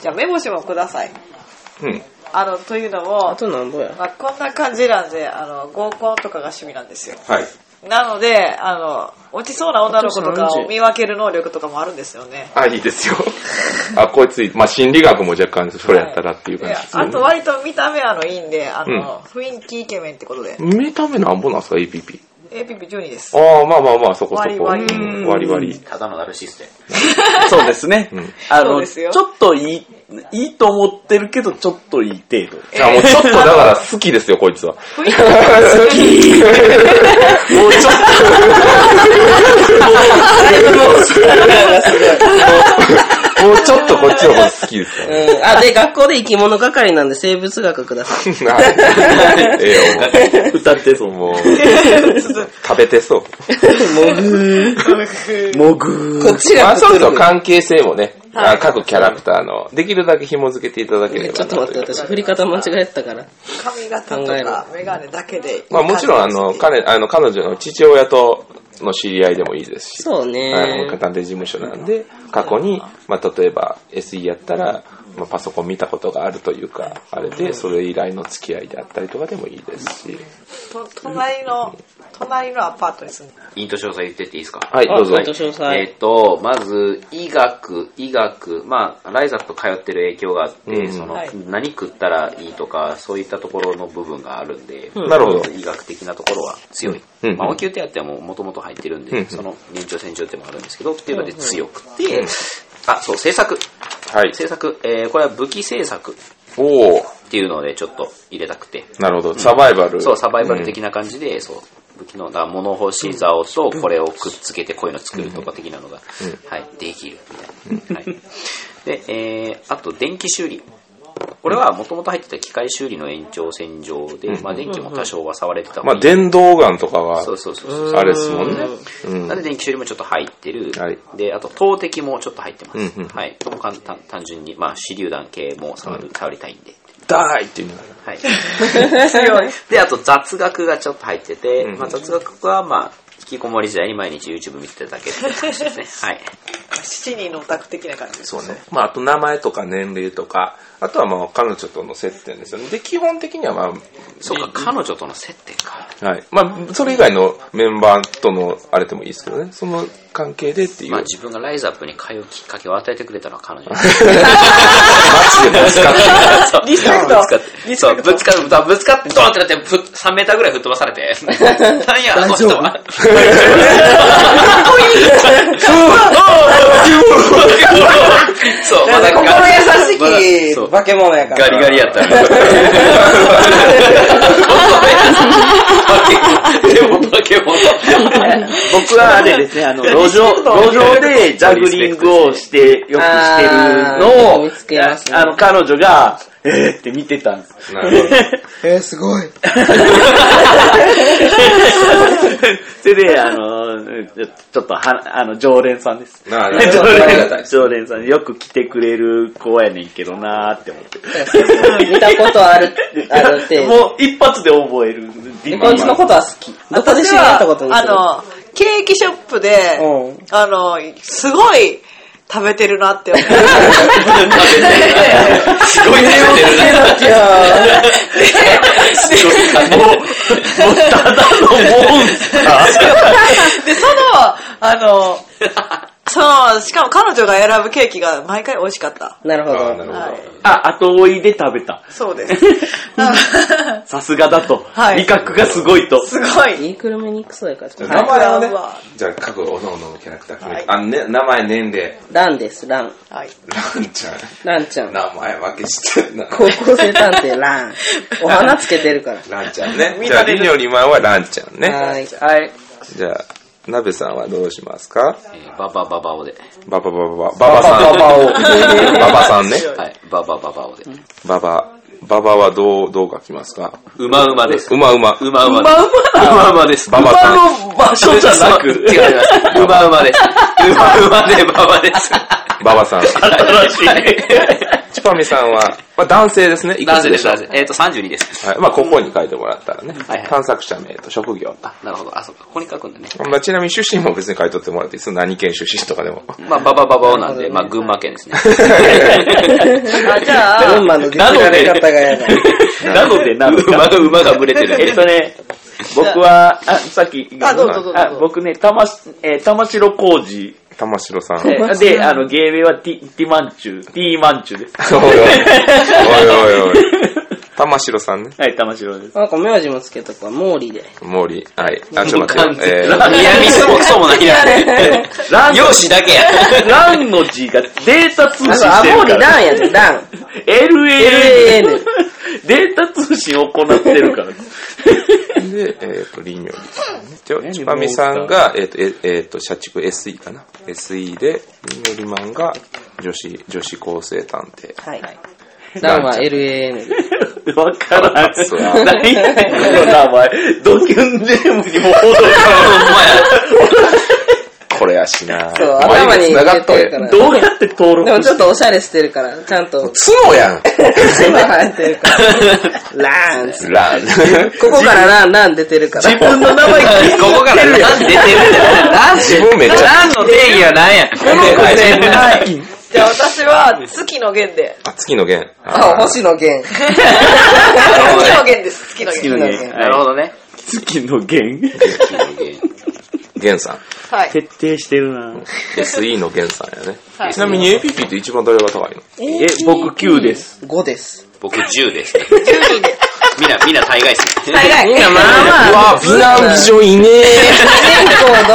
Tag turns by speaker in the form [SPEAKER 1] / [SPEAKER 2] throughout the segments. [SPEAKER 1] じゃあメモしてもください。
[SPEAKER 2] うん。
[SPEAKER 1] あの、というの
[SPEAKER 3] あ
[SPEAKER 1] も、
[SPEAKER 3] となんぼや。
[SPEAKER 1] まあ、こんな感じなんで、あの、合コンとかが趣味なんですよ。
[SPEAKER 2] はい。
[SPEAKER 1] なので、あの、落ちそうな女の子と
[SPEAKER 3] あ
[SPEAKER 1] か
[SPEAKER 3] と30
[SPEAKER 1] を見分ける能力とかもあるんですよね。
[SPEAKER 2] あ、いいですよ。あ、こいつい、まあ、心理学も若干それやったらっていう感じ
[SPEAKER 1] で
[SPEAKER 2] ですね
[SPEAKER 1] あと割と見た目あの、いいんで、あの、雰囲気イケメンってことで、
[SPEAKER 2] 見た目なんぼなんですか、APP。
[SPEAKER 1] APP12 です。
[SPEAKER 2] ああ、まあまあまあ、そこそこ。
[SPEAKER 1] 割り割り
[SPEAKER 2] うん割り割り。
[SPEAKER 4] ただのナルシストや
[SPEAKER 5] そうですね
[SPEAKER 2] うん。
[SPEAKER 5] あ
[SPEAKER 1] そう
[SPEAKER 5] の、
[SPEAKER 1] で
[SPEAKER 5] ち
[SPEAKER 1] すよ
[SPEAKER 5] ょっといい、いいと思ってるけど、ちょっといい程度。
[SPEAKER 2] じゃあもうちょっとだから好きですよ、こいつは。
[SPEAKER 1] 雰囲気
[SPEAKER 2] 好き
[SPEAKER 5] もうちょっ
[SPEAKER 2] もうちょっとこっちの方が好きですか
[SPEAKER 3] う
[SPEAKER 2] らね。
[SPEAKER 3] ん。 あ、で、学校で生き物係なんで生物学ください。
[SPEAKER 2] はいええよ、もう
[SPEAKER 5] と歌ってそう。
[SPEAKER 2] もう、食べてそう。
[SPEAKER 5] もぐ
[SPEAKER 3] こっち
[SPEAKER 2] ま
[SPEAKER 3] が
[SPEAKER 2] あ、
[SPEAKER 3] く
[SPEAKER 2] そ
[SPEAKER 3] つ
[SPEAKER 2] う
[SPEAKER 3] ろ
[SPEAKER 2] そ
[SPEAKER 3] ぐ
[SPEAKER 2] う関係性もね、あ各キャラクターの、できるだけ紐付けていただければ
[SPEAKER 3] ちょっと
[SPEAKER 2] な
[SPEAKER 3] 待っ
[SPEAKER 2] とい
[SPEAKER 3] て、
[SPEAKER 2] う。
[SPEAKER 3] 私、振り方間違えてたから。
[SPEAKER 1] 髪型と
[SPEAKER 3] 考えろ
[SPEAKER 1] かメガネだけでいい
[SPEAKER 2] まあ、もちろん、あの、彼、あの、彼女の父親との知り合いでもいいですし、
[SPEAKER 3] そうね。
[SPEAKER 2] はい、探偵事務所なんで、過去に、まあ、例えば SE やったら、まあ、パソコン見たことがあるというか、あれで、それ以来の付き合いであったりとかでもいいですし、
[SPEAKER 1] と隣の隣のアパートに住んで
[SPEAKER 4] イント詳細言ってっていいですか
[SPEAKER 2] はい、どうぞ。
[SPEAKER 3] あ、詳細。
[SPEAKER 4] えっ、と、まず、医学、医学、まあ、ライザップ通ってる影響があって、
[SPEAKER 2] うん
[SPEAKER 4] その、
[SPEAKER 1] はい
[SPEAKER 4] 何食ったらいいとか、そういったところの部分があるんで、
[SPEAKER 2] んなるほど
[SPEAKER 4] まず医学的なところは強い。
[SPEAKER 2] うん
[SPEAKER 4] まあ、応急手当ももともと入ってるんで、
[SPEAKER 2] うん
[SPEAKER 4] その、年長線上でもあるんですけど、っていうので強くて、あ、そう、政策。
[SPEAKER 2] はい。
[SPEAKER 4] 政策、えーこれは武器政策っ
[SPEAKER 2] おお
[SPEAKER 4] ていうので、ちょっと入れたくて、
[SPEAKER 2] なるほど、サバイバル。
[SPEAKER 4] そう、サバイバル的な感じで、そう、武器の、だから物干し竿とこれをくっつけてこういうの作るとか的なのが、はい、できるみたいな。はい。で、えー、あと電気修理。これはもともと入ってた機械修理の延長線上で、まあ電気も多少は触れてた
[SPEAKER 2] まあ、電動ガンとかは
[SPEAKER 4] そ、うそうそうそう。
[SPEAKER 2] あれですもんね。うん
[SPEAKER 4] なんで電気修理もちょっと入ってる。
[SPEAKER 2] はい
[SPEAKER 4] で、あと投擲もちょっと入ってます。
[SPEAKER 2] うんうん
[SPEAKER 4] はい。もう簡単、単純に、まあ、手榴弾系も触る、触りたいんで。
[SPEAKER 2] ダーイっていうのが
[SPEAKER 4] はい。強い。で、あと雑学がちょっと入ってて、
[SPEAKER 2] うん
[SPEAKER 4] まあ雑学は、まあ、引きこもり時代に毎日 YouTube 見てただけっていう感じですね。はい。
[SPEAKER 1] 7人のオタク的な感じです
[SPEAKER 2] そうね。まあ、あと名前とか年齢とか、あとはまあ、彼女との接点ですよね。で、基本的にはま
[SPEAKER 4] そうか、彼女との接点か。
[SPEAKER 2] あ、はい。まあ、それ以外のメンバーとのあれでもいいですけどね。その関係でっていう。
[SPEAKER 4] まあ
[SPEAKER 2] マ
[SPEAKER 4] 自分がライズアップに通うきっかけを与えてくれたのは彼女。
[SPEAKER 2] ジでぶつかって
[SPEAKER 4] そう
[SPEAKER 1] リスペクト
[SPEAKER 4] ぶつかって。そう、ぶつかって、ぶつかって、ドーンってなって、ふ3メーターぐらい吹っ飛ばされて。なんや、あの人は。そう、まだ
[SPEAKER 3] 心
[SPEAKER 4] ガリ
[SPEAKER 3] 優し
[SPEAKER 4] そ
[SPEAKER 3] き
[SPEAKER 4] う
[SPEAKER 3] 化け物やから。
[SPEAKER 4] ガリガリやった。でも化け物。
[SPEAKER 5] 僕はあれですね、あの、 路上、路上でジャグリングをして、よくしてるの
[SPEAKER 3] あー
[SPEAKER 5] を
[SPEAKER 3] 見つけます、ね
[SPEAKER 5] あの、彼女が、えーって見てたんです。
[SPEAKER 2] なるほ ど
[SPEAKER 3] えー、すごい。
[SPEAKER 5] それで、あの、ちょっとは、あの、常連さんです。
[SPEAKER 2] なるほど
[SPEAKER 5] 常
[SPEAKER 2] ありがたい
[SPEAKER 5] 連
[SPEAKER 2] です
[SPEAKER 5] 常連さん、よく来てくれる子やねんけどなーって思って。
[SPEAKER 3] 見たことある、あるって。
[SPEAKER 5] もう一発で覚える。
[SPEAKER 3] こいつのことは好き。どこで知り合ったことにする
[SPEAKER 1] あの、ケーキショップで、
[SPEAKER 3] うん
[SPEAKER 1] あの、すごい食べてるなって思う。
[SPEAKER 4] すごい出てるな。
[SPEAKER 3] いや
[SPEAKER 1] で、その、あの、その、しかも彼女が選ぶケーキが毎回美味しかった。
[SPEAKER 3] ーなるほ
[SPEAKER 2] あーな
[SPEAKER 3] ど。
[SPEAKER 2] る
[SPEAKER 1] は
[SPEAKER 2] ほ
[SPEAKER 1] い
[SPEAKER 2] ど。
[SPEAKER 5] あ、後追いで食べた。
[SPEAKER 1] そうです。あ
[SPEAKER 5] さすがだと。
[SPEAKER 1] はい
[SPEAKER 5] 味覚がすごいと。
[SPEAKER 1] すごい。
[SPEAKER 3] いいくるめに行くそうやから、ちょっと
[SPEAKER 2] 名前をね
[SPEAKER 1] は、
[SPEAKER 2] じゃあ各おのおののキャラクター決めて、
[SPEAKER 1] は
[SPEAKER 2] あね、名前、年齢、
[SPEAKER 3] ランです、ラン。
[SPEAKER 1] はい。
[SPEAKER 2] ランちゃん、
[SPEAKER 3] ランちゃん。
[SPEAKER 2] 名前負けしてるな。
[SPEAKER 3] 高校生探偵、ラン。お花つけてるから。
[SPEAKER 2] ランちゃんね。じゃあ、リニョリマンはランちゃんね。
[SPEAKER 3] はい。
[SPEAKER 5] はい。
[SPEAKER 2] じゃあ、ナベさんはどうしますか
[SPEAKER 4] えーババババオで。
[SPEAKER 2] バババババ、ババさん。ババさんね。
[SPEAKER 4] はい、ババババオで。
[SPEAKER 2] ババ、ババはどう、どう書きますか
[SPEAKER 4] うまうまです。
[SPEAKER 2] うまうま。
[SPEAKER 4] うまうまです。うまうまです。
[SPEAKER 2] ババさん。
[SPEAKER 5] 場所じゃなく、
[SPEAKER 4] 違います。うまうまです。うまうまでババです。
[SPEAKER 2] ババさん。
[SPEAKER 5] 新 しい。
[SPEAKER 2] チパミさんは、まあ男性ですね。いくつ
[SPEAKER 4] 男性
[SPEAKER 2] で
[SPEAKER 4] で
[SPEAKER 2] し
[SPEAKER 4] す、
[SPEAKER 2] ょう
[SPEAKER 4] 男性。えっ、と、32です。
[SPEAKER 2] はい。まあ、ここに書いてもらったらね
[SPEAKER 4] はいは。い
[SPEAKER 2] 探索者名と職業。
[SPEAKER 4] あ、なるほど。あ、そうか。ここに書くんだね。
[SPEAKER 2] まあ、ちなみに出身も別に書いとっても らっていいです。何県出身とかでも。
[SPEAKER 4] まあ、ババババオなんで、まあ、群馬県ですね。
[SPEAKER 3] あ、じゃあ、群馬の出
[SPEAKER 5] な
[SPEAKER 3] 来
[SPEAKER 5] の
[SPEAKER 3] 上が
[SPEAKER 5] で
[SPEAKER 3] り方がや だ。
[SPEAKER 5] なので、なので。
[SPEAKER 4] 馬が馬がぶれてる
[SPEAKER 5] えっとね、僕は、あ、さっき、
[SPEAKER 1] あどうぞどうぞ
[SPEAKER 5] あ僕ね、玉し、えー、玉城浩二。
[SPEAKER 2] 玉城さん。おい
[SPEAKER 5] えーで、あの、芸名はティ、ティマンチュー、ティーマンチューで す。
[SPEAKER 2] おいおいおいおい。玉城さんね。
[SPEAKER 5] はい、玉城です。
[SPEAKER 3] なんか名字もつけとくわ、毛利で。
[SPEAKER 2] 毛利。はい。あ、ちょっと待ってよ。えー、
[SPEAKER 4] 南すもクソもない な。
[SPEAKER 5] ラン、
[SPEAKER 4] 容姿だけや。
[SPEAKER 5] ランの字がデータ通信
[SPEAKER 3] なん
[SPEAKER 5] し
[SPEAKER 3] か、あ、
[SPEAKER 5] て
[SPEAKER 3] 毛
[SPEAKER 5] る
[SPEAKER 3] 利
[SPEAKER 5] か
[SPEAKER 3] ダ
[SPEAKER 5] ら。
[SPEAKER 3] ンやで、ダン。
[SPEAKER 5] LAN。データ通信を行ってるから。
[SPEAKER 2] で、えっ、と、リーニョリさんね。ちょ、ちばみさんが、えっ、と、えっ、えーと、社畜 SE かな。SE で、リーニョリマンが女子、女子高生探偵。
[SPEAKER 3] はい。ダンは LAN で。
[SPEAKER 5] わからん。
[SPEAKER 2] そう
[SPEAKER 5] 何やねんこの名前。ドキュンネームに戻る
[SPEAKER 2] これやしな
[SPEAKER 3] そう、
[SPEAKER 2] お前
[SPEAKER 3] 頭に
[SPEAKER 2] 繋が
[SPEAKER 3] 入れ
[SPEAKER 2] っと
[SPEAKER 3] てるか
[SPEAKER 2] る
[SPEAKER 3] ら。
[SPEAKER 5] どうやって登
[SPEAKER 3] でも
[SPEAKER 5] 録
[SPEAKER 3] ちょっとおしゃれしてるから、ちゃんと、
[SPEAKER 2] 角やん
[SPEAKER 3] 線が生えてるから。 ラーンズ。
[SPEAKER 2] ラン。
[SPEAKER 3] ここからラン、ラン出てるから。
[SPEAKER 5] 自分の名前聞いて
[SPEAKER 4] ここから何出てる何
[SPEAKER 2] 自分めっちゃ、
[SPEAKER 4] 何の定義は何 や。
[SPEAKER 1] はい。じゃあ私は月の弦で。
[SPEAKER 2] あ、月の弦。
[SPEAKER 3] あ、
[SPEAKER 2] あー
[SPEAKER 3] 星野源。
[SPEAKER 1] 月の弦です、月の
[SPEAKER 5] 月
[SPEAKER 1] 弦。
[SPEAKER 5] の弦。
[SPEAKER 4] なるほどね。
[SPEAKER 5] 月の弦。
[SPEAKER 2] 弦さん。
[SPEAKER 1] はい。
[SPEAKER 5] 徹底してるな
[SPEAKER 2] SE の源さんやね。
[SPEAKER 1] はい
[SPEAKER 2] ちなみに APP って一番どれが高いの
[SPEAKER 5] え、僕9です。
[SPEAKER 3] 5です。
[SPEAKER 4] 僕10です。みんな、みんな大概っす。大
[SPEAKER 3] みんなまあまあ。
[SPEAKER 2] わぁ、美男美女いね
[SPEAKER 3] 主人公ど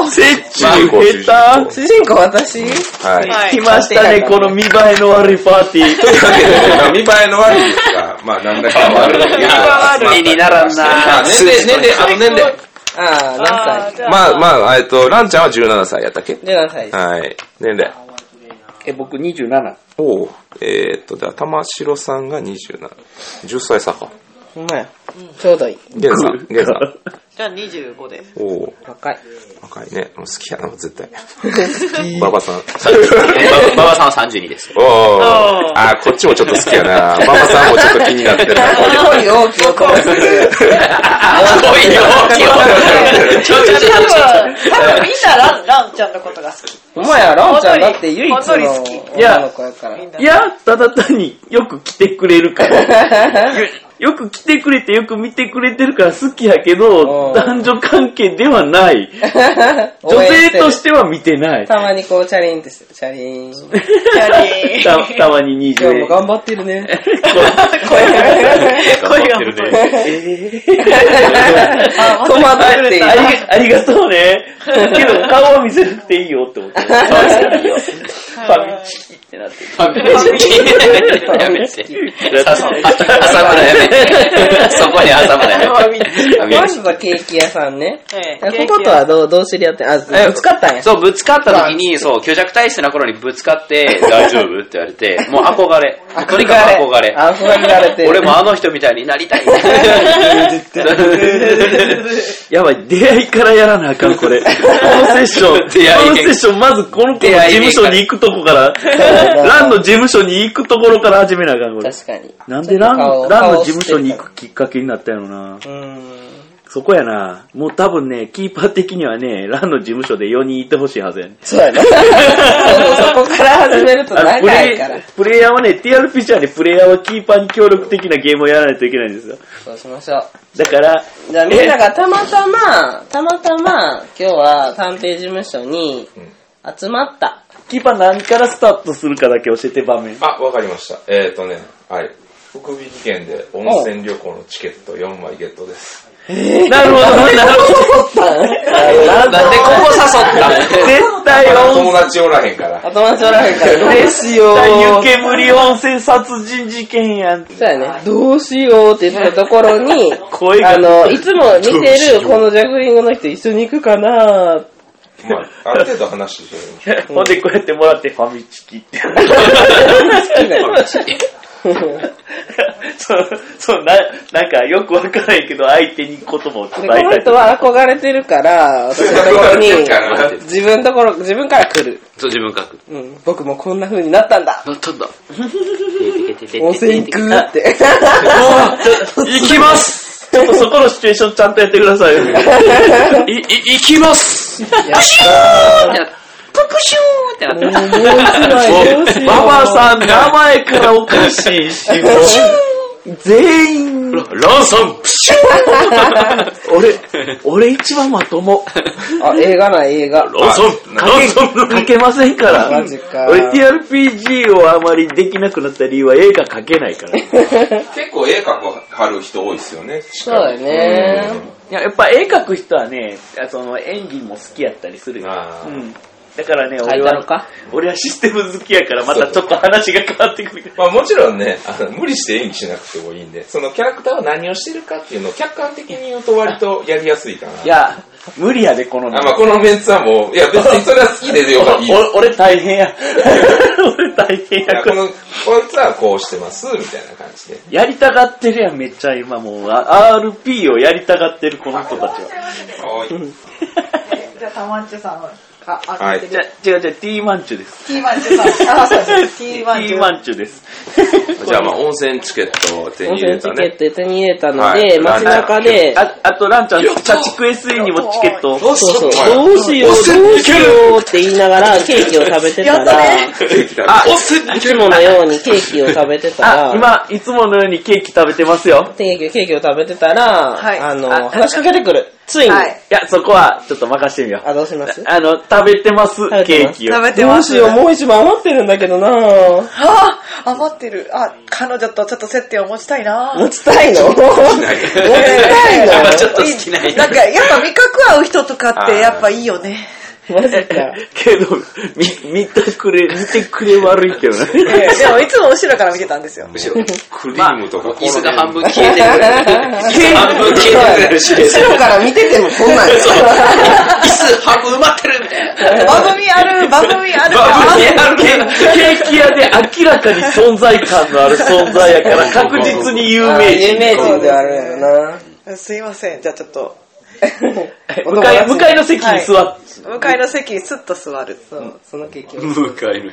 [SPEAKER 3] こ
[SPEAKER 5] 接中下
[SPEAKER 3] 主人公私
[SPEAKER 2] え。はい。
[SPEAKER 1] はい
[SPEAKER 5] 手来ましたね、この見栄えの悪いパーティー。
[SPEAKER 2] というわけで、見栄えの悪いですが、まあ、なんだか悪い
[SPEAKER 4] いやー絵にならんな
[SPEAKER 2] まあ 年齢、年齢、あと年齢。
[SPEAKER 3] ああ、
[SPEAKER 1] あ
[SPEAKER 3] 何
[SPEAKER 1] ー
[SPEAKER 3] 歳
[SPEAKER 1] じゃ
[SPEAKER 2] まあ、まあ、えっと、ランちゃんは17歳やったっけ
[SPEAKER 3] ?17 歳です。
[SPEAKER 2] はい。年齢。
[SPEAKER 5] え、僕27。
[SPEAKER 2] おうえーっと、じゃあ、玉城さんが27。10歳差か。
[SPEAKER 3] ほんまや。ちょうどいい。
[SPEAKER 2] 源さん、源さん。
[SPEAKER 1] じゃあ25で。
[SPEAKER 2] おう
[SPEAKER 3] 若 い。
[SPEAKER 2] 若いね。もう好きやな、絶対。馬場さん。
[SPEAKER 4] 馬場さんは32です。
[SPEAKER 2] おーあー、こっちもちょっと好きやな。馬場さんもちょっと気になってるな、これ
[SPEAKER 3] 恋大きいを飛ばす。
[SPEAKER 4] おい、
[SPEAKER 1] 多分、多分みんなラン、ランちゃんのことが好き。
[SPEAKER 3] ほんまや、ランちゃんだって唯一の
[SPEAKER 1] 本当に好き
[SPEAKER 5] や
[SPEAKER 3] 女の子やから。
[SPEAKER 5] いや、ただ単によく来てくれるから。よよく来てくれて、よく見てくれてるから好きやけ
[SPEAKER 3] うん
[SPEAKER 5] ど、男女関係ではない。女性としては見てない。
[SPEAKER 3] たまにこう、チャリンってしてる。チャリン。
[SPEAKER 1] チャリー。
[SPEAKER 5] たたまに
[SPEAKER 3] 今
[SPEAKER 5] 20
[SPEAKER 3] 日も
[SPEAKER 5] 円。
[SPEAKER 3] 頑張ってるね。
[SPEAKER 1] 声が細い。
[SPEAKER 3] あ戸惑
[SPEAKER 5] あ
[SPEAKER 3] ってい
[SPEAKER 5] り
[SPEAKER 3] る。
[SPEAKER 5] ありがとうね。けど、顔は見せなくていいよって思って。ファミチキってなってる。
[SPEAKER 4] やめて。浅村やめて。そこに浅村やめて。
[SPEAKER 3] まずはケーキ屋さんね。
[SPEAKER 1] ええ
[SPEAKER 3] こことはどう、どう知り合ってんあ、ぶつかったんや。
[SPEAKER 4] そう、ぶつかった時に、そう、虚弱体質な頃にぶつかって、 大丈夫って言われて、もう憧れ。とにかく憧れ。
[SPEAKER 3] あ、憧れてる。
[SPEAKER 4] 俺もあの人みたいになりたい。
[SPEAKER 5] やばい、出会いからやらなあかん、これ。このセッション、この
[SPEAKER 4] 出
[SPEAKER 5] セ
[SPEAKER 4] 会いね
[SPEAKER 5] ッション、まずこの子の事務所に行くとこから、
[SPEAKER 3] ね
[SPEAKER 5] ランの事務所に行くところから始めなあかん、これ。
[SPEAKER 3] 確かに。
[SPEAKER 5] なんでラン
[SPEAKER 3] ちょっと顔
[SPEAKER 5] ランの事務所に行くきっかけになったんやろな。
[SPEAKER 3] うーん。
[SPEAKER 5] そこやな。もう多分ね、キーパー的にはね、ランの事務所で4人いてほしいはずやね。
[SPEAKER 3] そうやね。そこから始めると
[SPEAKER 5] あのプ
[SPEAKER 3] 長
[SPEAKER 5] レ
[SPEAKER 3] い
[SPEAKER 5] イ
[SPEAKER 3] から。
[SPEAKER 5] プレイヤーはね、TRP じゃね、プレイヤーはキーパーに協力的なゲームをやらないといけないんですよ。
[SPEAKER 3] そうしましょう。
[SPEAKER 5] だから、
[SPEAKER 3] じゃあみんながたまたま、たまたま、今日は探偵事務所に集まった。
[SPEAKER 5] キーパー何からスタートするかだけ教えて場面。
[SPEAKER 2] あ、わかりました。えっ、ー、とね、はい。福引券で温泉旅行のチケット4枚ゲットです。
[SPEAKER 5] なるほど、なるほど。なん
[SPEAKER 4] なんでここ誘っ
[SPEAKER 5] 絶対温
[SPEAKER 2] 友達おらへんから。
[SPEAKER 3] お友達おらへんから。
[SPEAKER 5] ですよ。湯煙温泉殺人事件やん。
[SPEAKER 3] そうやね。どうしようって言ってたところ に、
[SPEAKER 5] 声が
[SPEAKER 3] あの、いつも見てるこのジャグリングの人一緒に行くかな ー
[SPEAKER 2] まあ、ある程度話してる。
[SPEAKER 5] ほんでこうやってもらってファミチキって。 そう、そう、な、なんかよくわからないけど相手に言葉を伝え
[SPEAKER 3] でこ
[SPEAKER 5] た
[SPEAKER 3] の
[SPEAKER 5] い
[SPEAKER 3] 人。は憧れてるから、私のところ に、自分のところ、自分から来る。
[SPEAKER 4] たそう、自分書く。
[SPEAKER 3] うん、僕もこんな風になったんだ。
[SPEAKER 4] ちょっと。
[SPEAKER 3] 温泉行く って。
[SPEAKER 5] 行きますちょっとそこのシチュエーションちゃんとやってくださいよ。
[SPEAKER 4] い、い、行きます
[SPEAKER 3] やった
[SPEAKER 4] や特集ってなって
[SPEAKER 3] もう一 枚どうしよう。
[SPEAKER 5] ママさん、名前からおかしいし、も
[SPEAKER 3] 全員、
[SPEAKER 4] ロンソン プシュ
[SPEAKER 5] う俺、俺一番まとも。
[SPEAKER 3] あ、映画ない映画。
[SPEAKER 4] ロンソンロンソンロンソ
[SPEAKER 5] 書
[SPEAKER 4] ン
[SPEAKER 5] けませんから。
[SPEAKER 3] マジか
[SPEAKER 5] 俺 TRPG をあまりできなくなった理由は映画書けないから。
[SPEAKER 2] 結構絵描く貼る人多いですよね。
[SPEAKER 3] そうだよね。
[SPEAKER 5] いややっぱ絵描く人はね、その演技も好きやったりするよ。
[SPEAKER 2] あ
[SPEAKER 5] う
[SPEAKER 2] ー
[SPEAKER 5] ん。 だからね、
[SPEAKER 3] 書
[SPEAKER 5] 俺
[SPEAKER 3] いたの
[SPEAKER 5] は、
[SPEAKER 3] か
[SPEAKER 5] 俺はシステム好きやから、またちょっと話が変わってくるけど。
[SPEAKER 2] まあもちろんね、あの無理して演技しなくてもいいんで、そのキャラクターは何をしてるかっていうのを客観的に言うと割とやりやすいかな。
[SPEAKER 5] いや、無理やで、この
[SPEAKER 2] あまあ、このメンツはもう、いや別にそれは好きでよかっ た。いい
[SPEAKER 5] お俺大変や。 俺大変
[SPEAKER 2] いや
[SPEAKER 5] や。
[SPEAKER 2] この、こいつはこうしてます、みたいな感じで。
[SPEAKER 5] やりたがってるやん、めっちゃ今もう。あ RP をやりたがってる、この人たちは。
[SPEAKER 2] はい。
[SPEAKER 1] じゃあ、たまんちゅさんを、あ、
[SPEAKER 2] は
[SPEAKER 1] あ、
[SPEAKER 2] い
[SPEAKER 1] て
[SPEAKER 5] じゃ
[SPEAKER 1] る。、
[SPEAKER 5] 違う違う、T マンチュです。
[SPEAKER 1] ティーマンチュさん。あ、そうです。ティーマンチ
[SPEAKER 5] T
[SPEAKER 1] ュ。
[SPEAKER 5] マンチュです。
[SPEAKER 2] じゃあまあ、温泉チケットを手
[SPEAKER 3] 温
[SPEAKER 2] に入れ
[SPEAKER 3] 泉
[SPEAKER 2] た
[SPEAKER 3] チ
[SPEAKER 2] ね。
[SPEAKER 3] ケット手に入れたの
[SPEAKER 2] はい
[SPEAKER 3] で、街中で、
[SPEAKER 5] ああと、ランちゃん、社畜 SE にもチケットを。
[SPEAKER 3] そうそう、
[SPEAKER 2] はい
[SPEAKER 3] どうしよう、どうしようって言いながらケーキを食べてた
[SPEAKER 1] やった
[SPEAKER 3] ら、
[SPEAKER 1] ね
[SPEAKER 3] い
[SPEAKER 2] あ、
[SPEAKER 3] つものようにケーキを食べてた
[SPEAKER 5] あ、
[SPEAKER 3] ら、
[SPEAKER 5] 今、いつものようにケーキ食べてますよ。
[SPEAKER 3] ケーキケーキを食べてたら、
[SPEAKER 1] はい
[SPEAKER 3] あ
[SPEAKER 5] あ
[SPEAKER 3] の、話しかけてくる。ついに、
[SPEAKER 1] はい。
[SPEAKER 5] いや、そこは、ちょっと任してみよう。
[SPEAKER 3] あ、どうします
[SPEAKER 5] あの、食べてます
[SPEAKER 3] べ、て
[SPEAKER 5] ケ
[SPEAKER 3] ま
[SPEAKER 5] ー
[SPEAKER 3] す
[SPEAKER 5] キを
[SPEAKER 1] 食。べて
[SPEAKER 3] ど
[SPEAKER 1] ま
[SPEAKER 3] う
[SPEAKER 1] す。
[SPEAKER 3] しよう、もう一枚余ってるんだけどなぁ。
[SPEAKER 1] ああ、余ってる。あ、彼女とちょっと接点を持ちたいな。
[SPEAKER 3] 持ちたいの持ちたい
[SPEAKER 4] やっぱちょ
[SPEAKER 3] の
[SPEAKER 4] っと好きなんや
[SPEAKER 1] なんか、やっぱ味覚合う人とかってやっぱいいよね。
[SPEAKER 3] マジ か。
[SPEAKER 5] けど、み、見てくれ、見てくれ悪いけど
[SPEAKER 1] い
[SPEAKER 5] ね。
[SPEAKER 1] やでもいつも後ろから見てたんですよ。
[SPEAKER 2] 後ろ、クリームとか、
[SPEAKER 4] 椅子が半分消えてくれる。椅子半分
[SPEAKER 3] そう
[SPEAKER 4] 消え
[SPEAKER 3] だね
[SPEAKER 4] てくれるし。椅
[SPEAKER 3] 後ろから見ててもこんなんや
[SPEAKER 4] 子半分埋まってるみたいな。
[SPEAKER 1] 番組ある、番組ある
[SPEAKER 4] 番組ある
[SPEAKER 5] ケ
[SPEAKER 4] けど
[SPEAKER 5] ーキ屋で明らかに存在感のある存在やから、確実に有名
[SPEAKER 3] 有名
[SPEAKER 5] 人。
[SPEAKER 3] 人ではあるやろな。
[SPEAKER 1] すいません、じゃあちょっと、
[SPEAKER 5] 向か い、向かいの席に座っ
[SPEAKER 1] 向かいの席にスッと座る。
[SPEAKER 3] そう、その経験。
[SPEAKER 4] 向かいの椅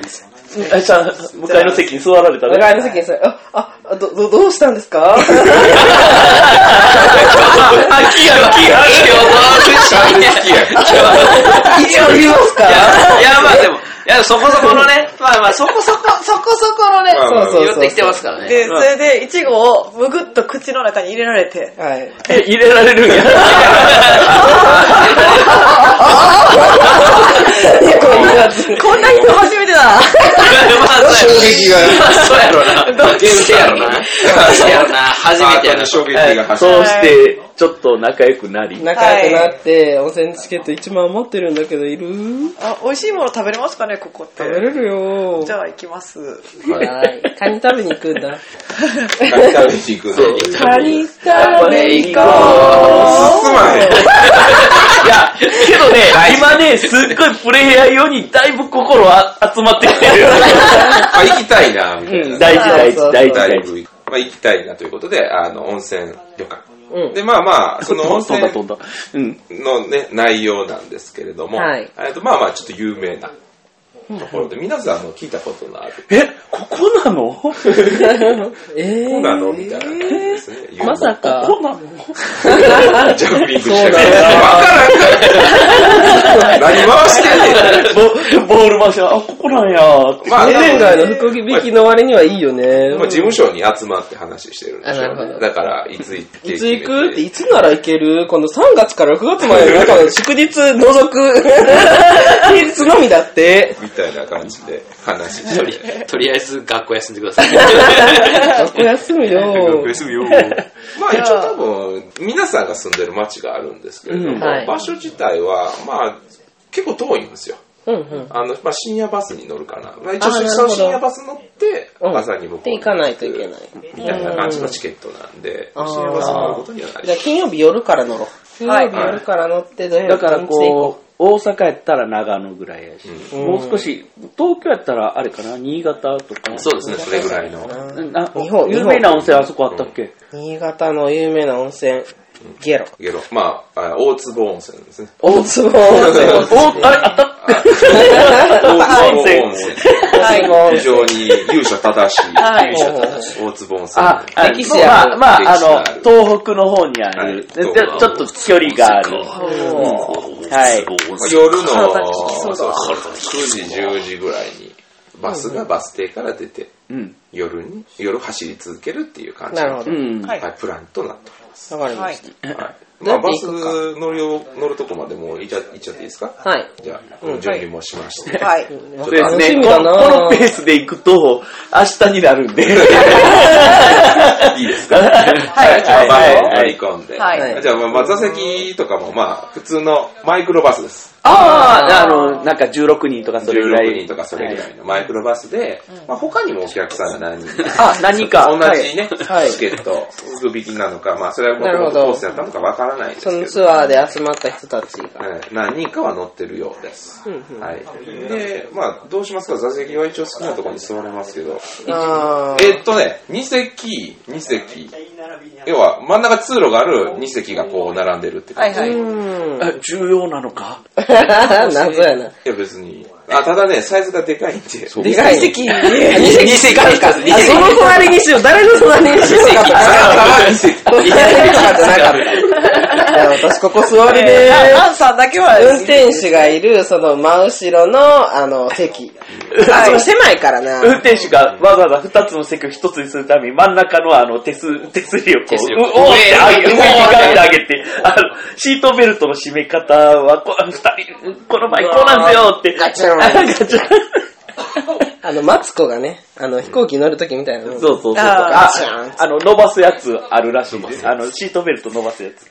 [SPEAKER 4] 子。
[SPEAKER 5] あじゃあ向かいの席に座られた
[SPEAKER 3] 向
[SPEAKER 5] ら、
[SPEAKER 3] かいの席にさ、あ、あ、ど、ど、どうしたんですか
[SPEAKER 4] 秋や秋や秋や
[SPEAKER 3] 一応見ますか
[SPEAKER 4] いや、まあでも、いや、そこそこのね、まあまあ、そこそこ、そこそこのね、
[SPEAKER 2] そうそう
[SPEAKER 3] そう
[SPEAKER 4] 寄ってきてますからね。
[SPEAKER 1] で、それで、いちごをむぐっと口の中に入れられて、
[SPEAKER 3] はい。
[SPEAKER 5] え 入れられるんや。
[SPEAKER 1] こんな人初めてだ
[SPEAKER 4] まあ、そうや
[SPEAKER 2] 撃が、
[SPEAKER 4] そうやろな。どっちやろな。そうやろな。初めてやな。
[SPEAKER 2] 衝撃が走る。
[SPEAKER 5] そうして、ちょっと仲良くなり。
[SPEAKER 3] 仲良くなって、温泉チケット1万持ってるんだけど、いる
[SPEAKER 1] あ、美味しいもの食べれますかね、ここっ
[SPEAKER 3] 食べ
[SPEAKER 1] て。
[SPEAKER 3] れるよ
[SPEAKER 1] じゃあ行きます。
[SPEAKER 3] はい。カニ食べに行くんだ。
[SPEAKER 2] 食べていく。そう。
[SPEAKER 3] カニ食べに行
[SPEAKER 5] こ
[SPEAKER 3] こ
[SPEAKER 2] すまへん。
[SPEAKER 5] いや、けどね、今ね、すっごいプレイヤー用にだいぶ心あ集まってきてるよ。
[SPEAKER 2] あ、行きたいな、みたいな。
[SPEAKER 5] 大事 大事
[SPEAKER 3] そうそう
[SPEAKER 5] 大事
[SPEAKER 2] だい
[SPEAKER 5] 大事。
[SPEAKER 2] ぶ、まあ行きたいなということで、あの、温泉旅館。
[SPEAKER 3] うん
[SPEAKER 2] で、まあまあ、その温
[SPEAKER 5] 飛んだ飛
[SPEAKER 2] 泉
[SPEAKER 5] んだ。うん。
[SPEAKER 2] のね、内容なんですけれども、
[SPEAKER 3] はい
[SPEAKER 2] えっとまあまあ、ちょっと有名なところで、皆さんも聞いたことのある、
[SPEAKER 5] え、ここなの こ
[SPEAKER 3] う。え
[SPEAKER 2] こう
[SPEAKER 3] ー。
[SPEAKER 2] なのみたいな感じですね。有名
[SPEAKER 3] まさか。
[SPEAKER 5] こなの
[SPEAKER 2] ジャンプリングし
[SPEAKER 3] そ
[SPEAKER 2] て
[SPEAKER 3] う
[SPEAKER 2] る。わからん何回してんねん。
[SPEAKER 5] ボボール回しは、あ、ここなんやって。
[SPEAKER 2] まあ、
[SPEAKER 3] 前回の
[SPEAKER 2] で
[SPEAKER 3] 福引きの割にはいいよね。
[SPEAKER 2] も事務所に集まって話してるんでしょ
[SPEAKER 3] あなる
[SPEAKER 2] う
[SPEAKER 3] ほ
[SPEAKER 2] ね。
[SPEAKER 3] ど
[SPEAKER 2] だから、いつ行って
[SPEAKER 3] い
[SPEAKER 2] 決
[SPEAKER 3] つ
[SPEAKER 2] め
[SPEAKER 3] 行くって、いつなら行ける今度3月から6月までの中の祝日除く。平日のみだって。
[SPEAKER 2] みたいな感じで話してる。
[SPEAKER 4] とりあえず、学校休んでください。
[SPEAKER 3] 学校休むよ。
[SPEAKER 2] まあ一応多分、皆さんが住んでる町があるんですけれど
[SPEAKER 5] うん
[SPEAKER 2] も、
[SPEAKER 3] はい
[SPEAKER 2] 場所自体は、まあ、結構遠いんですよ。
[SPEAKER 3] うんうん。
[SPEAKER 2] あの、まあ、深夜バスに乗るかな。まあ、一
[SPEAKER 3] あーなるほ
[SPEAKER 2] 応、
[SPEAKER 3] ど
[SPEAKER 2] その深夜バス乗って、
[SPEAKER 3] うん
[SPEAKER 2] 朝に向こう
[SPEAKER 3] で、行かないといけない。
[SPEAKER 2] みたいな感じのチケットなんで、
[SPEAKER 3] うん
[SPEAKER 2] 深夜バス乗ることにはなり
[SPEAKER 3] じゃあ金曜日夜から乗ろう。金曜日夜から乗って、土曜日
[SPEAKER 5] だから
[SPEAKER 3] 一日で行
[SPEAKER 5] こう、大阪やったら長野ぐらいやし、
[SPEAKER 3] ん
[SPEAKER 5] もう少し、東京やったらあれかな、新潟とか。
[SPEAKER 4] そうです
[SPEAKER 2] そ
[SPEAKER 4] ね、
[SPEAKER 2] そ
[SPEAKER 4] そ
[SPEAKER 2] れ
[SPEAKER 4] れ
[SPEAKER 2] ぐ
[SPEAKER 4] ぐら
[SPEAKER 2] ら
[SPEAKER 4] い。
[SPEAKER 2] いの。
[SPEAKER 3] う
[SPEAKER 5] うんあ
[SPEAKER 3] 日本
[SPEAKER 5] 有名な温泉あそこあったっけ
[SPEAKER 3] う。新潟の有名な温泉、ゲロ。
[SPEAKER 2] けど、まあ、あ大坪温泉ですね。
[SPEAKER 3] 大坪温泉。
[SPEAKER 5] お、あれ、あった
[SPEAKER 2] 大
[SPEAKER 5] 温泉
[SPEAKER 2] 坪温泉。
[SPEAKER 3] 大坪温
[SPEAKER 2] 非
[SPEAKER 3] 泉。
[SPEAKER 2] 常に由緒正しい。
[SPEAKER 1] はい
[SPEAKER 2] 大坪温泉。
[SPEAKER 5] あ、あ
[SPEAKER 3] 歴史あ
[SPEAKER 5] まあ、
[SPEAKER 3] る
[SPEAKER 5] ま
[SPEAKER 2] 歴史
[SPEAKER 5] あ、
[SPEAKER 2] あ
[SPEAKER 5] あの、
[SPEAKER 2] る
[SPEAKER 5] 東北の方にあ
[SPEAKER 2] は
[SPEAKER 5] る、
[SPEAKER 2] い
[SPEAKER 5] でちょ
[SPEAKER 2] 東北
[SPEAKER 5] ちょっと距離がある。
[SPEAKER 3] おー
[SPEAKER 5] はい
[SPEAKER 4] 壺を
[SPEAKER 2] まあ夜の
[SPEAKER 1] 体に効きそうだ
[SPEAKER 2] そうそう9時、10時ぐらいに、バスがバス停から出て、
[SPEAKER 5] うん。
[SPEAKER 2] 夜に、夜走り続けるっていう感じ
[SPEAKER 3] なる
[SPEAKER 2] の、
[SPEAKER 3] ほ
[SPEAKER 5] う
[SPEAKER 3] ど。
[SPEAKER 5] ん。
[SPEAKER 1] はい
[SPEAKER 2] はい、プランとなっております。
[SPEAKER 3] わかりま
[SPEAKER 1] はい
[SPEAKER 3] し。
[SPEAKER 2] はい。
[SPEAKER 3] ど
[SPEAKER 2] ま
[SPEAKER 3] う
[SPEAKER 2] あ、
[SPEAKER 3] やって
[SPEAKER 2] バ
[SPEAKER 3] 行
[SPEAKER 2] ス
[SPEAKER 3] くか
[SPEAKER 2] 乗りを乗るとこまでもう行っちゃ行っちゃっていいですか
[SPEAKER 3] た。はい。
[SPEAKER 2] じゃあ、準備もしまして。
[SPEAKER 1] はい。
[SPEAKER 5] そうです
[SPEAKER 3] 楽し
[SPEAKER 5] ね。
[SPEAKER 3] み
[SPEAKER 5] こ
[SPEAKER 3] だ
[SPEAKER 5] の
[SPEAKER 3] な
[SPEAKER 5] このペースで行くと、明日になるんで。
[SPEAKER 2] いいですか
[SPEAKER 5] はい
[SPEAKER 2] じゃあ、バスを乗
[SPEAKER 5] はい
[SPEAKER 2] り込んで。
[SPEAKER 1] はい
[SPEAKER 2] じゃあ、まあまあ、座席とかも、まあ、普通のマイクロバスです。
[SPEAKER 5] ああ、あの、なんか16人とかそれぐらい。
[SPEAKER 2] 16人とかそれぐらいのマイクロバスで、まあ、他にもお客さんが何人か
[SPEAKER 5] あ、何か。
[SPEAKER 2] 同じね、
[SPEAKER 3] はい
[SPEAKER 2] チケット、福引きなのか、まあ、それはも
[SPEAKER 3] なる
[SPEAKER 2] と
[SPEAKER 3] ほ
[SPEAKER 2] も
[SPEAKER 3] ど
[SPEAKER 2] とコースやったのかわからないです
[SPEAKER 3] その
[SPEAKER 2] けど、
[SPEAKER 3] ツアーで集まった人たちが。
[SPEAKER 2] えー何人かは乗ってるようです。
[SPEAKER 3] うんうん
[SPEAKER 2] はい。で、まあ、どうしますか座席は一応好きなところに座れますけど。
[SPEAKER 3] あー
[SPEAKER 2] えーっとね、2席、2席。要は、真ん中通路がある2席がこう並んでるって
[SPEAKER 1] は
[SPEAKER 2] 感
[SPEAKER 1] い
[SPEAKER 2] じ。
[SPEAKER 1] は
[SPEAKER 3] う
[SPEAKER 1] い。
[SPEAKER 3] ーん。
[SPEAKER 5] あ重要なのか
[SPEAKER 3] 謎やな。
[SPEAKER 2] いや、別に。あ、ただね、サイズがでかいんで。
[SPEAKER 3] でかい。2席。
[SPEAKER 4] 二席二席か。二
[SPEAKER 3] あ、その隣にしよう。誰の隣にしようかと
[SPEAKER 2] あな
[SPEAKER 3] か。
[SPEAKER 2] たは2席。
[SPEAKER 3] 隣とかじゃなかった。いや、私ここ座りでー
[SPEAKER 1] アンさんだけは、
[SPEAKER 3] 運転手がいる、その真後ろの、あの、席。あ、その狭いからな。
[SPEAKER 5] 運転手がわざわざ2つの席を1つにするために真ん中のあの手す手すりをこ
[SPEAKER 4] 手す
[SPEAKER 5] う、
[SPEAKER 4] り
[SPEAKER 5] う
[SPEAKER 4] を
[SPEAKER 5] お
[SPEAKER 4] こう
[SPEAKER 5] ーって上げて、
[SPEAKER 4] う
[SPEAKER 5] 上げ
[SPEAKER 4] お
[SPEAKER 5] て上げて、あの、シートベルトの締め方は、こ2人、この前こうなんですよって。
[SPEAKER 3] ガチャン
[SPEAKER 5] あガチャン
[SPEAKER 3] あの、マツコがね、あの、飛行機乗るときみたいなの。
[SPEAKER 5] そうそうそう。
[SPEAKER 1] あ
[SPEAKER 5] あ
[SPEAKER 3] ガチャン、
[SPEAKER 5] あの、伸ばすやつあるらしいです。あの、シートベルト伸ばすやつ。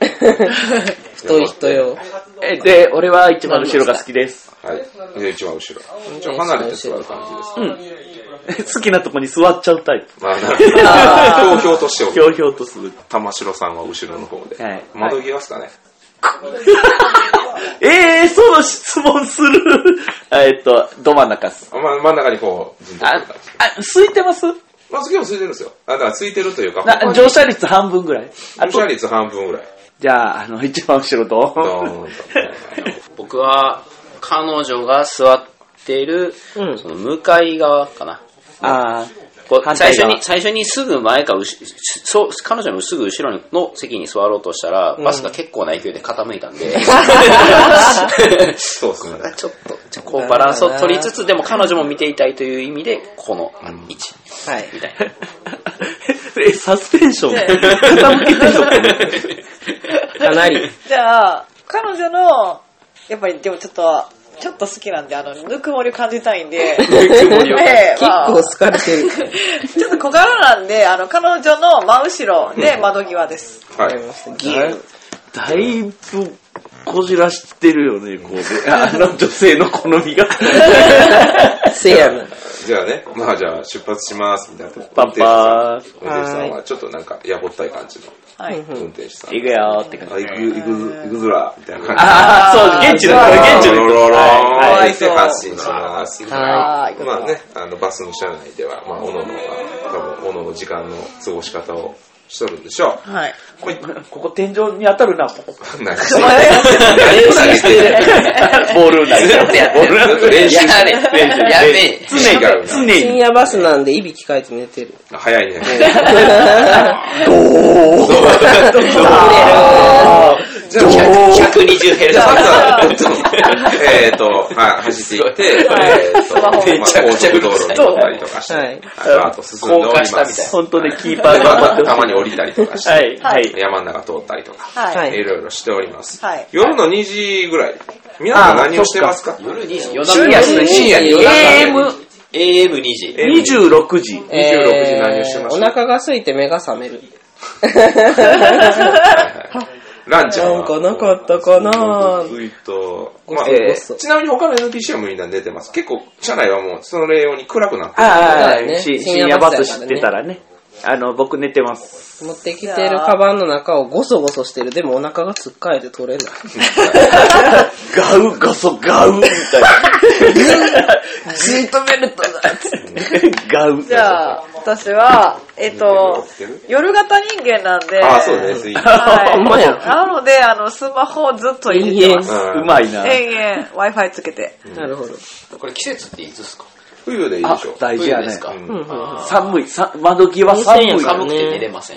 [SPEAKER 3] 太い人よ。
[SPEAKER 5] えで、俺は一番後ろが好きです。
[SPEAKER 2] はい。で、一番後ろ。ちょ、離れて座る感じです。
[SPEAKER 5] 好きなとこに座っちゃうタイプ。
[SPEAKER 2] まあ、 なんか、ひょうひょうとしてお
[SPEAKER 5] ひ
[SPEAKER 2] る。
[SPEAKER 5] ょうひょうとする。
[SPEAKER 2] 玉城さんは後ろの方で。
[SPEAKER 5] はい
[SPEAKER 2] 窓際ですかね。
[SPEAKER 5] ええー、その質問する。 えっと、ど真ん中っす。
[SPEAKER 2] ま真ん中にこう、陣取
[SPEAKER 5] あ、
[SPEAKER 2] ってる感じ。
[SPEAKER 5] あ、空いてます
[SPEAKER 2] まあ、次も空いてるんですよ。あ、だから空いてるというか、
[SPEAKER 5] な乗車率半分ぐらいあ
[SPEAKER 2] 乗
[SPEAKER 5] と
[SPEAKER 2] 車率半分ぐらい。
[SPEAKER 5] じゃあ、あの、一番後ろど
[SPEAKER 2] ド
[SPEAKER 5] う
[SPEAKER 2] ーンと。
[SPEAKER 4] 僕は、彼女が座ってる、
[SPEAKER 3] うん
[SPEAKER 4] その向かい側かな。
[SPEAKER 5] あー
[SPEAKER 4] こう
[SPEAKER 5] 反
[SPEAKER 4] 最
[SPEAKER 5] 対
[SPEAKER 4] 初
[SPEAKER 5] 側
[SPEAKER 4] に、最初にすぐ前か後、そう、彼女のすぐ後ろの席に座ろうとしたら、バスが結構な勢いで傾いたん で、
[SPEAKER 2] そうですね。
[SPEAKER 4] ちょっと、ちょこうバランスを取りつつ、でも彼女も見ていたいという意味で、このあの位置、
[SPEAKER 3] はい。
[SPEAKER 4] みたいな。
[SPEAKER 5] え、サスペンション傾けてんのかな
[SPEAKER 3] かなり。
[SPEAKER 1] じゃあ、彼女の、やっぱりでもちょっと、ちょっと好きなんで、あの、ぬくもりを感じたいんで、で
[SPEAKER 3] 結
[SPEAKER 1] まあ
[SPEAKER 3] 構好かれてる。
[SPEAKER 1] ちょっと小柄なんで、あの、彼女の真後ろで窓際です。
[SPEAKER 2] はい。
[SPEAKER 5] だいぶ、こじらしてるよね、こうで。あの女性の好み が。
[SPEAKER 3] せやな。
[SPEAKER 2] じゃあね、まあじゃあ出発しますみたいなとこ
[SPEAKER 5] パンパー。
[SPEAKER 2] 運転手さん運転手さんはちょっとなんかやぼったい感じの
[SPEAKER 1] はい。
[SPEAKER 2] 運転手さん。
[SPEAKER 5] 行くよーって感じ。
[SPEAKER 2] あ、行く、行く、行くぞら、みたいな感じ。
[SPEAKER 5] ああ、そう、現地の、現地
[SPEAKER 2] ロ
[SPEAKER 5] の。
[SPEAKER 2] ロロー
[SPEAKER 5] はいは
[SPEAKER 2] ン
[SPEAKER 5] い
[SPEAKER 2] して発進します。
[SPEAKER 1] はい
[SPEAKER 2] まあね、あの、バスの車内では、まあ、おののが、多分、おのの時間の過ごし方をしとるんでしょう。
[SPEAKER 1] はい。
[SPEAKER 2] ほい、
[SPEAKER 5] ここ天井に当たるな、
[SPEAKER 2] なんかして、
[SPEAKER 4] 練習してる。
[SPEAKER 5] ボール投げ
[SPEAKER 4] ずっとやってる。
[SPEAKER 2] 練習し
[SPEAKER 4] やれ。やべえ。
[SPEAKER 2] 違う
[SPEAKER 5] 常に、常
[SPEAKER 3] 深
[SPEAKER 5] に。
[SPEAKER 3] 夜バスなんで、いびきかいて寝てる。
[SPEAKER 2] 早いね。
[SPEAKER 5] あ
[SPEAKER 2] じゃあ、
[SPEAKER 4] 120ヘルツ。
[SPEAKER 2] まずは、えっと、はい、走っていって、えっと、まあ、高速道路に乗ったりとかして、
[SPEAKER 3] はい
[SPEAKER 2] あとあと進んでおります。
[SPEAKER 4] 高架下みたい
[SPEAKER 5] ー本当ね、キーパー
[SPEAKER 2] ま
[SPEAKER 5] が
[SPEAKER 2] たたまに降りたりとかして、
[SPEAKER 5] はい、はい。
[SPEAKER 2] 山の中通ったりとか、
[SPEAKER 1] はい。
[SPEAKER 3] はい
[SPEAKER 2] いろいろしております。
[SPEAKER 1] はい
[SPEAKER 2] 夜の2時ぐらい、皆さん何をしてますか
[SPEAKER 4] 夜2時。
[SPEAKER 5] 深夜っすね
[SPEAKER 2] 深夜に夜中
[SPEAKER 4] AM、AM2 時。
[SPEAKER 5] 26時。
[SPEAKER 2] 26時何をしてま
[SPEAKER 3] お
[SPEAKER 2] す
[SPEAKER 3] 腹が空いて目が覚める。
[SPEAKER 2] ランちゃんは。
[SPEAKER 3] なんかなかったかな
[SPEAKER 2] ずっと、
[SPEAKER 3] ご
[SPEAKER 2] ま
[SPEAKER 3] そ
[SPEAKER 2] あ、
[SPEAKER 3] ご
[SPEAKER 2] え
[SPEAKER 3] そ
[SPEAKER 2] ーちなみに他の NPC はみんな寝てます。結構、車内はもう、その例用に暗くなってる
[SPEAKER 5] あ
[SPEAKER 3] そうだね
[SPEAKER 5] あ、し深
[SPEAKER 3] 深
[SPEAKER 5] 夜
[SPEAKER 3] 夜
[SPEAKER 5] バ
[SPEAKER 3] バ
[SPEAKER 5] ス
[SPEAKER 3] ス
[SPEAKER 5] 知っ
[SPEAKER 3] だからね
[SPEAKER 5] てたらね。あの、僕寝てます。
[SPEAKER 3] 持ってきてるカバンの中をゴソゴソしてる。でもお腹がつっかえて取れない。
[SPEAKER 5] ガウ、ガソ、ガウみたい
[SPEAKER 3] シートベルトだ。
[SPEAKER 5] な。ガウ。
[SPEAKER 1] じゃあ、私は、えっと、夜型人間なんで、
[SPEAKER 2] ああ、そうですね、
[SPEAKER 1] はい。
[SPEAKER 3] ほんまや
[SPEAKER 1] なので、あの、スマホをずっと入れてます。
[SPEAKER 2] うん
[SPEAKER 5] うまいな。
[SPEAKER 1] 延々 Wi-Fi つけて。
[SPEAKER 3] なるほど。
[SPEAKER 4] これ季節っていつですか
[SPEAKER 2] 冬でいいで
[SPEAKER 5] あ
[SPEAKER 2] しょ、。
[SPEAKER 5] 大事
[SPEAKER 4] 冬
[SPEAKER 5] や
[SPEAKER 4] で
[SPEAKER 5] ね
[SPEAKER 4] す。か、
[SPEAKER 2] うん
[SPEAKER 5] 寒い、さ窓際
[SPEAKER 4] 温
[SPEAKER 5] 寒
[SPEAKER 4] 泉
[SPEAKER 5] い。
[SPEAKER 4] 寒くて寝れません。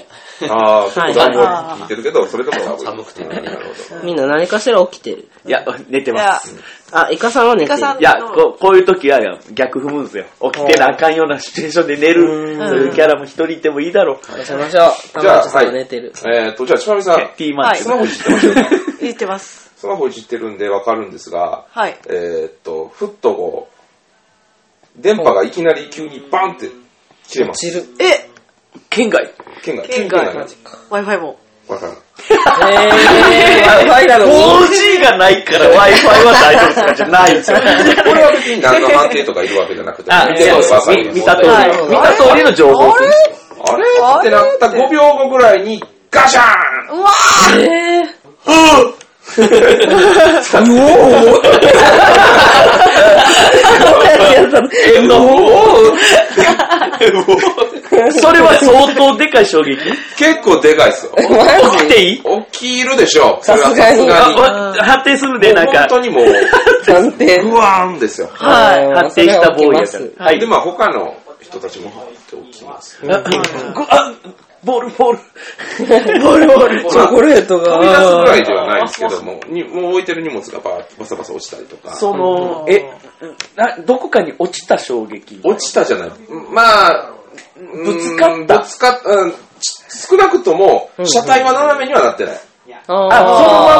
[SPEAKER 2] ああ、そう
[SPEAKER 3] はい
[SPEAKER 2] だいぶ聞いてるけど、それでも寒い。
[SPEAKER 4] 寒くてね
[SPEAKER 2] なるほ
[SPEAKER 3] みんな何かしら起きてる。
[SPEAKER 5] いや、寝て
[SPEAKER 1] い
[SPEAKER 5] ま
[SPEAKER 1] や
[SPEAKER 5] す。、
[SPEAKER 3] あ、イカさんは寝てる。
[SPEAKER 1] イカさん
[SPEAKER 5] いや、こうこういう時はや逆踏むんですよ。起きてなあかんようなシチュエーションで寝る。そういうキャラも一人いてもいいだろう。
[SPEAKER 3] 出しましょう。
[SPEAKER 2] じゃあ
[SPEAKER 3] 玉内さんは寝てる。
[SPEAKER 2] ど。えっと、じゃあ、ちなみさん、
[SPEAKER 5] ティーマン
[SPEAKER 1] はい
[SPEAKER 5] チ
[SPEAKER 2] スマホいじってますよね。
[SPEAKER 1] 言ってます。
[SPEAKER 2] スマホいじってるんでわかるんですが、
[SPEAKER 1] はい
[SPEAKER 2] えーっと、ふっとこう、電波がいきなり急にバンって切れます。
[SPEAKER 1] え、
[SPEAKER 5] 県外。
[SPEAKER 2] 県外。
[SPEAKER 1] 県外
[SPEAKER 2] 県外
[SPEAKER 1] Wi-Fi も。
[SPEAKER 2] わからん。
[SPEAKER 3] えー、ファイナル
[SPEAKER 5] 4G がないから Wi-Fi は大丈夫ですかじゃないん ですよ。
[SPEAKER 2] これは別に何の判定とかいるわけじゃなくて、
[SPEAKER 5] あ、
[SPEAKER 2] 電波
[SPEAKER 5] そう
[SPEAKER 2] が
[SPEAKER 5] そう
[SPEAKER 2] 上がる
[SPEAKER 5] 見見た通り
[SPEAKER 1] はい
[SPEAKER 5] の、見た通りの情報です。
[SPEAKER 2] あれってなった5秒後ぐらいに、ガシャーン
[SPEAKER 1] うわ
[SPEAKER 5] え、それは相当でかい衝撃
[SPEAKER 2] 結構でかいっすよ。
[SPEAKER 5] 起きていい
[SPEAKER 2] 起きるでしょう。それは
[SPEAKER 6] さすがに
[SPEAKER 2] さ
[SPEAKER 5] あ
[SPEAKER 2] すがに。
[SPEAKER 5] わ発展するで、なん
[SPEAKER 2] 本
[SPEAKER 5] か。
[SPEAKER 2] 当にもう、
[SPEAKER 6] 探偵。
[SPEAKER 2] グワーンですよ。
[SPEAKER 1] はい。
[SPEAKER 5] 発展したボーイやから。はい。
[SPEAKER 2] で、まあ他の人たちも入っておきます。
[SPEAKER 5] ああボール、ボール。ボール、ボール。
[SPEAKER 2] ほ
[SPEAKER 6] チ
[SPEAKER 2] ら
[SPEAKER 6] ョコレート
[SPEAKER 2] 飛び出すぐ
[SPEAKER 6] が、
[SPEAKER 2] らいではないですけども、にもう置いてる荷物がバーッバサバサ落ちたりとか。
[SPEAKER 5] その、え、などこかに落ちた衝撃。
[SPEAKER 2] 落ちたじゃない。まあ、ぶ
[SPEAKER 5] つかった
[SPEAKER 2] ぶつかっうん、ち少なくとも、車体は斜めにはなってない。
[SPEAKER 5] あ、その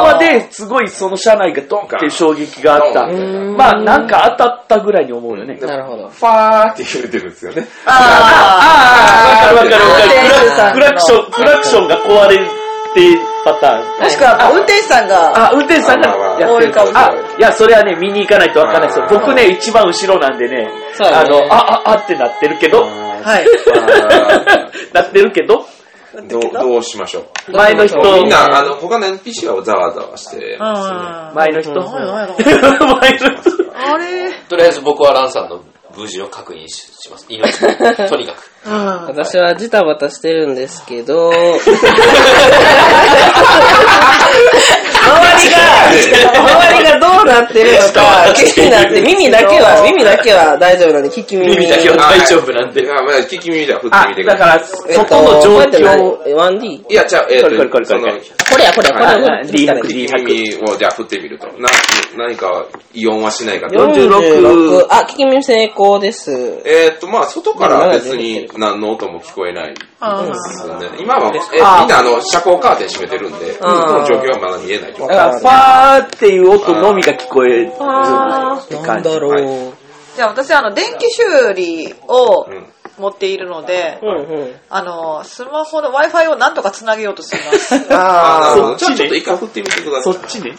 [SPEAKER 5] ままで、すごいその車内がドンっていう衝撃があった
[SPEAKER 2] ド。ン
[SPEAKER 5] まあ、なんか当たったぐらいに思うよね。
[SPEAKER 2] なる
[SPEAKER 3] ほど。
[SPEAKER 2] ファーって揺れてるんですよね。
[SPEAKER 5] ああ、わかるわかるわか
[SPEAKER 1] あー
[SPEAKER 5] る。クラクション、クラクションが壊れてパターン。
[SPEAKER 1] もしくは、やっぱ運転手さんが、
[SPEAKER 5] あ、運転手さんがやってる
[SPEAKER 2] まあまあ
[SPEAKER 5] あ、いや、それはね、見に行かないとわかんないですよ
[SPEAKER 2] あ。ー
[SPEAKER 5] 僕ね、一番後ろなんでね、
[SPEAKER 3] そう
[SPEAKER 5] あ
[SPEAKER 3] だね
[SPEAKER 5] の、あ、あ、あってなってるけ ど、
[SPEAKER 1] はい。
[SPEAKER 5] なってるけど、
[SPEAKER 2] どうどうしましょう。
[SPEAKER 5] 前の人、
[SPEAKER 2] みんな、あの、他の NPC はざわざわしてますよね。
[SPEAKER 1] あ
[SPEAKER 5] 前の人、
[SPEAKER 1] 前の
[SPEAKER 5] 前の人、
[SPEAKER 1] あれ
[SPEAKER 4] とりあえず僕はランさんの無事を確認しします。命をとにかく。
[SPEAKER 1] うん。
[SPEAKER 3] 私はジタバタしてるんですけど、周りが、周りがどうなってるのか気になって、耳だけは、耳だけは大丈夫なんで、聞き耳。
[SPEAKER 4] 耳だけは大丈夫なん
[SPEAKER 2] で、
[SPEAKER 4] で。
[SPEAKER 2] まあ、まあ聞き耳では振って
[SPEAKER 5] あ
[SPEAKER 2] みて、くだ
[SPEAKER 5] だ
[SPEAKER 2] さい。
[SPEAKER 5] から、
[SPEAKER 3] えっと
[SPEAKER 5] 外の状
[SPEAKER 3] これ
[SPEAKER 5] 況、
[SPEAKER 3] って何 1D?
[SPEAKER 2] いや、じゃあ、えっ、
[SPEAKER 5] これこれ
[SPEAKER 2] と、
[SPEAKER 5] これ
[SPEAKER 2] そ
[SPEAKER 5] これ
[SPEAKER 2] の、
[SPEAKER 3] これや、これや、これ
[SPEAKER 5] ああ
[SPEAKER 3] これ。
[SPEAKER 5] D100
[SPEAKER 2] 聞き耳をじゃあ振ってみると。な、何か異音はしないかと。
[SPEAKER 3] 46。あ、聞き耳成功です。
[SPEAKER 2] えーっと、まあ、外から別に何の音も聞こえないですよね。今は、え
[SPEAKER 5] あ
[SPEAKER 2] みんなあの、遮光カーテン閉めてるんで、この状況はまだ見えないと。
[SPEAKER 5] だから、ファーっていう音のみが聞こえるって
[SPEAKER 3] な
[SPEAKER 5] 感
[SPEAKER 3] ん
[SPEAKER 5] じ。
[SPEAKER 3] だろう。
[SPEAKER 1] じゃあ私、あの、電気修理を
[SPEAKER 2] うん
[SPEAKER 1] 持っているので、
[SPEAKER 3] うんうん。
[SPEAKER 1] あの、スマホの Wi-Fi をなんとかつなげようとしています。
[SPEAKER 2] あー
[SPEAKER 5] あ
[SPEAKER 2] なるほど
[SPEAKER 5] ー
[SPEAKER 2] じゃあちょっと一回振ってみてくださ
[SPEAKER 5] そ
[SPEAKER 2] い。
[SPEAKER 5] っちね。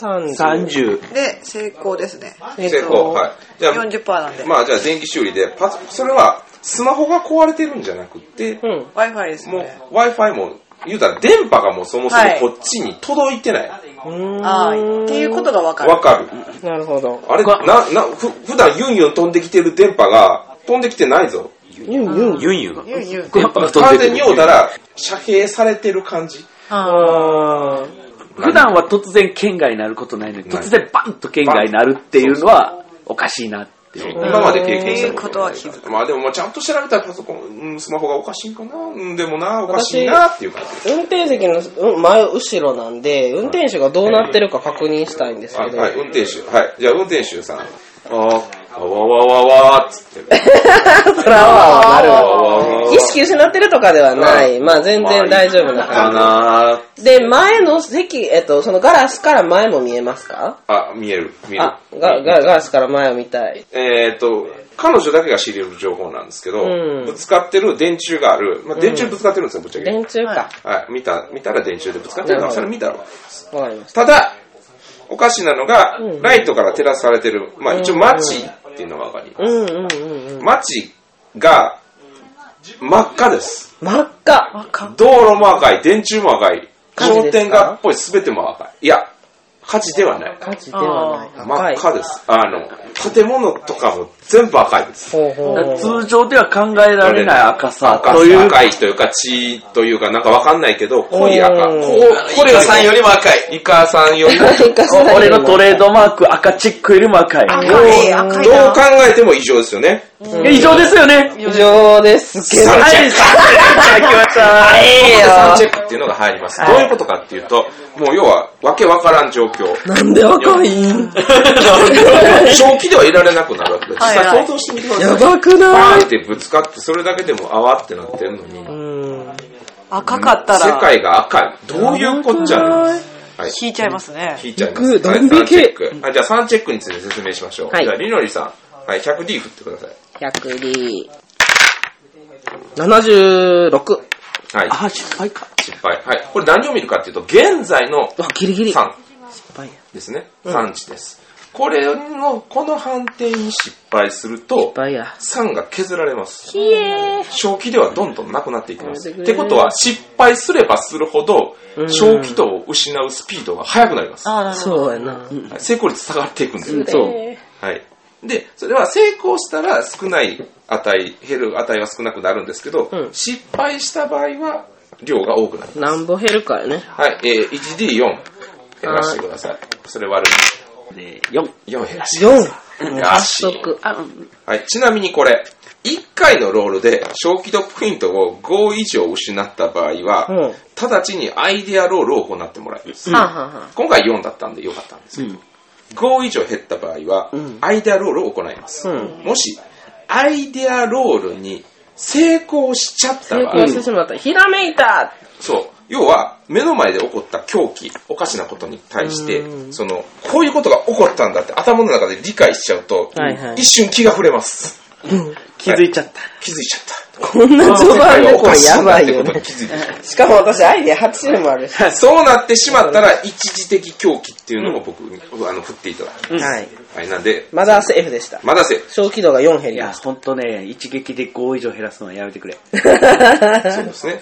[SPEAKER 3] 30。
[SPEAKER 5] 30。
[SPEAKER 1] で、成功ですね。
[SPEAKER 3] えっ
[SPEAKER 2] 成功。
[SPEAKER 3] と、
[SPEAKER 2] はい。じゃあ、
[SPEAKER 1] 40%なんで。
[SPEAKER 2] まあ、じゃあ電気修理で、パソそれは、スマホが壊れてるんじゃなくて、
[SPEAKER 3] うん。
[SPEAKER 1] Wi-Fi です
[SPEAKER 2] も
[SPEAKER 1] ね。
[SPEAKER 2] う Wi-Fi も、言うたら電波がもうそもそもこっちに届いてない。
[SPEAKER 1] あーっていうことがわかる
[SPEAKER 2] わ。かる。
[SPEAKER 3] なるほど。
[SPEAKER 2] あれ、な、な、ふ、普段ユンユン飛んできてる電波が飛んできてないぞ。
[SPEAKER 3] ユンユン。
[SPEAKER 4] ユンユンが。
[SPEAKER 1] ユンユン
[SPEAKER 4] 電波が飛
[SPEAKER 2] 完
[SPEAKER 4] んで
[SPEAKER 2] 全
[SPEAKER 4] く
[SPEAKER 2] に
[SPEAKER 4] る。
[SPEAKER 2] 酔うたら、遮蔽されてる感じ。
[SPEAKER 1] あ
[SPEAKER 5] 普段は突然県外になることないのに、
[SPEAKER 2] ない
[SPEAKER 5] 突然バンと県外になるっていうのは、おかしいなっていう。
[SPEAKER 2] 今まで経験した
[SPEAKER 1] っていうことは気づ
[SPEAKER 2] まあでも、まあちゃんと調べたらパソコン、うん、スマホがおかしいんかな、うん、でもな、おかしいなっていう感じ。
[SPEAKER 3] 運転席のうん前後ろなんで、運転手がどうなってるか確認したいんです
[SPEAKER 2] あ
[SPEAKER 3] けど、
[SPEAKER 2] はい、運転手。はい。じゃあ、運転手さん。あーあ、わわわわーっつって。
[SPEAKER 3] そらはなる
[SPEAKER 2] あ
[SPEAKER 3] わ。
[SPEAKER 2] わわわ
[SPEAKER 3] 意識失ってるとかではない。まあ全然大丈夫な
[SPEAKER 2] か
[SPEAKER 3] 感
[SPEAKER 2] なー
[SPEAKER 3] じ。で、前の席、えっと、そのガラスから前も見えますか
[SPEAKER 2] あ、見える、見える。
[SPEAKER 3] あ、ががガラスから前を見たい。
[SPEAKER 2] えっ、と、彼女だけが知れる情報なんですけど、
[SPEAKER 3] うん
[SPEAKER 2] ぶつかってる電柱がある。まあ、電柱ぶつかってるんですよ、ぶっちゃけ。
[SPEAKER 3] 電柱か。
[SPEAKER 2] はい、見た、見たら電柱でぶつかってるのは、
[SPEAKER 3] な
[SPEAKER 2] そ
[SPEAKER 3] るほど
[SPEAKER 2] れ見たら。
[SPEAKER 3] わかりました
[SPEAKER 2] だ、おかしなのが、ライトから照らされてる、まあ一応街っていうのがわかり
[SPEAKER 3] た。うんうんうんうん。
[SPEAKER 2] 街が真っ赤です。
[SPEAKER 3] 真っ赤。
[SPEAKER 2] 道路も赤い、電柱も赤い、
[SPEAKER 3] 火事ですか
[SPEAKER 2] 商店街っぽい全ても赤い。いや、火事ではない。
[SPEAKER 3] 火事ではない。
[SPEAKER 2] 真っ赤です。あの、建物とかも全部赤いです。
[SPEAKER 3] ほうほうほう
[SPEAKER 5] 通常では考えられない赤さ
[SPEAKER 2] 赤
[SPEAKER 5] という
[SPEAKER 2] 赤いというか、血というか、なんかわかんないけど、濃い赤。
[SPEAKER 3] うん
[SPEAKER 2] こう、コレオさんよりも赤い。イカさんよりも。
[SPEAKER 3] 何かさ
[SPEAKER 5] 俺のトレードマーク赤チックよりも赤い
[SPEAKER 1] 赤い、赤い
[SPEAKER 2] どう
[SPEAKER 1] な。
[SPEAKER 2] 考えても異常ですよね。
[SPEAKER 5] 以上ですよね
[SPEAKER 3] 異常ですけど。
[SPEAKER 5] はい、来ました。
[SPEAKER 3] ええ
[SPEAKER 2] サンチェ
[SPEAKER 3] よ。
[SPEAKER 2] ックっていうのが入ります。どういうことかっていうと、もう要は、わけわからん状況。
[SPEAKER 3] なんで赤いん
[SPEAKER 2] 正気ではいられなくなるわけです。実
[SPEAKER 1] はい
[SPEAKER 2] 際
[SPEAKER 1] はい
[SPEAKER 2] 想像してみてください。
[SPEAKER 3] やばく
[SPEAKER 2] バ
[SPEAKER 3] な
[SPEAKER 2] ーン
[SPEAKER 3] い
[SPEAKER 2] ってぶつかって、それだけでもあわってなってるのに、
[SPEAKER 1] 赤かった
[SPEAKER 2] 世
[SPEAKER 1] ら、
[SPEAKER 2] 界が赤い。どういうこっちゃなんです。はい。
[SPEAKER 1] 引いちゃいますね。
[SPEAKER 2] 引いちゃいます。はい、3チェック。はい、じゃあ3チェックについて説明しましょう。
[SPEAKER 3] はい
[SPEAKER 2] じゃあ、りのりさん。はい、100D 振ってください。
[SPEAKER 3] ?100D。76。
[SPEAKER 2] はい。あ、失敗か。失敗。はい。これ何を見るかっていうと、現在の
[SPEAKER 3] うわ、ギリギリ。
[SPEAKER 2] 3
[SPEAKER 3] 敗や
[SPEAKER 2] ですね。3値です。これの、この判定に失敗すると、
[SPEAKER 3] 倍や。
[SPEAKER 2] 3が削られます。正気ではどんどんなくなっていきます。ってことは、失敗すればするほど、正気度を失うスピードが速くなります。
[SPEAKER 1] ああ、なるほど。
[SPEAKER 3] そうやな。
[SPEAKER 2] はい成功率下がっていくんですよ。
[SPEAKER 5] そう。
[SPEAKER 2] はい。で、それは成功したら少ない値、減る値は少なくなるんですけど、
[SPEAKER 3] うん
[SPEAKER 2] 失敗した場合は量が多くなる。
[SPEAKER 3] なんぼ減るからね。
[SPEAKER 2] はい、えー、1D4 減らしてください。それ悪
[SPEAKER 5] で4。
[SPEAKER 2] い。4減らし。
[SPEAKER 3] 4。
[SPEAKER 2] よし
[SPEAKER 3] 早速。
[SPEAKER 5] あの、
[SPEAKER 2] はい、ちなみにこれ、1回のロールで小気度ポイントを5以上失った場合
[SPEAKER 3] う
[SPEAKER 2] は、
[SPEAKER 3] ん。
[SPEAKER 2] 直ちにアイデアロールを行ってもらいます。
[SPEAKER 3] はんはんはん
[SPEAKER 2] 今回4だったんでよかったんですけど、5以上減った場合は、アイデアロールを行います、
[SPEAKER 3] ん
[SPEAKER 2] もしアイデアロールに成功しちゃった
[SPEAKER 3] 成
[SPEAKER 2] 場
[SPEAKER 3] 功
[SPEAKER 2] 合
[SPEAKER 3] してしまった。ひらめいた
[SPEAKER 2] そう要は目の前で起こった狂気おかしなことに対して、そのこういうことが起こったんだって頭の中で理解しちゃうと、
[SPEAKER 3] はいはい
[SPEAKER 2] 一瞬気が触れます
[SPEAKER 5] 気づいちゃった。
[SPEAKER 2] 気づいちゃった
[SPEAKER 3] こんな序盤でこれやばいよ
[SPEAKER 2] 世界がおかしなってこと
[SPEAKER 3] ね
[SPEAKER 2] に。気づいてしまっ
[SPEAKER 3] しかも私アイデア80もあるし。
[SPEAKER 2] たそうなってしまったら一時的狂気っていうのを僕、あの振っていただく、
[SPEAKER 3] はい。
[SPEAKER 2] はいなんで
[SPEAKER 3] まだセーフでした。
[SPEAKER 2] まだせ
[SPEAKER 3] 小気度が4減
[SPEAKER 5] い
[SPEAKER 3] り
[SPEAKER 5] や、
[SPEAKER 3] まし
[SPEAKER 5] ほんとね、一撃で5以上減らすのはやめてくれ。
[SPEAKER 2] そうですね。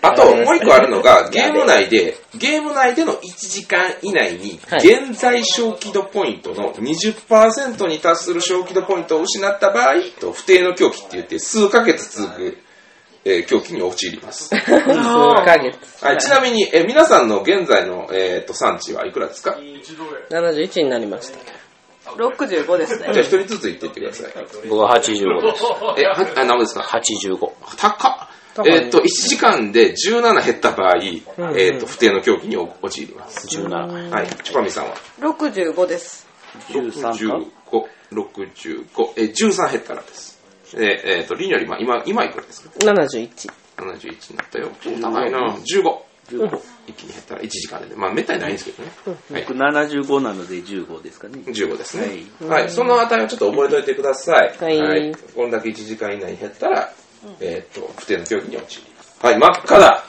[SPEAKER 2] あと、もう一個あるのが、ゲーム内で、ゲーム内での1時間以内に、
[SPEAKER 3] はい
[SPEAKER 2] 現在小気度ポイントの20%に達する小気度ポイントを失った場合、と不定の狂気って言って、数ヶ月続く、えー狂気に陥ります。
[SPEAKER 3] た。数ヶ月。
[SPEAKER 2] はい、ちなみに、えー皆さんの現在の、えー、と産地はいくらですかじ
[SPEAKER 3] 71になりました。
[SPEAKER 1] 65です
[SPEAKER 2] ゃあ
[SPEAKER 1] ね。
[SPEAKER 2] 一人ずつ言っていってください。
[SPEAKER 4] 僕は85です。
[SPEAKER 2] え、はあ、何ですか
[SPEAKER 4] 85。
[SPEAKER 2] 高っ。えっ、と、1時間で17減った場合、えっ、と、不定の狂気に陥ります。
[SPEAKER 4] 17。
[SPEAKER 2] はい、チュパミさんは
[SPEAKER 1] 65です。
[SPEAKER 5] 13
[SPEAKER 2] 65、65えー、13減ったらです。えーえーと、りんより、ま、今、今いくらですか
[SPEAKER 3] 71。
[SPEAKER 2] ?71 になったよ。お高いな15。一気に減ったら1時間で。まあ、めったにないんですけどね。はい
[SPEAKER 5] 僕。75なので15ですかね。
[SPEAKER 2] 15ですね。はい。そのあたりをちょっと覚えておいてください。
[SPEAKER 3] はい
[SPEAKER 2] こんだけ1時間以内に減ったら、えっ、と、不定の競技に陥ります。はい、真っ赤だ。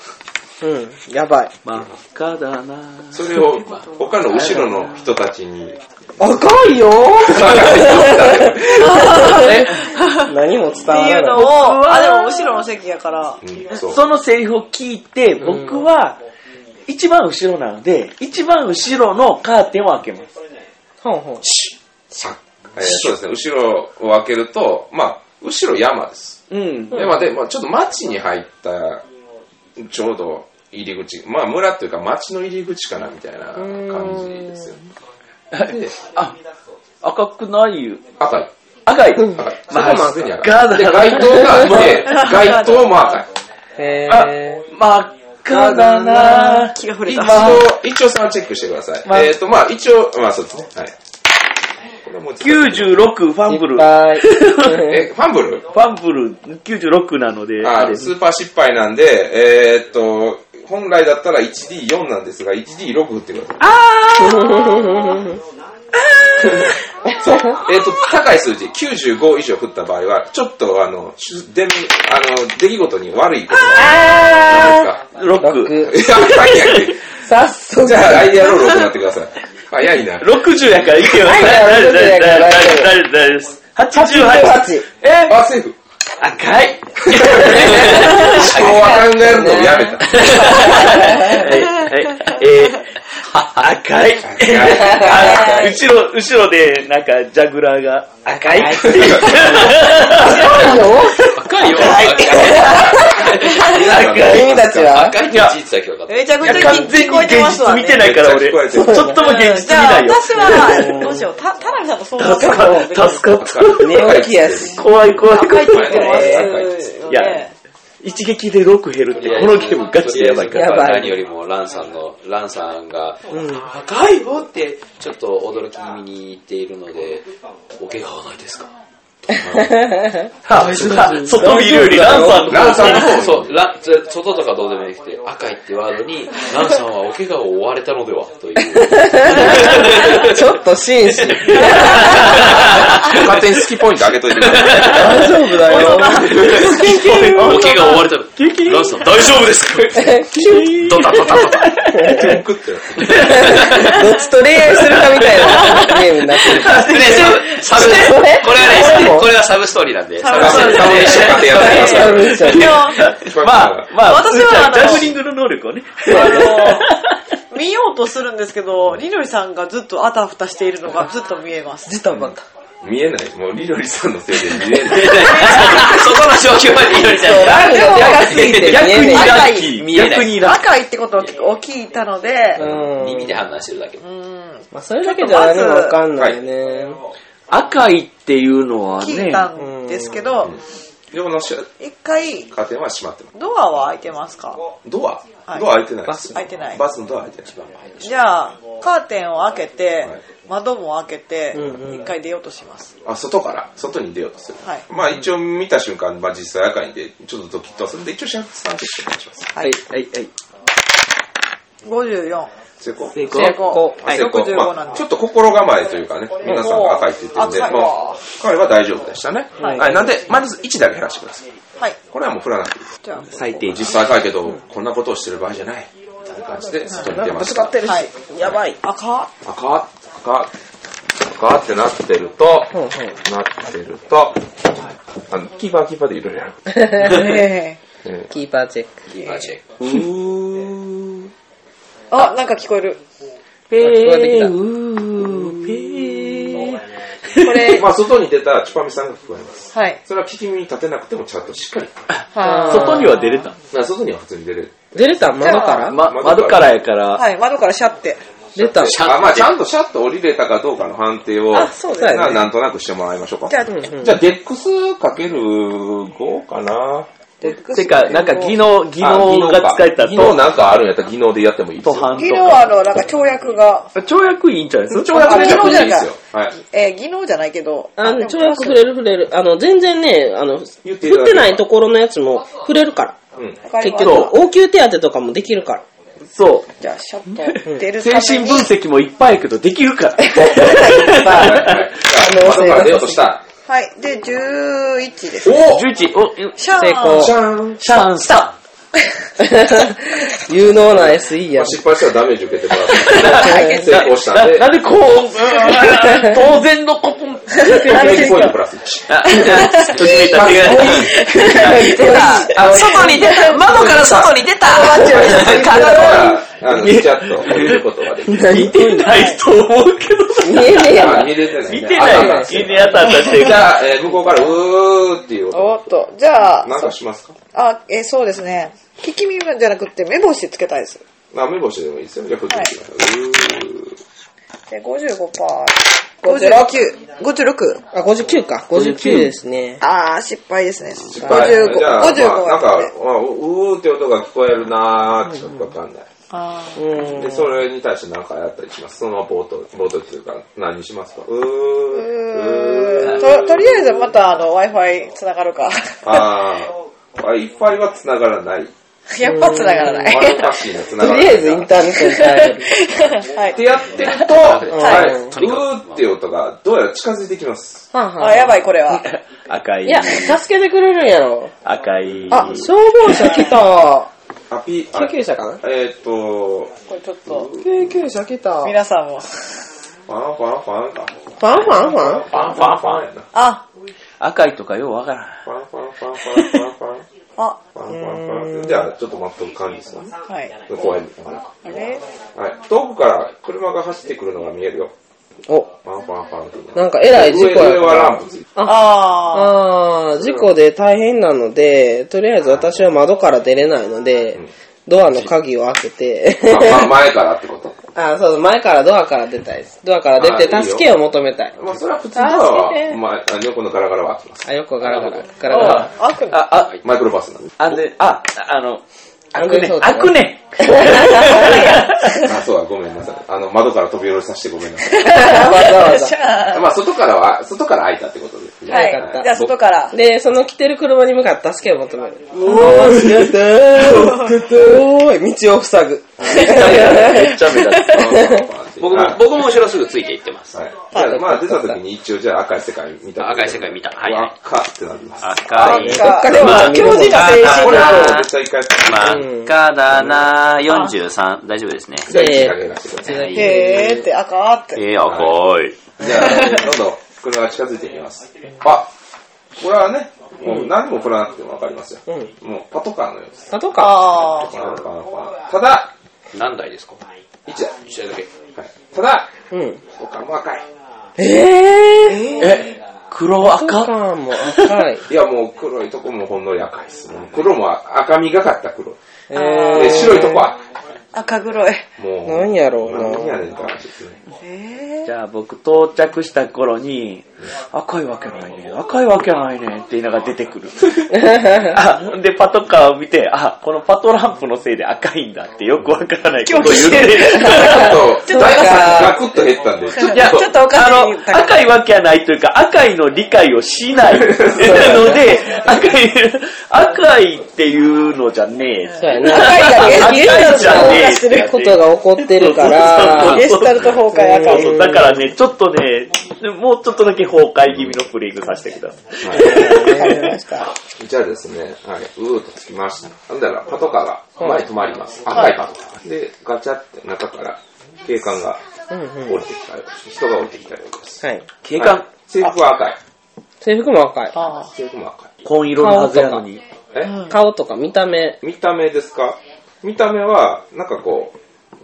[SPEAKER 3] うん。や ばい。
[SPEAKER 5] 真っ赤だな
[SPEAKER 2] それを、他の後ろの人たちに、
[SPEAKER 3] 赤いよ何も伝
[SPEAKER 1] っ
[SPEAKER 3] わ
[SPEAKER 1] てい
[SPEAKER 3] ら
[SPEAKER 1] うの
[SPEAKER 3] ない。
[SPEAKER 1] を、あ、でも後ろの席やから、
[SPEAKER 2] うん、そう。
[SPEAKER 5] そのセリフを聞いて、僕は、一番後ろなので、一番後ろのカーテンを開けます。
[SPEAKER 3] ほんほん。
[SPEAKER 2] さえーそうですね、後ろを開けると、まあ、後ろ山です。
[SPEAKER 5] うん。
[SPEAKER 2] 山で、まあ、ちょっと町に入った、ちょうど入り口、まあ、村というか町の入り口かなみたいな感じですよね。で、
[SPEAKER 5] あ、赤くないよ。
[SPEAKER 2] 赤い。
[SPEAKER 5] 赤い。
[SPEAKER 2] 赤い。そこも赤いに赤い。
[SPEAKER 5] ガー
[SPEAKER 2] で、
[SPEAKER 5] だ
[SPEAKER 2] 街灯があ って、街灯も赤い。
[SPEAKER 3] へ
[SPEAKER 5] あ
[SPEAKER 3] ぇ、
[SPEAKER 5] 真っ赤だな
[SPEAKER 1] 気が触れ
[SPEAKER 2] 一
[SPEAKER 1] た。
[SPEAKER 2] 応、一応そのチェックしてください。
[SPEAKER 5] まあ
[SPEAKER 2] えっ、と、まあ、一応、まあ、そうですね。はい。これもうちょっと
[SPEAKER 5] 96ファンブ
[SPEAKER 3] い
[SPEAKER 5] ル
[SPEAKER 3] っ。ぱい。
[SPEAKER 2] え、ファンブル
[SPEAKER 5] ファンブル96なので、あ
[SPEAKER 2] あ
[SPEAKER 5] れ
[SPEAKER 2] スーパー失敗なんで、えーっと、本来だったら 1D4 なんですが、1D6 振ってください。 えーっと、高い数字、95以上振った場合は、ちょっとあの、しゅでみあの出来事に悪いことがあ
[SPEAKER 5] 6。
[SPEAKER 2] るんですか。いや早い早い
[SPEAKER 3] 早速。
[SPEAKER 2] じゃあ、アイデアロールを行ってください。早いな。
[SPEAKER 5] 60やからいけよ。
[SPEAKER 3] い
[SPEAKER 5] 大丈夫
[SPEAKER 3] 60やから
[SPEAKER 5] 大丈
[SPEAKER 3] 大丈
[SPEAKER 5] 夫
[SPEAKER 3] 夫
[SPEAKER 5] 大丈夫大丈夫です。88。
[SPEAKER 3] 8。
[SPEAKER 5] え
[SPEAKER 2] あ、セーフ。
[SPEAKER 5] 赤い。
[SPEAKER 2] 思考は考えるのをやめた。
[SPEAKER 5] はいはいえー赤い。
[SPEAKER 7] あ後ろ、後ろで、なんか、ジャグラーが、赤いって言って
[SPEAKER 4] 赤いよ。
[SPEAKER 3] 君たちは
[SPEAKER 4] 赤いって言ってたけどよかっ
[SPEAKER 1] めちゃくち
[SPEAKER 7] い
[SPEAKER 1] ゃ
[SPEAKER 7] や完
[SPEAKER 1] 聞
[SPEAKER 7] 全
[SPEAKER 1] こ
[SPEAKER 7] に
[SPEAKER 1] えてま
[SPEAKER 7] 現
[SPEAKER 1] すわ
[SPEAKER 7] 実
[SPEAKER 1] ね。
[SPEAKER 7] 見てないから俺、
[SPEAKER 2] めっち
[SPEAKER 7] ち
[SPEAKER 2] ゃ
[SPEAKER 7] ょっ
[SPEAKER 2] 聞こえてる
[SPEAKER 7] とも現
[SPEAKER 1] うん
[SPEAKER 7] 実
[SPEAKER 1] じ
[SPEAKER 7] 見
[SPEAKER 1] ゃ
[SPEAKER 7] な
[SPEAKER 1] あ
[SPEAKER 7] いよ。
[SPEAKER 1] 私は、どうしよう。た、田辺さんと相談しよう。
[SPEAKER 7] 助かっ
[SPEAKER 3] 寝起きやし。
[SPEAKER 7] た。怖い怖い怖い。
[SPEAKER 1] 言ってますよ
[SPEAKER 7] いや
[SPEAKER 1] ね。
[SPEAKER 7] 一撃で6減るって、
[SPEAKER 4] た。
[SPEAKER 7] このゲームガチでやばいから。
[SPEAKER 4] や
[SPEAKER 3] やばい
[SPEAKER 4] 何よりも、ランさんの、ランさんが、赤いよって、ちょっと驚き気味に言っているので、お怪我はないですか
[SPEAKER 7] 外見るよりランさんの
[SPEAKER 4] ランさんの方そう、ラン、ず外とかどうでもよくて、赤いってワードに、ランさんはお怪我を負われたのでは、という。
[SPEAKER 3] ちょっと紳士。
[SPEAKER 2] 勝手に好きポイント上げといてください。
[SPEAKER 3] 大丈夫だよ。
[SPEAKER 4] お怪我を負われたの。ランさん、大丈夫ですかドタドタドタ。
[SPEAKER 3] どっちと恋愛するかみたいなゲームになってる。
[SPEAKER 4] ね、サブ、サブ
[SPEAKER 3] それ
[SPEAKER 4] これはね、これはサブストーリーなんで。
[SPEAKER 1] サブ
[SPEAKER 2] サブストーリーでやってます
[SPEAKER 3] サブミッション
[SPEAKER 7] いやまあ、まあ、
[SPEAKER 1] 私はあの
[SPEAKER 7] ジャグリングの能力をね。
[SPEAKER 1] あの見ようとするんですけど、りのりさんがずっとあたふたしているのがずっと見えます。
[SPEAKER 3] ずっと思った。
[SPEAKER 2] 見えない。もう、りのりさんのせいで見えない。
[SPEAKER 4] そこの状況はリノリさん。
[SPEAKER 3] ランが高すぎて見えねえ。
[SPEAKER 1] 赤い
[SPEAKER 4] 見えない。
[SPEAKER 1] 赤いってことを聞いたので、
[SPEAKER 3] うん。
[SPEAKER 4] 耳で判断してるだけ。
[SPEAKER 3] まあ、それだけじゃ何もわかんないね。
[SPEAKER 5] 赤いっていうのは
[SPEAKER 1] 聞い
[SPEAKER 5] ね、
[SPEAKER 1] たんですけど、
[SPEAKER 2] でも、シャ
[SPEAKER 1] 一回、
[SPEAKER 2] カーテンは閉まってます。
[SPEAKER 1] ドアは開いてますか
[SPEAKER 2] ドア
[SPEAKER 1] はい
[SPEAKER 2] ドア開いてないです。
[SPEAKER 1] 開いてない
[SPEAKER 2] バスのドア開いてない。
[SPEAKER 1] じゃあ、カーテンを開けて
[SPEAKER 2] はい、
[SPEAKER 1] 窓も開けて
[SPEAKER 3] うんう、ん
[SPEAKER 1] 一回出ようとします。
[SPEAKER 2] あ、外から、外に出ようとする。
[SPEAKER 1] はい
[SPEAKER 2] まあ一応見た瞬間、まあ実際赤いんで、ちょっとドキッとはするんで、一応シャークさんとしてお願いします。
[SPEAKER 1] はい。
[SPEAKER 5] はい、はい。
[SPEAKER 1] 54。
[SPEAKER 2] 成功
[SPEAKER 5] 成功
[SPEAKER 1] 成功。
[SPEAKER 2] あ成功
[SPEAKER 1] 65な
[SPEAKER 2] ま
[SPEAKER 1] ん
[SPEAKER 2] あ、
[SPEAKER 1] で
[SPEAKER 2] ちょ。っと心構えというかね、皆さんが赤いって言ってるんで、
[SPEAKER 1] おー
[SPEAKER 2] まあ、彼は大丈夫でしたね。
[SPEAKER 1] はい
[SPEAKER 2] はい。なんで、まず1だけ減らしてください。
[SPEAKER 1] はい。
[SPEAKER 2] これはもう振らなくていいです。
[SPEAKER 1] じゃ
[SPEAKER 5] 最低
[SPEAKER 2] 実際赤いけど、こんなことをしてる場合じゃない。みたいな感じで、外に出ました。
[SPEAKER 1] あ、はい。やばい。赤
[SPEAKER 2] 赤、赤、赤ってなってると、なってると、あの、キーパーキーパーでいろいろやる。
[SPEAKER 1] ええ
[SPEAKER 2] え
[SPEAKER 3] キーパーチェック。
[SPEAKER 4] マジで
[SPEAKER 1] あ、なんか聞こえる。
[SPEAKER 3] ペーウ
[SPEAKER 1] これ
[SPEAKER 2] ー、 まあ、外に出たチュパミさんが聞こえます。
[SPEAKER 1] はい。
[SPEAKER 2] それは聞き耳立てなくてもちゃんとしっかり。
[SPEAKER 1] は
[SPEAKER 5] 外には出れた。
[SPEAKER 2] まあ外には普通に出れる。
[SPEAKER 3] 出れた窓から
[SPEAKER 5] ま、窓からやから、
[SPEAKER 1] い。窓からシャって。
[SPEAKER 3] 出た。
[SPEAKER 4] シャッ
[SPEAKER 2] あまあ、ちゃんとシャッと降りれたかどうかの判定を、
[SPEAKER 3] あそうだよね
[SPEAKER 2] ななんとなくしてもらいましょうか。
[SPEAKER 1] じゃあ、
[SPEAKER 2] じゃあ、デックスかける5かな。
[SPEAKER 5] てか、なんか技能、技
[SPEAKER 2] あ
[SPEAKER 5] 能が使えた
[SPEAKER 2] 技能
[SPEAKER 5] と、
[SPEAKER 2] なんかあるんやったら技能でやってもいいです
[SPEAKER 5] と
[SPEAKER 2] よ。
[SPEAKER 5] 半
[SPEAKER 1] 技
[SPEAKER 5] と
[SPEAKER 1] 能
[SPEAKER 5] か。
[SPEAKER 1] あの、なんか跳躍が、
[SPEAKER 5] 跳躍いいんちゃないですか
[SPEAKER 2] 跳躍
[SPEAKER 1] あ
[SPEAKER 2] でやってもいい
[SPEAKER 1] 技能じ
[SPEAKER 2] で
[SPEAKER 1] ゃ
[SPEAKER 2] すよ。はい。
[SPEAKER 1] えー、技能じゃないけど、
[SPEAKER 3] あの、
[SPEAKER 1] でも
[SPEAKER 3] 跳躍触れる触れる。あの、全然ね、あの、振
[SPEAKER 2] 言
[SPEAKER 3] っ
[SPEAKER 2] っていただければ
[SPEAKER 3] てないところのやつも触れるから。
[SPEAKER 2] うん。
[SPEAKER 1] わかり
[SPEAKER 3] 結
[SPEAKER 1] ます
[SPEAKER 3] 局、応急手当とかもできるから。
[SPEAKER 5] そ
[SPEAKER 1] じゃあ、シャッと出
[SPEAKER 5] う。
[SPEAKER 1] る
[SPEAKER 5] 精神分析もいっぱいやけど、できるから。
[SPEAKER 2] はいはいはいじゃあ窓から出ようとした。
[SPEAKER 1] はい。で、11です。
[SPEAKER 2] お
[SPEAKER 5] 11、お、
[SPEAKER 1] シャーン
[SPEAKER 3] 成功
[SPEAKER 2] じゃーん
[SPEAKER 5] シャンした。
[SPEAKER 3] 有能な SE や
[SPEAKER 2] まあ。失敗したらダメージ受けてもらう。
[SPEAKER 3] 成
[SPEAKER 2] 成功したんで
[SPEAKER 5] な、なんでこう、 当然のこと。
[SPEAKER 2] 攻撃ポイントプラス1。
[SPEAKER 5] ときめいた手が
[SPEAKER 3] 出た外に出た窓から外に出た
[SPEAKER 2] だから、あの、ちゃっと降りることができる。
[SPEAKER 5] 見てないと思うけど。
[SPEAKER 3] 見えねえや
[SPEAKER 2] あ
[SPEAKER 3] ん。
[SPEAKER 2] 見れてない。
[SPEAKER 5] 見てない。
[SPEAKER 2] じ
[SPEAKER 5] 見てやったんだしてる。
[SPEAKER 2] ゃあ、えー向こうから、うーっていう音。
[SPEAKER 1] おっと、じゃあ、
[SPEAKER 2] なんかしますか
[SPEAKER 1] あ、えーそうですね。聞き耳じゃなくて、目星つけたいです。
[SPEAKER 2] あ、目星でもいいですよ。じゃあ、こっちに行きましょう。う
[SPEAKER 1] で、55%。59。56。
[SPEAKER 3] あ、59か。59ですね。
[SPEAKER 1] あー、失敗ですね。
[SPEAKER 2] ーはいじゃあ、まあ
[SPEAKER 1] 55。55だったね。
[SPEAKER 2] なんか、あうーって音が聞こえるなーってちょっとわかんない。
[SPEAKER 1] あー
[SPEAKER 3] うん。
[SPEAKER 2] で、それに対して何かやったりします。その冒頭、冒頭っていうか、何しますかうー、うー。
[SPEAKER 1] うーんと、とりあえずまたあの Wi-Fi つながる か。
[SPEAKER 2] あー、Wi-Fi は繋がらない。
[SPEAKER 1] やっぱつながらない。
[SPEAKER 2] Wi-Fi が繋がら
[SPEAKER 3] と
[SPEAKER 2] ない。
[SPEAKER 3] りあえずインターネットに変える。
[SPEAKER 1] は
[SPEAKER 2] っ
[SPEAKER 1] い。
[SPEAKER 2] てやってると、はい、うーっていう音がどうやら近づいてきます。
[SPEAKER 3] はんはん
[SPEAKER 1] あ、やばい、これ は。
[SPEAKER 5] 赤
[SPEAKER 3] いや、
[SPEAKER 5] い、
[SPEAKER 3] 助けてくれるんやろ。
[SPEAKER 5] 赤い。
[SPEAKER 3] あ、消防車来た。
[SPEAKER 2] アピ
[SPEAKER 3] 救急車かな
[SPEAKER 2] あえーっと、
[SPEAKER 1] これちょっと、
[SPEAKER 3] 救急車来た。
[SPEAKER 1] 皆さんも。
[SPEAKER 2] ファンファンファンか。
[SPEAKER 3] ファンファンファ
[SPEAKER 2] ファ
[SPEAKER 3] ン
[SPEAKER 2] ンファンファンやな。
[SPEAKER 1] あ、
[SPEAKER 5] 赤いとかようわからん。
[SPEAKER 2] ファンファンファンファンファンファン。
[SPEAKER 1] あ、
[SPEAKER 2] パンパンパンってじゃあ、ちょっと待っとく感じですね。
[SPEAKER 1] はい。
[SPEAKER 2] 公園かな。
[SPEAKER 1] あれ
[SPEAKER 2] はい。遠くから車が走ってくるのが見えるよ。
[SPEAKER 3] お、
[SPEAKER 2] パンパンパンって。
[SPEAKER 3] なんかえらい事
[SPEAKER 2] 上、
[SPEAKER 3] 故
[SPEAKER 2] 上
[SPEAKER 3] や。
[SPEAKER 2] はランプ ついて
[SPEAKER 1] ああ。
[SPEAKER 3] あー、事故で大変なので、とりあえず私は窓から出れないので、ドアの鍵を開けて、
[SPEAKER 2] る。まま前からってこと
[SPEAKER 3] あー、そうそう、前からドアから出たいです。ドアから出
[SPEAKER 2] あーいい
[SPEAKER 3] て、
[SPEAKER 2] よ
[SPEAKER 3] 助けを求めたい。
[SPEAKER 2] まあ、それは普通には、まあ、あ横のガラガラは開きます。
[SPEAKER 3] あ、よくガラガラ、ガラガラ。
[SPEAKER 1] あ、そう
[SPEAKER 5] あ、あ、
[SPEAKER 2] マイクロバスなんで。
[SPEAKER 5] あ、で、あ、あの、
[SPEAKER 3] 開
[SPEAKER 5] 開くねん。開くねん。
[SPEAKER 2] あ、そうだ、ごめんなさい。あの、窓から飛び降りさせてごめんなさい。
[SPEAKER 3] わざ わざ。
[SPEAKER 2] まあ、外からは、外から開いたってことで。じゃあ
[SPEAKER 1] はい。
[SPEAKER 3] かった
[SPEAKER 1] じゃあ、外から。
[SPEAKER 3] で、その来てる車に向かって助けを求める。おー、助けてー、助けてー、道を塞ぐ。
[SPEAKER 5] めっちゃ目立つ。
[SPEAKER 4] 僕
[SPEAKER 2] は
[SPEAKER 4] も
[SPEAKER 2] い、
[SPEAKER 4] 僕も後ろすぐついていってます。
[SPEAKER 2] はい。じゃあ、まあ、出た時に一応、じゃあ赤い世界見た。
[SPEAKER 4] 赤い世界見た。はいはい。
[SPEAKER 2] 赤ってなります。
[SPEAKER 4] 赤い。
[SPEAKER 3] 赤では見るもん
[SPEAKER 4] あー
[SPEAKER 2] こ
[SPEAKER 4] こ
[SPEAKER 2] れ
[SPEAKER 4] れ
[SPEAKER 2] はもう
[SPEAKER 4] は
[SPEAKER 2] 絶対一回、
[SPEAKER 4] 真っ赤だな43、大丈夫ですね。
[SPEAKER 2] じゃあ、いい加減出してください。
[SPEAKER 4] はい
[SPEAKER 1] へーって赤って。
[SPEAKER 4] えー、赤い。
[SPEAKER 2] じゃあ、どんどん車が近づいていきます。あ、これはね、もう何も振らなくてもわかりますよ。もうパトカーのようです。
[SPEAKER 3] あとか。
[SPEAKER 1] あ
[SPEAKER 2] パンパンパンただ、
[SPEAKER 4] 何台ですか
[SPEAKER 2] 一台。
[SPEAKER 4] 一台だけ。
[SPEAKER 2] はいただ、
[SPEAKER 3] うん。
[SPEAKER 2] 他も赤い。
[SPEAKER 3] えぇー。
[SPEAKER 5] え、黒
[SPEAKER 3] 赤
[SPEAKER 5] 赤
[SPEAKER 3] かも赤い。
[SPEAKER 2] いや、もう黒いとこもほんのり赤いです。もう黒も赤みがかった黒。
[SPEAKER 3] えー
[SPEAKER 2] で、白いとこは、
[SPEAKER 1] あ。赤黒い。
[SPEAKER 2] もう。
[SPEAKER 3] なんやろうな
[SPEAKER 2] 何やねんって話ですね。
[SPEAKER 1] え
[SPEAKER 5] じゃあ僕到着した頃に、赤いわけないね、赤いわけないねって言いながら出て くる。あ、でパトカーを見て、あ、このパトランプのせいで赤いんだってよくわからないことを言って。
[SPEAKER 2] ちょっと、大学さんガクッと減ったんで、ちょっ
[SPEAKER 5] いや、
[SPEAKER 2] と
[SPEAKER 1] ちょっとおかしい
[SPEAKER 5] あの、赤いわけはないというか、赤いの理解をしないので、赤い、赤いっていうのじゃね
[SPEAKER 3] そうや
[SPEAKER 5] え。
[SPEAKER 3] な。
[SPEAKER 1] 赤いだけ
[SPEAKER 5] 赤いじゃねえ
[SPEAKER 3] することが起こってるか
[SPEAKER 5] そうそうそうそ
[SPEAKER 3] ら
[SPEAKER 5] う、
[SPEAKER 1] ゲスタルト崩壊赤
[SPEAKER 5] そう
[SPEAKER 1] い。
[SPEAKER 5] そう、だからね、ちょっとね、もうちょっとだけ崩壊気味のプレイングさせてください。
[SPEAKER 3] わかりました。
[SPEAKER 2] じゃあですね、はい、うーっとつきました。なんだら、パトカーが前に止まります。赤いパトカー。で、ガチャって中から警官が
[SPEAKER 3] うんうん。
[SPEAKER 2] 降りてきたようです。人が降りてきたようです。
[SPEAKER 3] はい。
[SPEAKER 5] 警官、
[SPEAKER 2] はい制服は赤い。
[SPEAKER 3] 制服も赤い。
[SPEAKER 1] あ
[SPEAKER 2] 制服も赤い。
[SPEAKER 5] 紺色のはずやのに。
[SPEAKER 2] え
[SPEAKER 3] 顔とか見た目、
[SPEAKER 2] 見た目ですか見た目は、なんかこ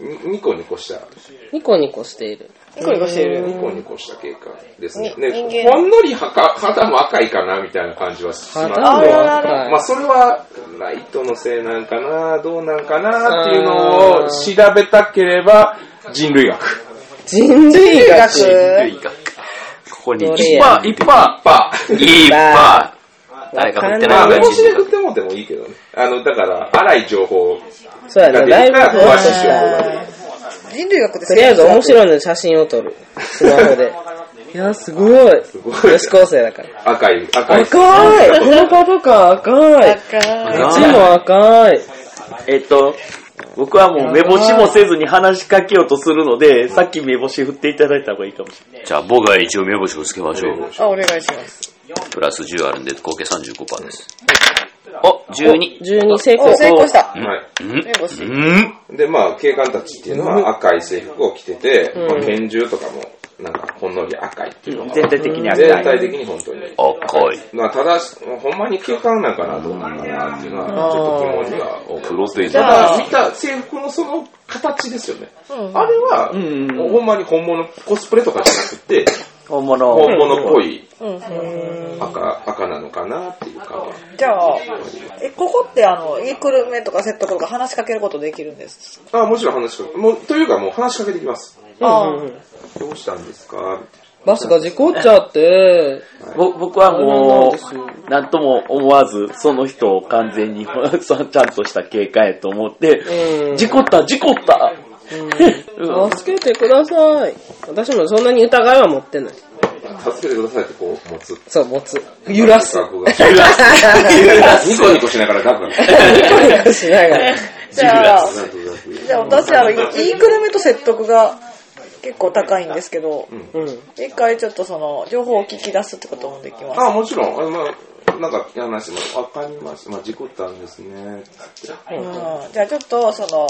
[SPEAKER 2] う、にニコニコした、
[SPEAKER 3] ニコニコしている。
[SPEAKER 1] ーニコニコしてる。
[SPEAKER 2] ニコニコした警官ですね。
[SPEAKER 1] に
[SPEAKER 2] で
[SPEAKER 1] 人間
[SPEAKER 2] ほんのりはか肌も赤いかなみたいな感じはしますけ
[SPEAKER 3] 肌も
[SPEAKER 2] ど、
[SPEAKER 3] 赤い。
[SPEAKER 2] まあそれはライトのせいなんかな、どうなんかなっていうのを調べたければ人類学。
[SPEAKER 3] 人類学。
[SPEAKER 4] 類学。ここに
[SPEAKER 3] どれ
[SPEAKER 4] 一
[SPEAKER 3] や
[SPEAKER 4] パー、一パ
[SPEAKER 2] ば
[SPEAKER 4] ー、一パー。誰か振って
[SPEAKER 2] ま
[SPEAKER 4] な
[SPEAKER 2] あ
[SPEAKER 4] いのが
[SPEAKER 2] 面
[SPEAKER 4] 一
[SPEAKER 2] 白
[SPEAKER 4] 人
[SPEAKER 2] くてもでもいいけどね。あの、だから、荒い情報
[SPEAKER 3] そうや
[SPEAKER 2] が
[SPEAKER 3] な、
[SPEAKER 2] 出
[SPEAKER 3] だい
[SPEAKER 2] る
[SPEAKER 3] ぶ
[SPEAKER 2] か
[SPEAKER 3] 詳
[SPEAKER 2] ら詳しい
[SPEAKER 3] し
[SPEAKER 2] 情報
[SPEAKER 3] い。
[SPEAKER 2] が出る。
[SPEAKER 1] 人類学って
[SPEAKER 3] とりあえず面白いので写真を撮る。スマホで。 いや、すごい。
[SPEAKER 2] ごい
[SPEAKER 3] 女子高生だから。
[SPEAKER 2] 赤い、赤い。
[SPEAKER 3] 赤 いこのパトカー赤
[SPEAKER 1] 赤い。
[SPEAKER 3] いうちも赤い
[SPEAKER 5] えっと、僕はもう目星もせずに話しかけようとするので、さっき目星振っていただいた方がいいかもしれない。
[SPEAKER 4] じゃあ僕が一応目星をつけましょう。
[SPEAKER 1] あ、お願いします。
[SPEAKER 4] プラス10あるんで、合計35%です。お、12。
[SPEAKER 3] 12成
[SPEAKER 1] お、
[SPEAKER 3] 功。
[SPEAKER 1] 成功した。
[SPEAKER 2] はい。
[SPEAKER 4] うん
[SPEAKER 1] 目星。
[SPEAKER 4] うん
[SPEAKER 2] で、まあ、警官たちっていうのは赤い制服を着てて、まあ、拳銃とかも、なんか、ほんのり赤いっていうのが、
[SPEAKER 5] 全体的に赤い。
[SPEAKER 2] 全体的に本当に。
[SPEAKER 4] 赤い。
[SPEAKER 2] まあ、ただ、ほんまに警官なんかな、どうなんかなっていうのは、ちょっと疑問には多く。
[SPEAKER 4] 黒ペン
[SPEAKER 2] た
[SPEAKER 4] だ。
[SPEAKER 2] だ、見た制服のその形ですよね。あれは、ほんまに本物、コスプレとかじゃなくて、
[SPEAKER 5] 本物。
[SPEAKER 2] 本物っぽい
[SPEAKER 1] うん
[SPEAKER 2] 赤、赤なのかなっていうか、
[SPEAKER 1] じゃあ、え、ここってあの、イークルメとかセットとか話しかけることできるんです。
[SPEAKER 2] あもちろん話しかけ、もう、というかもう話しかけてきます。
[SPEAKER 1] あー
[SPEAKER 2] どうしたんですか
[SPEAKER 3] バスが事故っちゃって。
[SPEAKER 5] ぼ僕はもう、なんとも思わず、その人を完全に、 そうちゃんとした警戒やと思って、
[SPEAKER 3] うん。
[SPEAKER 5] 事故った、事故った、うん
[SPEAKER 3] 助けてください。私もそんなに疑いは持ってない。
[SPEAKER 2] 助けてくださいってこう持つ。
[SPEAKER 3] そう、持つ。揺らす。
[SPEAKER 2] ガ
[SPEAKER 3] ニ
[SPEAKER 2] クガクニコニコしながらガクガク。
[SPEAKER 3] コニコ しなが ら。
[SPEAKER 1] じゃあ、
[SPEAKER 2] ガクガク
[SPEAKER 1] じゃあ私、あの、イークルメと説得が結構高いんですけど、
[SPEAKER 3] うん。
[SPEAKER 1] 一回ちょっとその、情報を聞き出すってこともできます。
[SPEAKER 2] あ、もちろん。あまあ、なんか嫌な話も、わかります。まあ、事故ったんですね。つって
[SPEAKER 1] うんじゃあちょっと、その、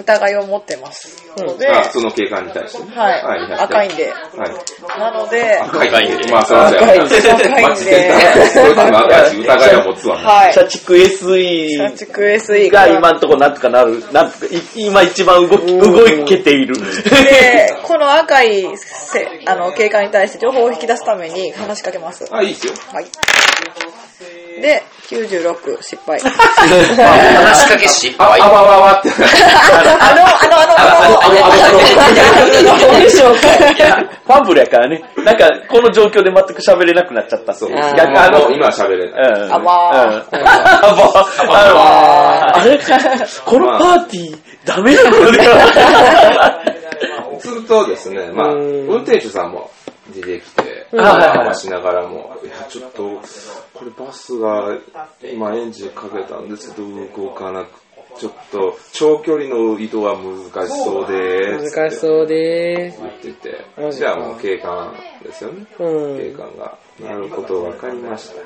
[SPEAKER 1] 疑いを持ってます。ので、
[SPEAKER 2] あ、その警官に対してね。
[SPEAKER 1] はい、赤いん
[SPEAKER 2] で。
[SPEAKER 1] で。
[SPEAKER 2] はい。
[SPEAKER 1] なので、
[SPEAKER 2] 赤いんで。まあ、そうだよ
[SPEAKER 3] 赤いん
[SPEAKER 2] ね。
[SPEAKER 1] 赤
[SPEAKER 2] マ
[SPEAKER 1] いん
[SPEAKER 2] ジで
[SPEAKER 1] で、。
[SPEAKER 2] そういうのも赤いし、疑いは持つわね。
[SPEAKER 1] はい。
[SPEAKER 5] 社畜 SE
[SPEAKER 1] 社畜 SE
[SPEAKER 5] が今んとこなんとかなる、なんとか、い今一番動き、動けている。
[SPEAKER 1] で、この赤いせあの警官に対して情報を引き出すために話しかけます。
[SPEAKER 2] あ、いいですよ。
[SPEAKER 1] はい。で、96失敗。
[SPEAKER 4] 話しかけ失
[SPEAKER 2] あ、
[SPEAKER 4] 敗。
[SPEAKER 2] あわわわって。
[SPEAKER 1] あの、あの、あの、あの、
[SPEAKER 5] ファンブルやからね。なんか、この状況で全く喋れなくなっちゃった。
[SPEAKER 2] そう。
[SPEAKER 3] あー
[SPEAKER 2] 逆にあの、今は喋れ
[SPEAKER 5] う
[SPEAKER 2] ない。
[SPEAKER 5] ん。
[SPEAKER 1] あば
[SPEAKER 5] うんあばあばあれこのパーティー、ダメなのでは
[SPEAKER 2] するとですね、まあ、運転手さんも出てきて、
[SPEAKER 5] んはいはいはい
[SPEAKER 2] 話しながらも、いや、ちょっと、これバスが今エンジンかけたんですけど、動かなく、ちょっと、長距離の移動は難しそうでーす。
[SPEAKER 3] 難しそうで
[SPEAKER 2] 言って
[SPEAKER 3] マ
[SPEAKER 2] て、
[SPEAKER 3] ジか
[SPEAKER 2] じゃあもう警官ですよね。
[SPEAKER 3] うん
[SPEAKER 2] 警官が、なるほど、わかりました。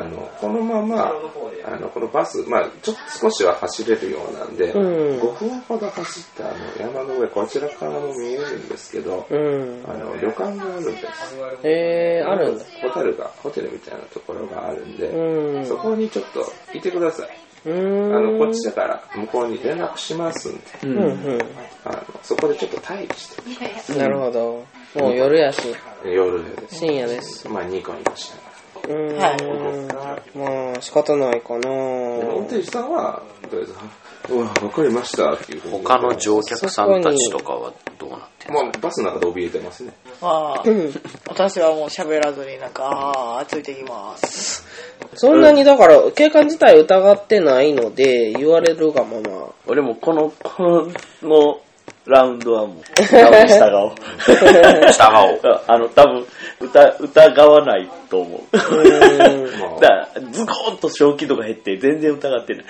[SPEAKER 2] あの、このまま、あの、このバス、まあちょっと少しは走れるようなんで、
[SPEAKER 3] うん
[SPEAKER 2] 5分ほど走ったあの山の上、こちらからも見えるんですけど、
[SPEAKER 3] す。うん。
[SPEAKER 2] あの、旅館があるんです。
[SPEAKER 3] えー、あるんだ。
[SPEAKER 2] ホテルが、ホテルみたいなところがあるんで、
[SPEAKER 3] うん。
[SPEAKER 2] そこにちょっといてください。あ
[SPEAKER 3] うん。
[SPEAKER 2] の、こっちだから向こうに連絡しますんで、
[SPEAKER 3] うん、うん。
[SPEAKER 2] あのそこでちょっと待機して、
[SPEAKER 3] なるほど。もう夜やし、
[SPEAKER 2] 夜です。
[SPEAKER 3] 深夜です。
[SPEAKER 2] まあ、ニコニコしながら。
[SPEAKER 3] うーん。
[SPEAKER 1] は
[SPEAKER 3] まあ、仕方ないかな
[SPEAKER 2] でも運転手さんは、とりあえず、あうわ、わかりましたっていう。
[SPEAKER 4] 他の乗客さんたちとかはどうなってる
[SPEAKER 2] もうバスの中で怯えてますね。
[SPEAKER 1] まあ
[SPEAKER 3] うん。
[SPEAKER 1] 私はもう喋らずになんか、あーついてきます。
[SPEAKER 3] そんなにだから、警官自体疑ってないので、言われるがまま。
[SPEAKER 5] 俺もこの、このラウンドはもう、多分従おう。
[SPEAKER 4] 従おう。
[SPEAKER 5] あの、多分、疑疑わないと思う。
[SPEAKER 2] まあ
[SPEAKER 5] だからズコーンと正気度が減って、全然疑ってな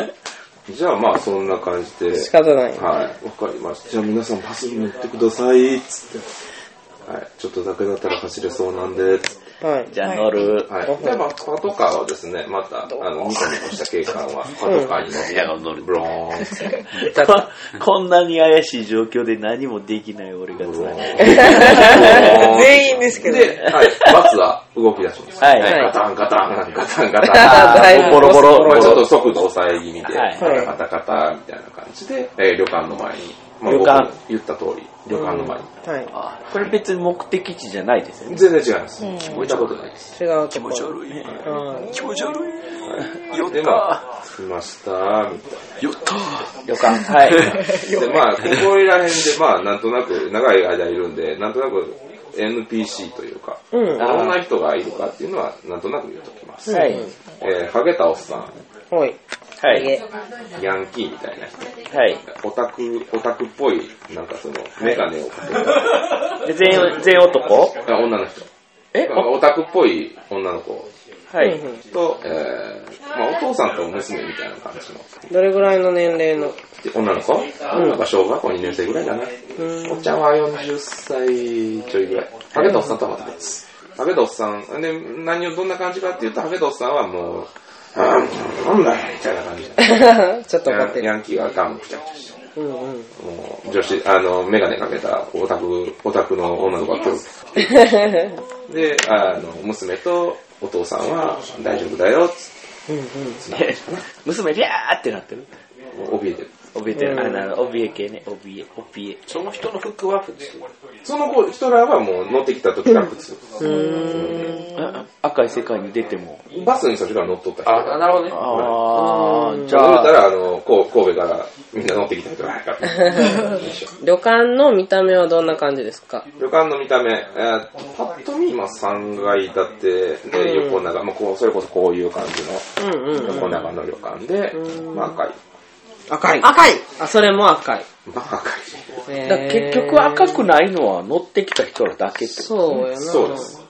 [SPEAKER 5] い。
[SPEAKER 2] じゃあまあそんな感じで。
[SPEAKER 3] 仕方
[SPEAKER 2] は
[SPEAKER 3] ない。
[SPEAKER 2] い、わかりました。じゃあ皆さんバスに乗ってください、つって。はい、ちょっとだけだったら走れそうなんで、つって。
[SPEAKER 3] はい。
[SPEAKER 5] じゃあ乗る。
[SPEAKER 2] はい。で、まあ、パトカーはですね、また、あの、ニコニコした警官は、パトカーに乗って、
[SPEAKER 4] いや乗る
[SPEAKER 2] ブローンっつって、
[SPEAKER 5] ここんなに怪しい状況で何もできない俺が
[SPEAKER 2] ブローン
[SPEAKER 5] 辛い。
[SPEAKER 1] 全員ですけどね。
[SPEAKER 2] で、はい、バスは動き出します。
[SPEAKER 5] はい
[SPEAKER 2] ガタンガタン、ガタンガタン。
[SPEAKER 3] だいぶ
[SPEAKER 5] ボロボロ
[SPEAKER 2] まあちょっと速度抑え気味で、
[SPEAKER 5] はい
[SPEAKER 2] カタカタみたいな感じで、えー旅館の前に、まあ
[SPEAKER 5] 旅館
[SPEAKER 2] 僕言った通り、旅館の前に。
[SPEAKER 3] はい。
[SPEAKER 5] これ別に目的地じゃないですよね。
[SPEAKER 2] 全然違います。置いたことないです。
[SPEAKER 3] 違うところ。
[SPEAKER 4] 悪い。
[SPEAKER 3] はい。
[SPEAKER 4] 気持ち悪い。
[SPEAKER 2] で、まあ、着きました、み
[SPEAKER 4] よった
[SPEAKER 5] 旅館。はい。
[SPEAKER 2] たいな。で、まあ、ここら辺で、まあ、なんとなく、長い間いるんで、なんとなく NPC というか、
[SPEAKER 3] うん
[SPEAKER 2] どんな人がいるかっていうのは、なんとなく言っときます。
[SPEAKER 5] はい。
[SPEAKER 2] えー、ハゲたおっさ
[SPEAKER 3] ほい。
[SPEAKER 5] は
[SPEAKER 3] え
[SPEAKER 2] ん、
[SPEAKER 5] い。
[SPEAKER 2] ヤンキーみたいな人、
[SPEAKER 5] はい。
[SPEAKER 2] オタク、オタクっぽい、なんかその、メガネをかけた
[SPEAKER 5] で全員、全員男
[SPEAKER 2] あ女の人。
[SPEAKER 5] え
[SPEAKER 2] オタクっぽい女の子
[SPEAKER 5] は
[SPEAKER 3] う
[SPEAKER 5] い
[SPEAKER 3] ん。うん
[SPEAKER 2] と、えー、まあお父さんと娘みたいな感じの。
[SPEAKER 3] どれぐらいの年齢の
[SPEAKER 2] で女の子、なんか小学校2年生ぐらいだな。おっちゃんは40歳ちょいぐらい。ハゲたおっさんとはまた別。ハゲたおっさん、で、何をどんな感じかっていうと、ハゲたおっさんはもう、あーなんだよみたいな感じで。
[SPEAKER 3] ちょっと怒ってる。
[SPEAKER 2] ヤンキーがガムくちゃくちゃして。
[SPEAKER 3] うんうん。
[SPEAKER 2] もう女子、あの、メガネかけたオタク、オタクの女の子が来 る。で、あの、娘とお父さんは大丈夫だよ、つ
[SPEAKER 5] え娘、りゃーってなってる。
[SPEAKER 2] って怯えてる。
[SPEAKER 5] 怯えてる。あ、なるほど。怯え系ね。怯え、怯え。
[SPEAKER 4] その人の服は普通。
[SPEAKER 2] その子、人らはもう乗ってきた時から普通。
[SPEAKER 5] あ赤い世界に出ても。
[SPEAKER 2] バスに最初から乗っとった人。
[SPEAKER 4] あ、なるほどね。
[SPEAKER 5] あー、じ
[SPEAKER 2] じゃ
[SPEAKER 5] ゃ
[SPEAKER 2] あ、
[SPEAKER 5] あ
[SPEAKER 2] だか。ら、あの、こう神戸からみんな乗ってきた人がかった。一緒
[SPEAKER 3] 旅館の見た目はどんな感じですか
[SPEAKER 2] 旅館の見た目、えーパッと見今3階建てで、
[SPEAKER 3] うん
[SPEAKER 2] 横長、まあ、こう、それこそこういう感じ
[SPEAKER 3] うんうん
[SPEAKER 2] の
[SPEAKER 3] うん。
[SPEAKER 2] 横長の旅館で、まあ赤い。
[SPEAKER 3] 赤い。
[SPEAKER 1] 赤い
[SPEAKER 3] あ、それも赤い。
[SPEAKER 2] まあ赤い。
[SPEAKER 3] へー
[SPEAKER 5] だから結局赤くないのは乗ってきた人らだけってこ
[SPEAKER 3] そうやな。
[SPEAKER 2] そうです。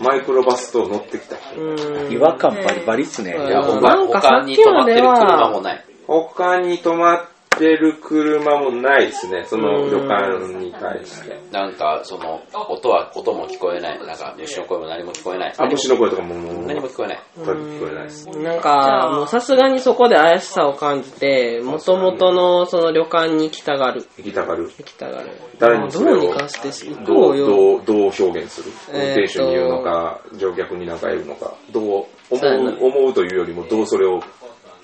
[SPEAKER 2] マイクロバスと乗ってきた人。
[SPEAKER 3] う
[SPEAKER 5] と。
[SPEAKER 3] ん。
[SPEAKER 5] 違和感バリバリっすね。
[SPEAKER 3] うん
[SPEAKER 5] いや
[SPEAKER 4] 他
[SPEAKER 3] なんかさっ
[SPEAKER 4] 他に
[SPEAKER 3] き
[SPEAKER 4] 泊ま
[SPEAKER 3] ま
[SPEAKER 4] って
[SPEAKER 3] では
[SPEAKER 4] る車もない。
[SPEAKER 2] 他に泊まっってる車もないですね、その旅館に対して。
[SPEAKER 4] なんか、その、音は、音も聞こえない。なんか、虫の声も何も聞こえない。
[SPEAKER 2] あ、虫の声とかももう、
[SPEAKER 4] 何も聞こえない。
[SPEAKER 2] 全く聞こえないです。
[SPEAKER 3] なんか、もうさすがにそこで怪しさを感じて、元々のその旅館に行きたがる。
[SPEAKER 2] 行きたがる。
[SPEAKER 3] 行きたがる。
[SPEAKER 2] 誰
[SPEAKER 3] もう
[SPEAKER 2] に
[SPEAKER 3] ど
[SPEAKER 2] それ
[SPEAKER 3] う
[SPEAKER 2] を
[SPEAKER 3] にかして行
[SPEAKER 2] ど
[SPEAKER 3] こ
[SPEAKER 2] う
[SPEAKER 3] うよ。
[SPEAKER 2] どうどう表現する運
[SPEAKER 3] えーと
[SPEAKER 2] 転手に言うのか、乗客に何か言うのか、どう思
[SPEAKER 3] そうや
[SPEAKER 2] う
[SPEAKER 3] な
[SPEAKER 2] 思うというよりも、どうそれを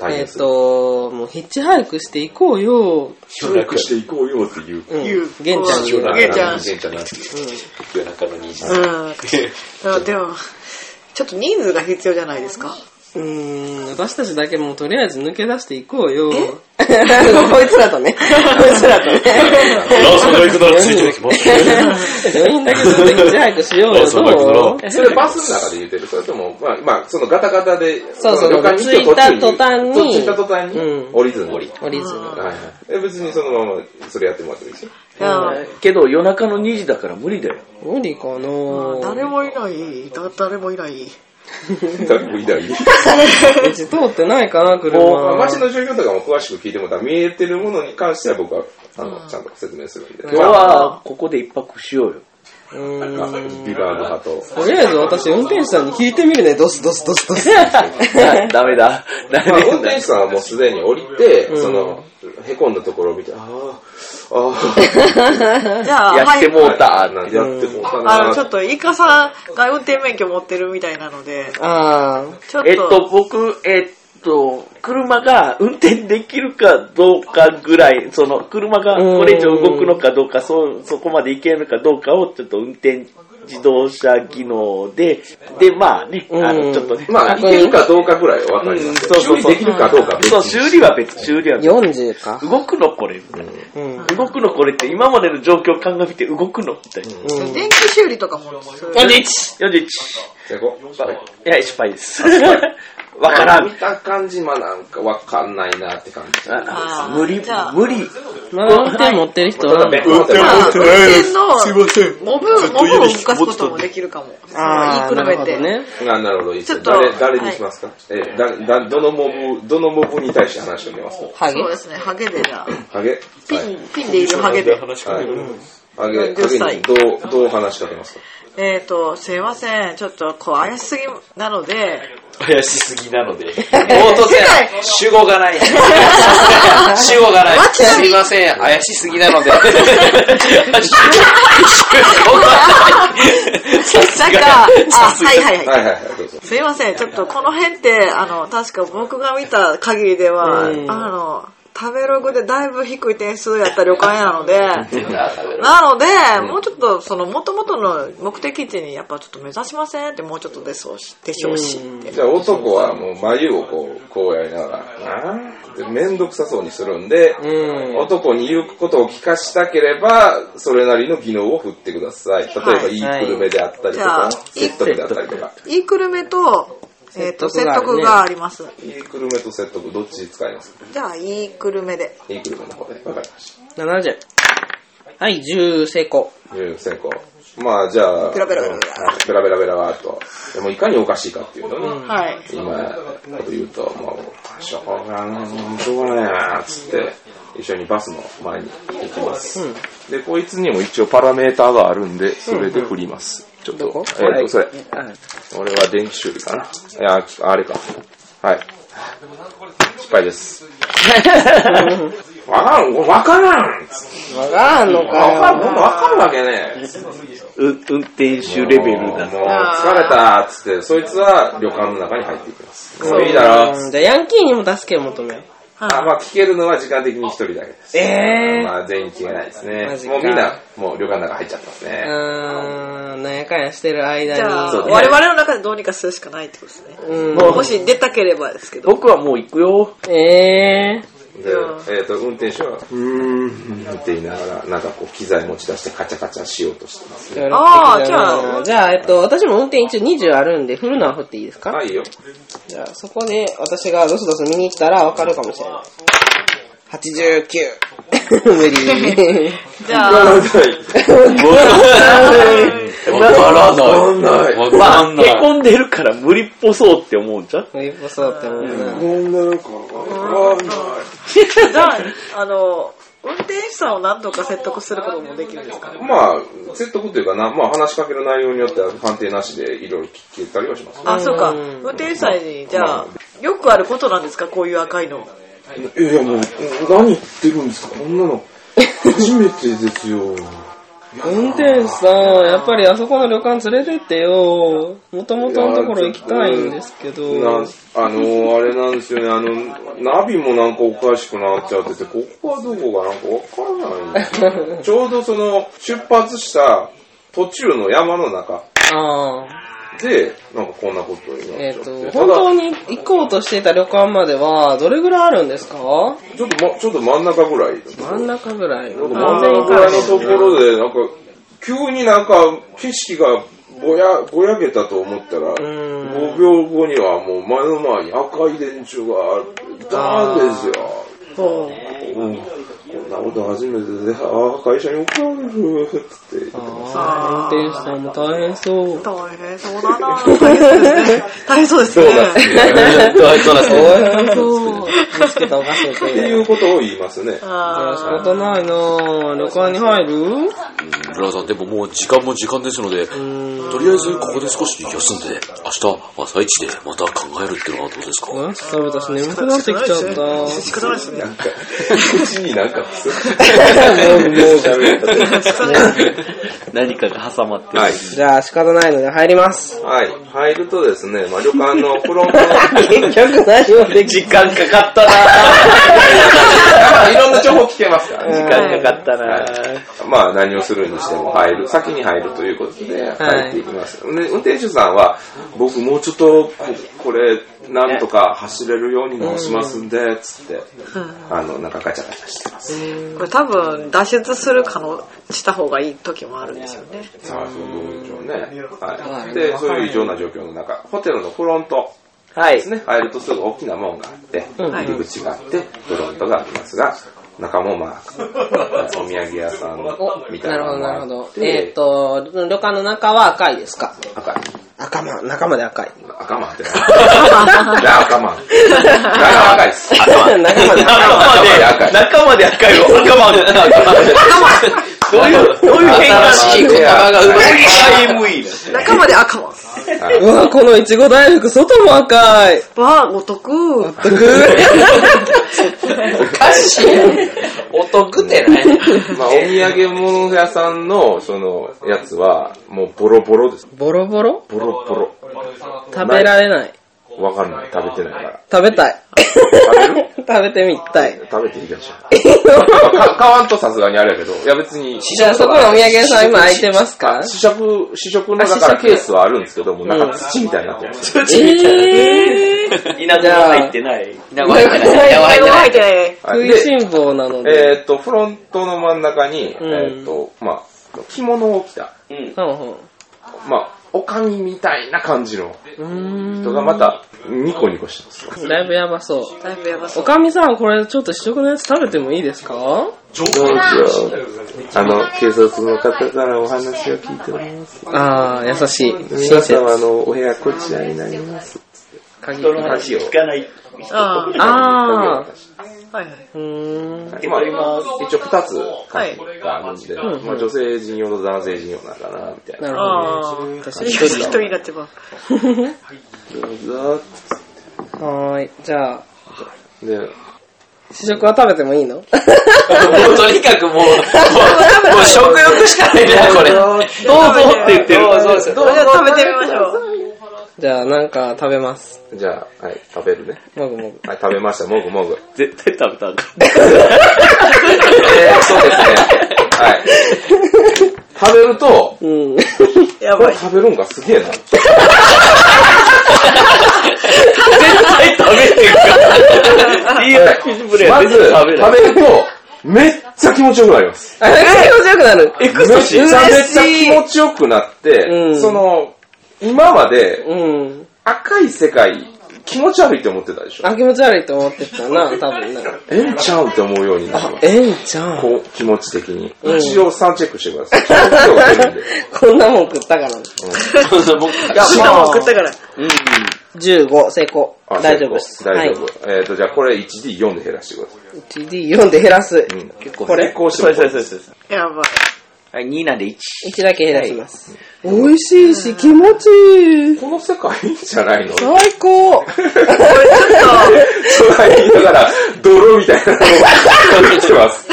[SPEAKER 2] 体
[SPEAKER 3] えっ、
[SPEAKER 2] 現する。
[SPEAKER 3] と、もうヒッチハイクして行こうよ。
[SPEAKER 2] 協力していこうよっていう。
[SPEAKER 3] うん。
[SPEAKER 1] 言う
[SPEAKER 3] 玄ちゃんに言う
[SPEAKER 1] うん玄ちゃん
[SPEAKER 2] 玄ちゃんなんて
[SPEAKER 4] 夜中の2時。
[SPEAKER 1] うん。あでも、ちょっと人数が必要じゃないですか。
[SPEAKER 3] うーん、私たちだけもうとりあえず抜け出していこうよ。こ いつらとね。こいつらとね。
[SPEAKER 7] ローソンが行くならついてき ます。
[SPEAKER 3] 4人だけずっとヒッチハイクしようよ。
[SPEAKER 7] そうそう
[SPEAKER 3] どう
[SPEAKER 2] それバスの中で言ってるそれとも、まあ、まあ、そのガタガタで、
[SPEAKER 3] そうそう
[SPEAKER 2] の旅館に行って
[SPEAKER 3] 着いた途端に
[SPEAKER 2] そう着いた途端に
[SPEAKER 3] う、ん
[SPEAKER 2] 降りずに。はい
[SPEAKER 3] 降りずに。
[SPEAKER 2] はいえ別にそのまま、それやってもらってるしょ。
[SPEAKER 1] うん
[SPEAKER 5] けど夜中の2時だから無理だよ。
[SPEAKER 3] 無理かな
[SPEAKER 1] 誰もいない。だ誰もいない。
[SPEAKER 2] 誰もいない。
[SPEAKER 3] うち通ってないかな、車。
[SPEAKER 2] もう街の状況とかも詳しく聞いてもらったら、見えてるものに関しては僕は、あの、ちゃんと説明するんで。
[SPEAKER 5] 今日はここで一泊しようよ。
[SPEAKER 3] うーん
[SPEAKER 2] まあビバード派と。
[SPEAKER 3] とりあえず私運転手さんに聞いてみるね。ドスドスドスドス。
[SPEAKER 5] だダメだ。ダ
[SPEAKER 2] まあ、
[SPEAKER 5] メ
[SPEAKER 2] 運
[SPEAKER 5] だ。
[SPEAKER 2] 転手さんはもうすでに降りて、その、へこんだところを見て、ああ、あ
[SPEAKER 1] じゃあ、
[SPEAKER 5] やっても
[SPEAKER 2] あ、
[SPEAKER 5] うた。
[SPEAKER 2] なんてやってもうた
[SPEAKER 1] あの、
[SPEAKER 2] な
[SPEAKER 1] ちょっと、イカさんが運転免許持ってるみたいなので、
[SPEAKER 3] あー
[SPEAKER 1] ちょっと、
[SPEAKER 5] えっと、僕、えっと、車が運転できるかどうかぐらい、その、車がこれ以上動くのかどうか、そ、そこまでいけるのかどうかを、ちょっと運転自動車技能で、で、まあね、あ
[SPEAKER 3] う
[SPEAKER 5] の、
[SPEAKER 3] ん
[SPEAKER 5] ちょっとね、
[SPEAKER 2] まあ、いけるかどうかぐらいは分かりますよ。
[SPEAKER 5] うんそうそうそう
[SPEAKER 2] 修理できるかどうかは別
[SPEAKER 5] そう、
[SPEAKER 2] に
[SPEAKER 5] 修理は別、修理は別。
[SPEAKER 3] 40か。
[SPEAKER 5] 動くのこれ、みたいな。
[SPEAKER 3] うん。
[SPEAKER 5] 動くのこれって今までの状況を鑑みて動くのみたいな。
[SPEAKER 3] うん
[SPEAKER 1] 電気修理とかもする。
[SPEAKER 5] 41!41!
[SPEAKER 2] じゃあ行こうはい
[SPEAKER 5] いや、失敗です。 わから
[SPEAKER 2] 見
[SPEAKER 5] ん。
[SPEAKER 2] た感じ、まあなんか分かんないなって感じ。
[SPEAKER 1] あー
[SPEAKER 5] 無理
[SPEAKER 1] じゃあ、
[SPEAKER 5] 無理。
[SPEAKER 3] まあ運転持ってる人は。
[SPEAKER 2] 運転
[SPEAKER 1] まあ、運転の、
[SPEAKER 7] すいません。
[SPEAKER 1] モブ、モブを動かすこともできるかも。
[SPEAKER 3] あー
[SPEAKER 1] 言い
[SPEAKER 3] な
[SPEAKER 1] 比べ
[SPEAKER 3] るほど
[SPEAKER 1] て。
[SPEAKER 3] ね。
[SPEAKER 2] あなるほど、いいですね
[SPEAKER 1] ちょっと
[SPEAKER 2] 誰、誰にしますか、えだだ、どのモブ、どのモブに対して話しておきますか
[SPEAKER 3] ハゲ
[SPEAKER 1] そうですね、ハゲでじゃあ、
[SPEAKER 2] ハゲ
[SPEAKER 1] ピ
[SPEAKER 2] はい。
[SPEAKER 1] ン、ピンでいるハゲで。
[SPEAKER 2] はいハゲ、
[SPEAKER 1] 40歳
[SPEAKER 2] ハゲにどう、どう話しかけますか
[SPEAKER 1] えっと、すいません、ちょっと、こう、怪しすぎなので、
[SPEAKER 4] 怪しすぎなので。冒頭せ
[SPEAKER 1] ない
[SPEAKER 4] 主語がない。主語がない。
[SPEAKER 1] 街並
[SPEAKER 4] す
[SPEAKER 1] み
[SPEAKER 4] いません、怪しすぎなので。主語がない。さす
[SPEAKER 1] なん
[SPEAKER 4] が
[SPEAKER 1] か、あ、
[SPEAKER 4] さすが
[SPEAKER 1] はいはいはい。
[SPEAKER 2] はいはいはい、どうぞ。
[SPEAKER 1] すいません、ちょっとこの辺って、あの、確か僕が見た限りでは、あの、食べログでだいぶ低い点数やった旅館やなので、なので、もうちょっと、その、元々の目的地にやっぱちょっと目指しませんって、もうちょっとでそうし、でしょうしって。
[SPEAKER 2] じゃあ男はもう眉をこう、こうやりながら、なあでめんどくさそうにするんで、男に言うことを聞かしたければ、それなりの技能を振ってください。例えば、
[SPEAKER 1] はい
[SPEAKER 2] いい久留米であったりとか、
[SPEAKER 1] はい
[SPEAKER 2] 説得であったりとか。
[SPEAKER 1] いい久留米と、えっ、と、説
[SPEAKER 3] 説得
[SPEAKER 1] 得が
[SPEAKER 3] が
[SPEAKER 1] あります。
[SPEAKER 2] いい久留米と説得、どっち使いますか
[SPEAKER 1] じゃあ、いい久留米で。
[SPEAKER 2] いい久留米の方で。わかりまし
[SPEAKER 3] 70。はい、10成功。
[SPEAKER 2] た。10成功。まあ、じゃあ、
[SPEAKER 1] ペラペラペラペ
[SPEAKER 2] はいペラペラペラはと。でも、いかにおかしいかっていうのね。
[SPEAKER 1] はい。
[SPEAKER 2] 今、こと言うと、もう、しょうがない、しょうがないな、つって、一緒にバスの前に行きます。で、こいつにも一応パラメーターがあるんで、それで振ります。ちょっと、えっ、と、それ、俺は電気修理かな。いや、あれか。はい。失敗 です。わからん、わからんつって
[SPEAKER 3] わからんの
[SPEAKER 2] わかん、
[SPEAKER 3] か
[SPEAKER 2] 僕わかるわけねえ。
[SPEAKER 5] う運転手レベルだ
[SPEAKER 2] もう、もう疲れた、つって、そいつは旅館の中に入っていきます。もういいだろ、
[SPEAKER 3] よ。うんじゃあヤンキーにも助けを求めよう。
[SPEAKER 2] あまあ、聞けるのは時間的に一人だけです。
[SPEAKER 3] え
[SPEAKER 2] まあ、全員聞けないです
[SPEAKER 3] マジ
[SPEAKER 2] ね。
[SPEAKER 3] か
[SPEAKER 2] もうみんな、もう旅館の中入っちゃってます
[SPEAKER 3] ー。
[SPEAKER 2] ね。
[SPEAKER 3] うーん、なんやかんやしてる
[SPEAKER 1] じゃ
[SPEAKER 3] 間
[SPEAKER 1] あ、
[SPEAKER 3] に。
[SPEAKER 2] そうね
[SPEAKER 1] 我々の中でどうにかするしかないってことですね。
[SPEAKER 3] うん。
[SPEAKER 1] もし出たければですけど。
[SPEAKER 5] 僕はもう行くよ。
[SPEAKER 3] えー。
[SPEAKER 2] で、えっ、と、運転手は、うーん、って言いながら、なんかこう、機材持ち出してカチャカチャしようとしてますね。
[SPEAKER 1] あーじゃあ
[SPEAKER 3] じゃあ、えっと、私も運転一応20あるんで、振るのは振っていいですか
[SPEAKER 2] あ、いいよ。
[SPEAKER 3] じゃあ、そこで私がドスドス見に行ったらわかるかもしれない。89。無 理。
[SPEAKER 1] じゃあ、
[SPEAKER 4] わからない。わ
[SPEAKER 5] ま
[SPEAKER 4] か
[SPEAKER 5] あ、
[SPEAKER 4] んない
[SPEAKER 5] へ。こんでるから無理っぽそうって思うじゃん
[SPEAKER 3] 無理っぽそうって思うな。
[SPEAKER 2] こんなのか、わかんない。
[SPEAKER 1] じゃあ、あの、運転手さんを何とか説得することもできるんですかね。
[SPEAKER 2] まあ、説得というかな、まあ話しかける内容によっては判定なしでいろいろ聞いたりはします。
[SPEAKER 1] あ、そうか。運転手さんに、じゃあ、よくあることなんですか、こういう赤いの。
[SPEAKER 2] いやいやもう、何言ってるんですかこんなの。初めてですよ。
[SPEAKER 3] 運転手さん、やっぱりあそこの旅館連れてってよ。もともとのところ行きたいんですけ
[SPEAKER 2] な
[SPEAKER 3] ど。
[SPEAKER 2] あの、あれなんですよね、あの、ナビもなんかおかしくなっちゃってて、ここはどこかなんかわからないんですよ。 ちょうどその、出発した途中の山の中
[SPEAKER 3] ああ。
[SPEAKER 2] で、なんかこんなことにな
[SPEAKER 3] え
[SPEAKER 2] っ
[SPEAKER 3] っ、
[SPEAKER 2] ちゃって。
[SPEAKER 3] と、
[SPEAKER 2] た
[SPEAKER 3] 本
[SPEAKER 2] だ
[SPEAKER 3] 当に行こうとしていた旅館までは、どれぐらいあるんですか
[SPEAKER 2] ちょっと、ま、ちょっと真ん中ぐらい。
[SPEAKER 3] 真ん中ぐらい。
[SPEAKER 2] なんか
[SPEAKER 3] あ
[SPEAKER 2] 真ん中ぐらいのところで、なんか、急になんか、景色がぼや、ぼやけたと思ったら、5秒後にはもう前の前に赤い電柱があって、ダーンですよ。うん、こんなこと初めてで、ああ、会社に怒られるって言って。
[SPEAKER 3] あ運転手さんも大変そう。
[SPEAKER 1] 大変そうだな 大変そうですね。大変そうですね。
[SPEAKER 3] 大変そう。 見つけたおかしいって
[SPEAKER 2] っていうことを言いますね。
[SPEAKER 1] あ
[SPEAKER 3] 仕方ないなぁ。旅館に入る
[SPEAKER 8] うんブラザー、でももう時間も時間ですので、とりあえずここで少し休んで、明日朝一でまた考えるっていうのはどうですか
[SPEAKER 3] おやつ食べたし眠くなってきちゃった。も
[SPEAKER 1] ー仕方ないですね。
[SPEAKER 2] なんか、うちになんか、
[SPEAKER 3] うもう
[SPEAKER 2] 喋れ
[SPEAKER 4] 何かが挟まって
[SPEAKER 2] た。
[SPEAKER 4] る。
[SPEAKER 2] はい。
[SPEAKER 3] じゃあ仕方ないので入ります。
[SPEAKER 2] はい。入るとですね、まあ、旅館のフロントの、
[SPEAKER 3] 結局何もでき
[SPEAKER 4] 時間かかったな
[SPEAKER 2] あいろんな情報聞けますからね。
[SPEAKER 4] 時間かかったな
[SPEAKER 2] まあ何をするにしても入る、先に入るということで入っていきます。で運転手さんは、僕もうちょっとこれ、なんとか走れるように直しますんで、つって、あの、なんかガチャガチャしてます。
[SPEAKER 1] これ多分、脱出する可能、した方がいい時もあるんですよね。
[SPEAKER 2] さあ、そういう状況ね。はい。で、そういう異常な状況の中、ホテルのフロント
[SPEAKER 3] はい
[SPEAKER 2] です。ね、入るとすぐ大きな門があって、入り口があって、フロントがありますが、中もまあ、お土産屋さんみたい
[SPEAKER 3] なる
[SPEAKER 2] なの
[SPEAKER 3] ほど、なる
[SPEAKER 2] があ
[SPEAKER 3] ほ
[SPEAKER 2] って
[SPEAKER 3] ど。えっ、と、旅館の中は赤いですか
[SPEAKER 2] 赤い。
[SPEAKER 3] 赤ま、中まで赤い。
[SPEAKER 2] 赤マンってな。じゃあ赤マン。赤赤いっす。赤
[SPEAKER 3] 中まで赤い。
[SPEAKER 4] 中まで赤い。中まで赤いよ。赤までどういう、どういう変換
[SPEAKER 2] しい言葉が生まれ
[SPEAKER 4] IME だ。
[SPEAKER 1] 中まで赤は、
[SPEAKER 3] うわ、このいちご大福、外も赤い。
[SPEAKER 1] わあ、お得。
[SPEAKER 9] お得ってない。
[SPEAKER 2] まあ、お土産物屋さんの、その、やつは、もうボロボロです。
[SPEAKER 3] ボロボロ
[SPEAKER 2] ボロボロ。
[SPEAKER 3] 食べられない。
[SPEAKER 2] わかんない。食べてないから。
[SPEAKER 3] 食べたい。
[SPEAKER 2] 食べる
[SPEAKER 3] 食べてみた い。
[SPEAKER 2] 食べていいかしら。まあか買わんとさすがにあれやけど、いや別に、
[SPEAKER 3] じゃあそこのお土産屋さん今空いてますか
[SPEAKER 2] 試食、試食のだからケースはあるんですけど、もうなんか土みたいになってる。
[SPEAKER 3] えぇー。
[SPEAKER 4] 稲妻が入ってない。
[SPEAKER 8] 稲子入ってない稲子入
[SPEAKER 1] 英語入っ
[SPEAKER 8] ってない
[SPEAKER 1] てない。
[SPEAKER 2] はい
[SPEAKER 3] 食いしん坊なので。
[SPEAKER 2] えーっと、フロントの真ん中に、えーっと、まあ、着物を着た。
[SPEAKER 3] ほうほ
[SPEAKER 2] まあ、おかみみたいな感じの人がまたニコニコしてます。
[SPEAKER 3] うだいぶやばそう。
[SPEAKER 1] だいぶやばそ
[SPEAKER 3] お
[SPEAKER 1] う。
[SPEAKER 3] かみさん、これちょっと試食のやつ食べてもいいですか
[SPEAKER 2] あの、警察の方からお話を聞いております。
[SPEAKER 3] あー、優しい。親
[SPEAKER 2] 皆
[SPEAKER 3] 切。
[SPEAKER 2] 様のお部屋こちらになります。
[SPEAKER 3] 鍵
[SPEAKER 4] 人の話聞かない。
[SPEAKER 1] あー
[SPEAKER 3] あー。
[SPEAKER 1] はいはい。
[SPEAKER 3] うーん。
[SPEAKER 2] まあ、一応二つ
[SPEAKER 1] はい
[SPEAKER 2] があるんで、まあ、女性陣用と男性陣用なんだな、みたいな。
[SPEAKER 3] なるほど。
[SPEAKER 1] ああ。
[SPEAKER 3] 私
[SPEAKER 1] 一
[SPEAKER 3] 一人
[SPEAKER 1] 人になってば。
[SPEAKER 2] どうぞ
[SPEAKER 3] だ。はーい。じゃあ、
[SPEAKER 2] で、
[SPEAKER 3] 試食は食べてもいい の
[SPEAKER 8] もうとにかくもう、もう、もう食欲しかないな、これ。
[SPEAKER 4] どうぞって言ってる。
[SPEAKER 1] そ れじゃあ食べてみましょう。
[SPEAKER 3] じゃあ、なんか食べます。
[SPEAKER 2] じゃあ、はい、食べるね。
[SPEAKER 3] もぐもぐ。
[SPEAKER 2] はい、食べました、もぐもぐ。
[SPEAKER 4] 絶対食べたらあかん
[SPEAKER 2] えー、そうですね。はい。食べると、
[SPEAKER 3] うん。
[SPEAKER 1] や
[SPEAKER 2] こ
[SPEAKER 1] ば
[SPEAKER 2] れ
[SPEAKER 1] い。
[SPEAKER 2] 食べるんがすげ えな。
[SPEAKER 4] いや、キズブレ
[SPEAKER 2] まず、
[SPEAKER 4] 食
[SPEAKER 2] 食
[SPEAKER 4] べ
[SPEAKER 2] べ
[SPEAKER 4] ない。
[SPEAKER 2] ると、めっちゃ気持ちよくなります。
[SPEAKER 3] あれ、気持ちよくなる。
[SPEAKER 2] めちゃめちゃ気持ちよくなって、
[SPEAKER 3] うん
[SPEAKER 2] その、今まで
[SPEAKER 3] うん。
[SPEAKER 2] 赤い世界、気持ち悪いって思ってたでしょ。
[SPEAKER 3] あ、気持ち悪いと思ってたな、 多分な。
[SPEAKER 2] ええんちゃうんって思うようになります。
[SPEAKER 3] えんちゃん。
[SPEAKER 2] こう、気持ち的に。一応3チェックしてください。ちゃんと出 るんで。
[SPEAKER 3] こんなもん食ったから。
[SPEAKER 8] そうそう僕
[SPEAKER 2] いや、まあ
[SPEAKER 1] 送ったから。
[SPEAKER 3] 15、成功。
[SPEAKER 2] あ
[SPEAKER 3] 大丈夫です。
[SPEAKER 2] 大丈夫。えっと、じゃあこれ 1D4 で減らしてください。
[SPEAKER 3] 1D4 で減らす。
[SPEAKER 2] うん。結
[SPEAKER 3] これ
[SPEAKER 2] 成功して
[SPEAKER 5] そう
[SPEAKER 2] も
[SPEAKER 5] そうそうそう。
[SPEAKER 1] やばい。
[SPEAKER 5] はい、2なんで1。
[SPEAKER 3] 1だけ減らします。美味しいし、気持ちいい。
[SPEAKER 2] この世界いいんじゃないの そ
[SPEAKER 3] 最高。
[SPEAKER 2] れ言いながら、泥みたいなのを出てます。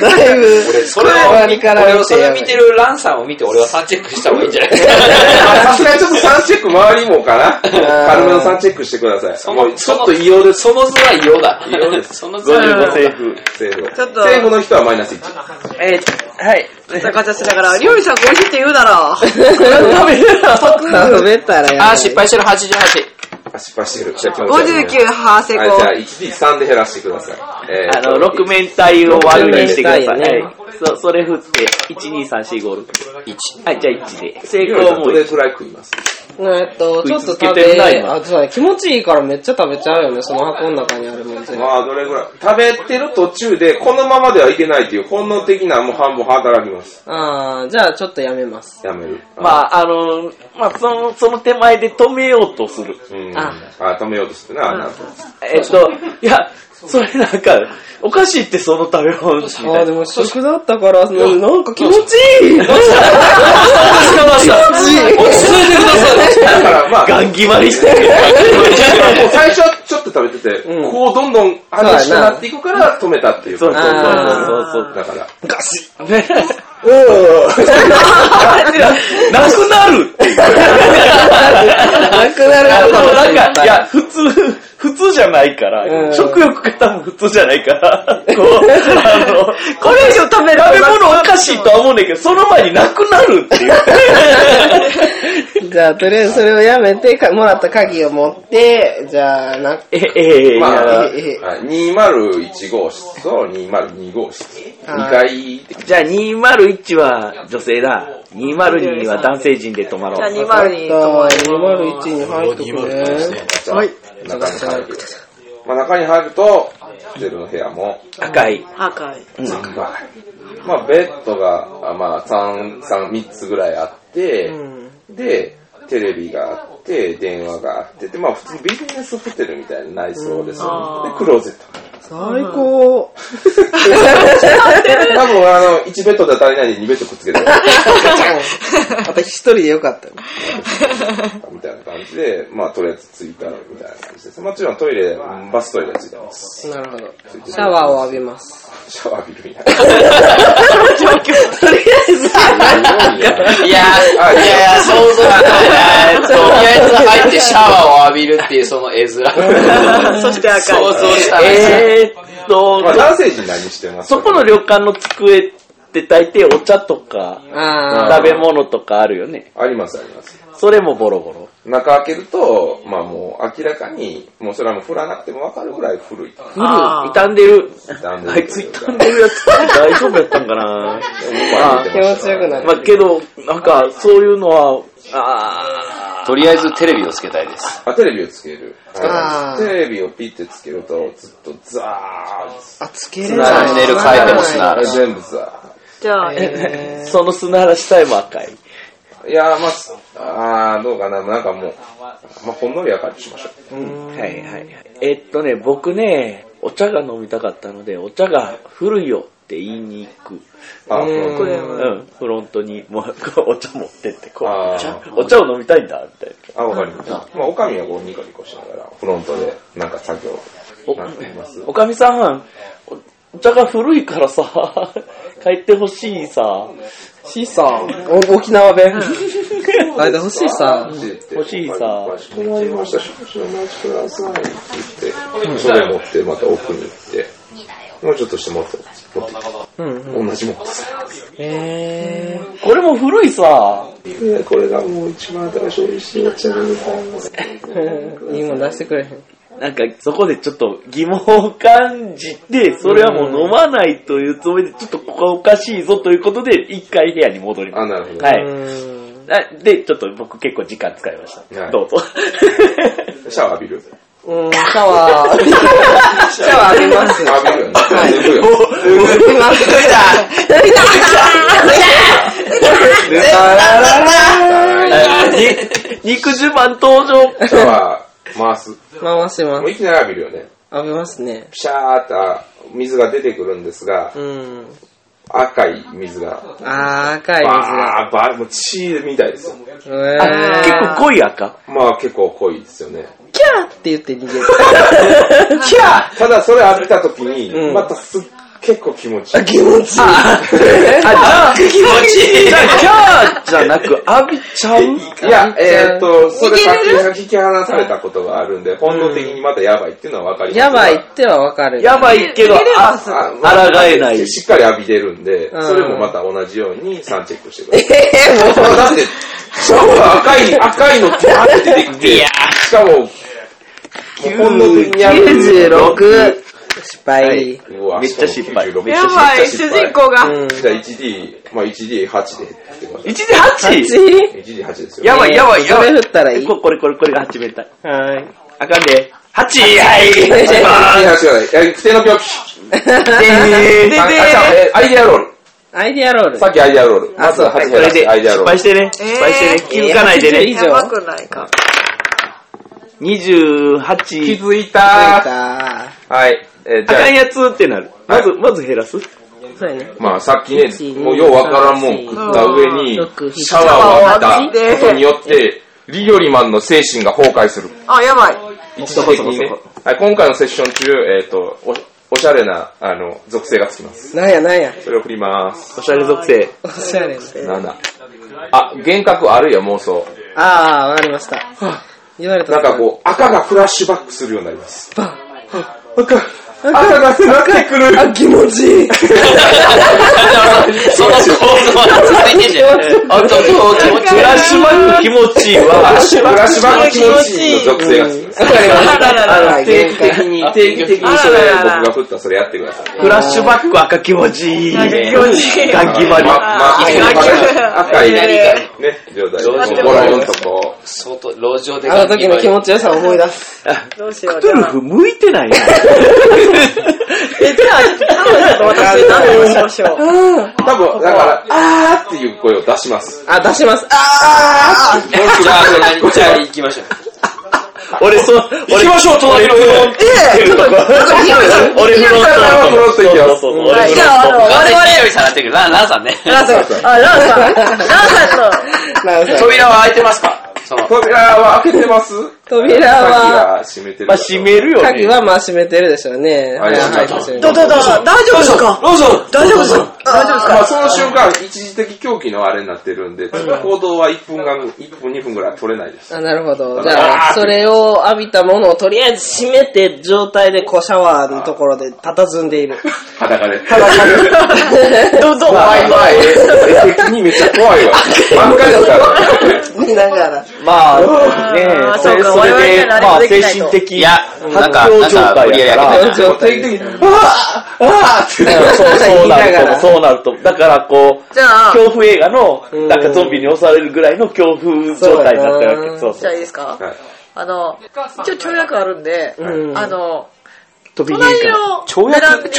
[SPEAKER 3] だいぶ、
[SPEAKER 4] それ
[SPEAKER 3] 終わ
[SPEAKER 4] を見
[SPEAKER 3] り
[SPEAKER 4] こ
[SPEAKER 3] から
[SPEAKER 4] れを
[SPEAKER 3] 見て
[SPEAKER 4] そ
[SPEAKER 3] や
[SPEAKER 4] れ
[SPEAKER 3] ばい
[SPEAKER 4] 見てるランさんを見て俺は3チェックした方がいいんじゃない
[SPEAKER 2] さすがにちょっと3チェック回りもんかな。軽めの3チェックしてください。もうちょっと異様です。
[SPEAKER 4] その図は異様だ。異様です。その図は異様
[SPEAKER 5] 55
[SPEAKER 4] だ。
[SPEAKER 5] セーフ。
[SPEAKER 2] セーフ。
[SPEAKER 1] ちょっと
[SPEAKER 2] セーフの人はマイナス1。
[SPEAKER 3] えーはい。
[SPEAKER 1] ガチャガチャしながら、りょうりさん美味しいって言うなら、
[SPEAKER 3] 食べたらやばい
[SPEAKER 4] あー、失敗してる88。
[SPEAKER 2] あ、失敗してる。じゃあ気持ち悪いね
[SPEAKER 1] 59、ハーセ
[SPEAKER 2] はい、じゃあ
[SPEAKER 1] コ。
[SPEAKER 2] 1D3 で減らしてください。え
[SPEAKER 5] あ
[SPEAKER 2] ーと
[SPEAKER 5] の、6面体を割るにしてください。
[SPEAKER 3] 六面体ね
[SPEAKER 5] はいそそれ振って、1、2、3、4、5、6。はい、じゃあ1で。成
[SPEAKER 2] 今
[SPEAKER 5] 功も
[SPEAKER 2] これくらい食います。
[SPEAKER 3] えっと、ちょっと
[SPEAKER 5] 食い
[SPEAKER 3] 食
[SPEAKER 5] つけてんな
[SPEAKER 3] べ、
[SPEAKER 5] 今
[SPEAKER 3] あ、そうだね、気持ちいいからめっちゃ食べちゃうよね、その箱の中にあるもん全部。
[SPEAKER 2] まあ、どれぐらい。食べてる途中で、このままではいけないという本能的なもう半分働きます。
[SPEAKER 3] あー、じゃあちょっとやめます。
[SPEAKER 2] やめる。
[SPEAKER 5] まあ、あの、まあ、その、その手前で止めようとする。
[SPEAKER 2] うん。
[SPEAKER 3] あ
[SPEAKER 2] あ、止めようとしてな、あなた。
[SPEAKER 5] えっと、いや、それなんか、おかしいってその食べ物みたい
[SPEAKER 3] あー、
[SPEAKER 5] な。
[SPEAKER 3] でも食だったから、ななんか気持ちいい
[SPEAKER 5] 捕ました落ち着いてくだ
[SPEAKER 2] だ
[SPEAKER 5] さ
[SPEAKER 2] から、まあ、
[SPEAKER 5] ガン決まりしてる。
[SPEAKER 2] もう最初はちょっと食べてて、
[SPEAKER 3] うん
[SPEAKER 2] こうどんどん激しくなっていくから止めたっていう。
[SPEAKER 5] そうそうそうそうそう。
[SPEAKER 2] だから、
[SPEAKER 3] ガシ
[SPEAKER 5] おぉなくなる
[SPEAKER 3] なくなる
[SPEAKER 5] あ
[SPEAKER 3] よ
[SPEAKER 5] の、
[SPEAKER 3] と思
[SPEAKER 5] な
[SPEAKER 3] っ
[SPEAKER 5] ん
[SPEAKER 3] た
[SPEAKER 5] か、いや、普通、普通じゃないから、
[SPEAKER 3] うん
[SPEAKER 5] 食欲が多分普通じゃない から、こう、あの、これ以上食べる食べ物おかしいとは思うんだけど、その前になくなるっていう。
[SPEAKER 3] じゃあ、とりあえずそれをやめて、かもらった鍵を持って、じゃあ、な、
[SPEAKER 5] え、ええ
[SPEAKER 2] まあ、
[SPEAKER 3] ええ
[SPEAKER 2] はい201号室と202号室。
[SPEAKER 3] あー
[SPEAKER 2] 2階的
[SPEAKER 5] じゃあ201は女性だ。202は男性陣で泊まろ
[SPEAKER 1] じゃあ
[SPEAKER 5] う。
[SPEAKER 1] 202と思
[SPEAKER 3] 201に入っとくね。
[SPEAKER 2] はい。中に入る。まあ、中に入ると、ホテルの部屋も、
[SPEAKER 5] 赤い。
[SPEAKER 1] 赤い。
[SPEAKER 2] まあ、ベッドが、あまあ、3、三三つぐらいあって、で、テレビがあって、電話があって、で、まあ、普通にビジネスホテルみたいな内装ですよ
[SPEAKER 1] うん
[SPEAKER 2] ね。で、クローゼット。
[SPEAKER 3] 最 高。
[SPEAKER 2] 多分、あの、1ベッドでは足りないんで2ベッドくっつけてる
[SPEAKER 3] 私一人でよかった。
[SPEAKER 2] みたいな感じで、まあ、とりあえず着いたら、みたいな感じです。もちろんトイレ、バストイレがついてます。
[SPEAKER 3] なるほど。シャワーを浴びます。
[SPEAKER 2] シャワー浴びるみたいな。す
[SPEAKER 3] とりあえず、
[SPEAKER 2] ごいね
[SPEAKER 4] いや
[SPEAKER 2] あ
[SPEAKER 4] ー、いやいや、想像がないな。えっととりあえず入ってシャワーを浴びるっていうその絵面。
[SPEAKER 1] そして赤い。
[SPEAKER 4] 想像したら
[SPEAKER 5] えーっと
[SPEAKER 2] ま、あ、男性陣何してます
[SPEAKER 5] そこの旅館の机って大抵お茶とか、
[SPEAKER 3] あ
[SPEAKER 5] 食べ物とかあるよね。
[SPEAKER 2] あります、あります。
[SPEAKER 5] それもボロボロ。
[SPEAKER 2] 中開けると、まあもう明らかに、もうそれはもう振らなくても分かるぐらい古い。
[SPEAKER 1] あー
[SPEAKER 5] 傷んでる。
[SPEAKER 2] 傷んでる
[SPEAKER 5] あいつ傷んでるやつ大丈夫やったんかな
[SPEAKER 3] ー気持ちよくなる。
[SPEAKER 5] まあけど、なんか、そういうのは、あ
[SPEAKER 4] とりあえずテレビをつけたいです。
[SPEAKER 2] あ、テレビをつける。
[SPEAKER 3] あー
[SPEAKER 2] テレビをピッてつけると、ずっとザ
[SPEAKER 3] あ、つけれ
[SPEAKER 4] チャンネル変えてもすな
[SPEAKER 2] ー。全部ザ
[SPEAKER 1] じゃあ、
[SPEAKER 5] ーその砂嵐自体も赤い。
[SPEAKER 2] ー。いやー、まあ、あー、どうかな。なんかもう、まあ、ほんのり明るくしましょ
[SPEAKER 5] はいはいはい。えっとね、僕ね、お茶が飲みたかったので、お茶が古いよって言いに行く。
[SPEAKER 2] う。あ、
[SPEAKER 1] これ
[SPEAKER 5] う
[SPEAKER 1] は。
[SPEAKER 5] ん、フロントにもう こうお茶持ってって、こう、
[SPEAKER 2] あー
[SPEAKER 5] お茶お茶を飲みたいんだ、みたいな。
[SPEAKER 2] あ、わかりました。まあ、おかみはこう、ニコニコしながら、フロントで、なんか作業、なんかやります
[SPEAKER 5] おかみさん、おお茶が古いからさ、 帰ってほしいさ。
[SPEAKER 3] しさ ん。お沖縄弁。あれで欲しいさ。
[SPEAKER 5] 欲しいさ
[SPEAKER 2] 困りました、少々お待ちください。って言って、それ持って、また奥に行って、もうちょっとしてもっと、持ってきて。同じもんです。
[SPEAKER 3] えー。
[SPEAKER 5] これも古いさ。
[SPEAKER 2] でこれがもう一番新しい美味しいお茶でございます。
[SPEAKER 3] 今出してくれへん。
[SPEAKER 5] なんか、そこでちょっと疑問を感じて、それはもう飲まないというつもりで、ちょっとここはおかしいぞということで、一回部屋に戻りま
[SPEAKER 2] あ、
[SPEAKER 5] す。
[SPEAKER 2] なるほど。
[SPEAKER 5] はい。
[SPEAKER 3] うん
[SPEAKER 5] あで、ちょっと僕結構時間使いました。
[SPEAKER 2] はい
[SPEAKER 5] どうぞ。
[SPEAKER 2] シャワー浴びる
[SPEAKER 3] うん、シャワ ー。シャワー浴びます。
[SPEAKER 2] 浴びるよね。浴びるよね
[SPEAKER 3] 浴びます。出た出た出た
[SPEAKER 2] はい
[SPEAKER 5] 時 肉襦袢登場。
[SPEAKER 2] シャワー回す。
[SPEAKER 3] 回しま
[SPEAKER 2] もう
[SPEAKER 3] す。
[SPEAKER 2] いきなり浴びるよね。
[SPEAKER 3] 浴びますね。
[SPEAKER 2] ピシャーって水が出てくるんですが、
[SPEAKER 3] うん。
[SPEAKER 2] 赤い水が、
[SPEAKER 3] あー、赤い
[SPEAKER 2] バーッバーッもう血みたいですよ。
[SPEAKER 3] 水が。うわー
[SPEAKER 5] 結構濃い赤。
[SPEAKER 2] まあ結構濃いですよね。
[SPEAKER 3] キャーって言って逃げる。
[SPEAKER 5] キャ
[SPEAKER 2] ただそれ浴びた時に、
[SPEAKER 3] うん
[SPEAKER 2] またすっ結構気持ちいい。
[SPEAKER 3] 気持ち
[SPEAKER 5] 気持ち
[SPEAKER 3] いい。
[SPEAKER 5] いい。じゃあキャーじゃなく、浴びちゃう
[SPEAKER 2] いや、えーっと、それ
[SPEAKER 3] 逃げれ
[SPEAKER 2] が引き離されたことがあるんで、本能的にまたやばいっていうのは分かります。
[SPEAKER 3] やばいってはわかる。
[SPEAKER 5] やばいけど、あ、
[SPEAKER 2] あ
[SPEAKER 5] 抗えない。
[SPEAKER 2] しっかり浴びてるんで、
[SPEAKER 3] ん
[SPEAKER 2] それもまた同じように3チェックしてください。
[SPEAKER 3] えー、もう。
[SPEAKER 2] だって、シャワー赤い、赤いのバーって出てきて、しかも、本能的にや
[SPEAKER 3] 96。失敗。
[SPEAKER 2] うわ
[SPEAKER 5] めっちゃ失敗
[SPEAKER 2] 96
[SPEAKER 1] やばい、主人公が。
[SPEAKER 3] うん。
[SPEAKER 2] じゃあ 1D、まあ 1D8 で減ってくださ
[SPEAKER 5] 1D8!
[SPEAKER 3] 8?
[SPEAKER 2] い。1D8 ですよ。
[SPEAKER 5] やばいやばいやばい
[SPEAKER 3] それ振ったらいい
[SPEAKER 5] ここれこれこれが8めたい。
[SPEAKER 3] はい。
[SPEAKER 5] あかんで。8! はい
[SPEAKER 2] 1D8 じゃない。え不定の病気。
[SPEAKER 5] え
[SPEAKER 2] あ、あじゃあえアイデアロール。
[SPEAKER 3] アイディアロール。
[SPEAKER 2] さっきアイデアロール。まず
[SPEAKER 5] ー
[SPEAKER 2] 8
[SPEAKER 5] こ
[SPEAKER 2] 減ら
[SPEAKER 5] れ
[SPEAKER 2] して
[SPEAKER 5] で
[SPEAKER 2] アイデアロ
[SPEAKER 5] 失
[SPEAKER 2] ール
[SPEAKER 5] 敗。してね。
[SPEAKER 1] え
[SPEAKER 5] 失
[SPEAKER 1] ー
[SPEAKER 5] 敗してね。気づかないでね。
[SPEAKER 3] 以上
[SPEAKER 1] やばくないか。
[SPEAKER 2] 気
[SPEAKER 5] 28。
[SPEAKER 2] づい
[SPEAKER 3] あ
[SPEAKER 2] た
[SPEAKER 3] た
[SPEAKER 2] ー。はい。えー
[SPEAKER 5] あ
[SPEAKER 2] じゃ
[SPEAKER 5] かんやつってなる。まず、まず減らす。
[SPEAKER 3] ー。そうやね。
[SPEAKER 2] まあさっきね
[SPEAKER 3] 1、
[SPEAKER 2] もうようわからんもん
[SPEAKER 3] 2
[SPEAKER 2] 食った上に、シ
[SPEAKER 3] 6
[SPEAKER 2] ャワーを浴びたことによって、リオリマンの精神が崩壊する。
[SPEAKER 1] あ、やばい。
[SPEAKER 2] 一時的にね。はい、今回のセッション中、えっ、とお、おしゃれな、あの、属性がつきます。
[SPEAKER 3] なんやなんや。
[SPEAKER 2] それを振ります。
[SPEAKER 5] おしゃれ属性。
[SPEAKER 3] おしゃれな。
[SPEAKER 2] 7。あ、幻覚あるいは妄想。
[SPEAKER 3] あー、わかりました。言われた
[SPEAKER 2] なんか
[SPEAKER 3] う。
[SPEAKER 2] こう、赤がフラッシュバックするようになります。
[SPEAKER 3] バ
[SPEAKER 2] 赤、赤が迫ってくる。
[SPEAKER 3] あ、気持ちいい。
[SPEAKER 4] その構造は続いてんじゃん。あと、気持ち
[SPEAKER 5] フラッシュバック気持ちいいわ。
[SPEAKER 2] フラッシュバック気持ちいいの属性がつきます。定期的に、定期的にそれ、僕が振ったらそれやってください。
[SPEAKER 5] フラッシュバック赤気持ちいい。
[SPEAKER 1] 気持ちいい。
[SPEAKER 5] ガン決まり
[SPEAKER 2] ま。ま赤い、赤い、ね、状態。ゴロンとこう。
[SPEAKER 4] 相当、路上で
[SPEAKER 3] あの時の気持ちよさを思い出 す。
[SPEAKER 1] どうしよう。
[SPEAKER 5] トゥルフ向いてないな。
[SPEAKER 1] え、じゃあ、ちょっと私、何をしましょう。
[SPEAKER 2] 多分、だから、あーっていう声を出します。
[SPEAKER 3] あ、出します。あー
[SPEAKER 4] じゃあ、じゃあ、行きましょう。
[SPEAKER 5] 俺、そう、行きましょう、隣のフロント。えちょっと、
[SPEAKER 2] だから、
[SPEAKER 5] 俺フロントなの
[SPEAKER 2] プロットいきます。
[SPEAKER 5] そうそう俺フロント
[SPEAKER 1] じゃあ、あの、我
[SPEAKER 4] 完全
[SPEAKER 1] 々、
[SPEAKER 4] によりさらってくる。ランランさんね。
[SPEAKER 3] ランさん。
[SPEAKER 1] あ、ランさん。ランさんと、
[SPEAKER 3] ランさん。
[SPEAKER 4] 扉は開いてますかその、
[SPEAKER 2] 扉は開けてます
[SPEAKER 3] 扉は、
[SPEAKER 2] 鍵が閉めてる。
[SPEAKER 5] まあ、閉めるよ
[SPEAKER 3] 鍵
[SPEAKER 5] ね。
[SPEAKER 3] はまあ閉めてるでしょうね。
[SPEAKER 2] はい
[SPEAKER 3] 閉めて
[SPEAKER 1] どうどうどう
[SPEAKER 3] る
[SPEAKER 1] 大丈夫ですか
[SPEAKER 4] ローソン
[SPEAKER 1] 大丈夫ですか大丈夫です
[SPEAKER 2] まあ、
[SPEAKER 1] か
[SPEAKER 2] その瞬間、一時的狂気のあれになってるんで、行動は1分が、1分、2分ぐらい取れないです。
[SPEAKER 3] あ、なるほど。じゃあ、それを浴びたものをとりあえず閉めて、状態でこうシャワーのところで佇んで いる。
[SPEAKER 2] 裸で。裸で。
[SPEAKER 3] どうぞ
[SPEAKER 2] 怖い怖い。え的にめっちゃ怖いわ。漫画ですから。
[SPEAKER 3] 見ながら。
[SPEAKER 5] まあ、ね
[SPEAKER 1] あー
[SPEAKER 5] そ
[SPEAKER 1] そう
[SPEAKER 5] れ
[SPEAKER 1] か
[SPEAKER 5] それ
[SPEAKER 1] 我
[SPEAKER 5] で、
[SPEAKER 1] 々には
[SPEAKER 5] まあ、
[SPEAKER 1] 何もで
[SPEAKER 5] 精
[SPEAKER 1] きないと
[SPEAKER 5] 神的
[SPEAKER 4] いや、なんか、
[SPEAKER 5] 発狂
[SPEAKER 4] なん
[SPEAKER 5] 状
[SPEAKER 4] か、
[SPEAKER 5] 態
[SPEAKER 4] 無理
[SPEAKER 5] や
[SPEAKER 4] や
[SPEAKER 5] か
[SPEAKER 4] り
[SPEAKER 5] ら
[SPEAKER 4] やっ、
[SPEAKER 2] でも定期的に、
[SPEAKER 5] あーそうそうなると思う、そうなると思う。だから、こう、
[SPEAKER 1] じゃあ、
[SPEAKER 5] 恐怖映画の、なんかゾンビに襲われるぐらいの恐怖状態になってるわけ。そう
[SPEAKER 1] じゃ
[SPEAKER 5] そ
[SPEAKER 1] あ
[SPEAKER 5] う。
[SPEAKER 1] いいですか
[SPEAKER 2] はい
[SPEAKER 1] あの、一応跳躍あるんで、
[SPEAKER 3] うん
[SPEAKER 1] あの、
[SPEAKER 5] 飛び
[SPEAKER 1] 隣
[SPEAKER 5] 家から。
[SPEAKER 1] のベランダに、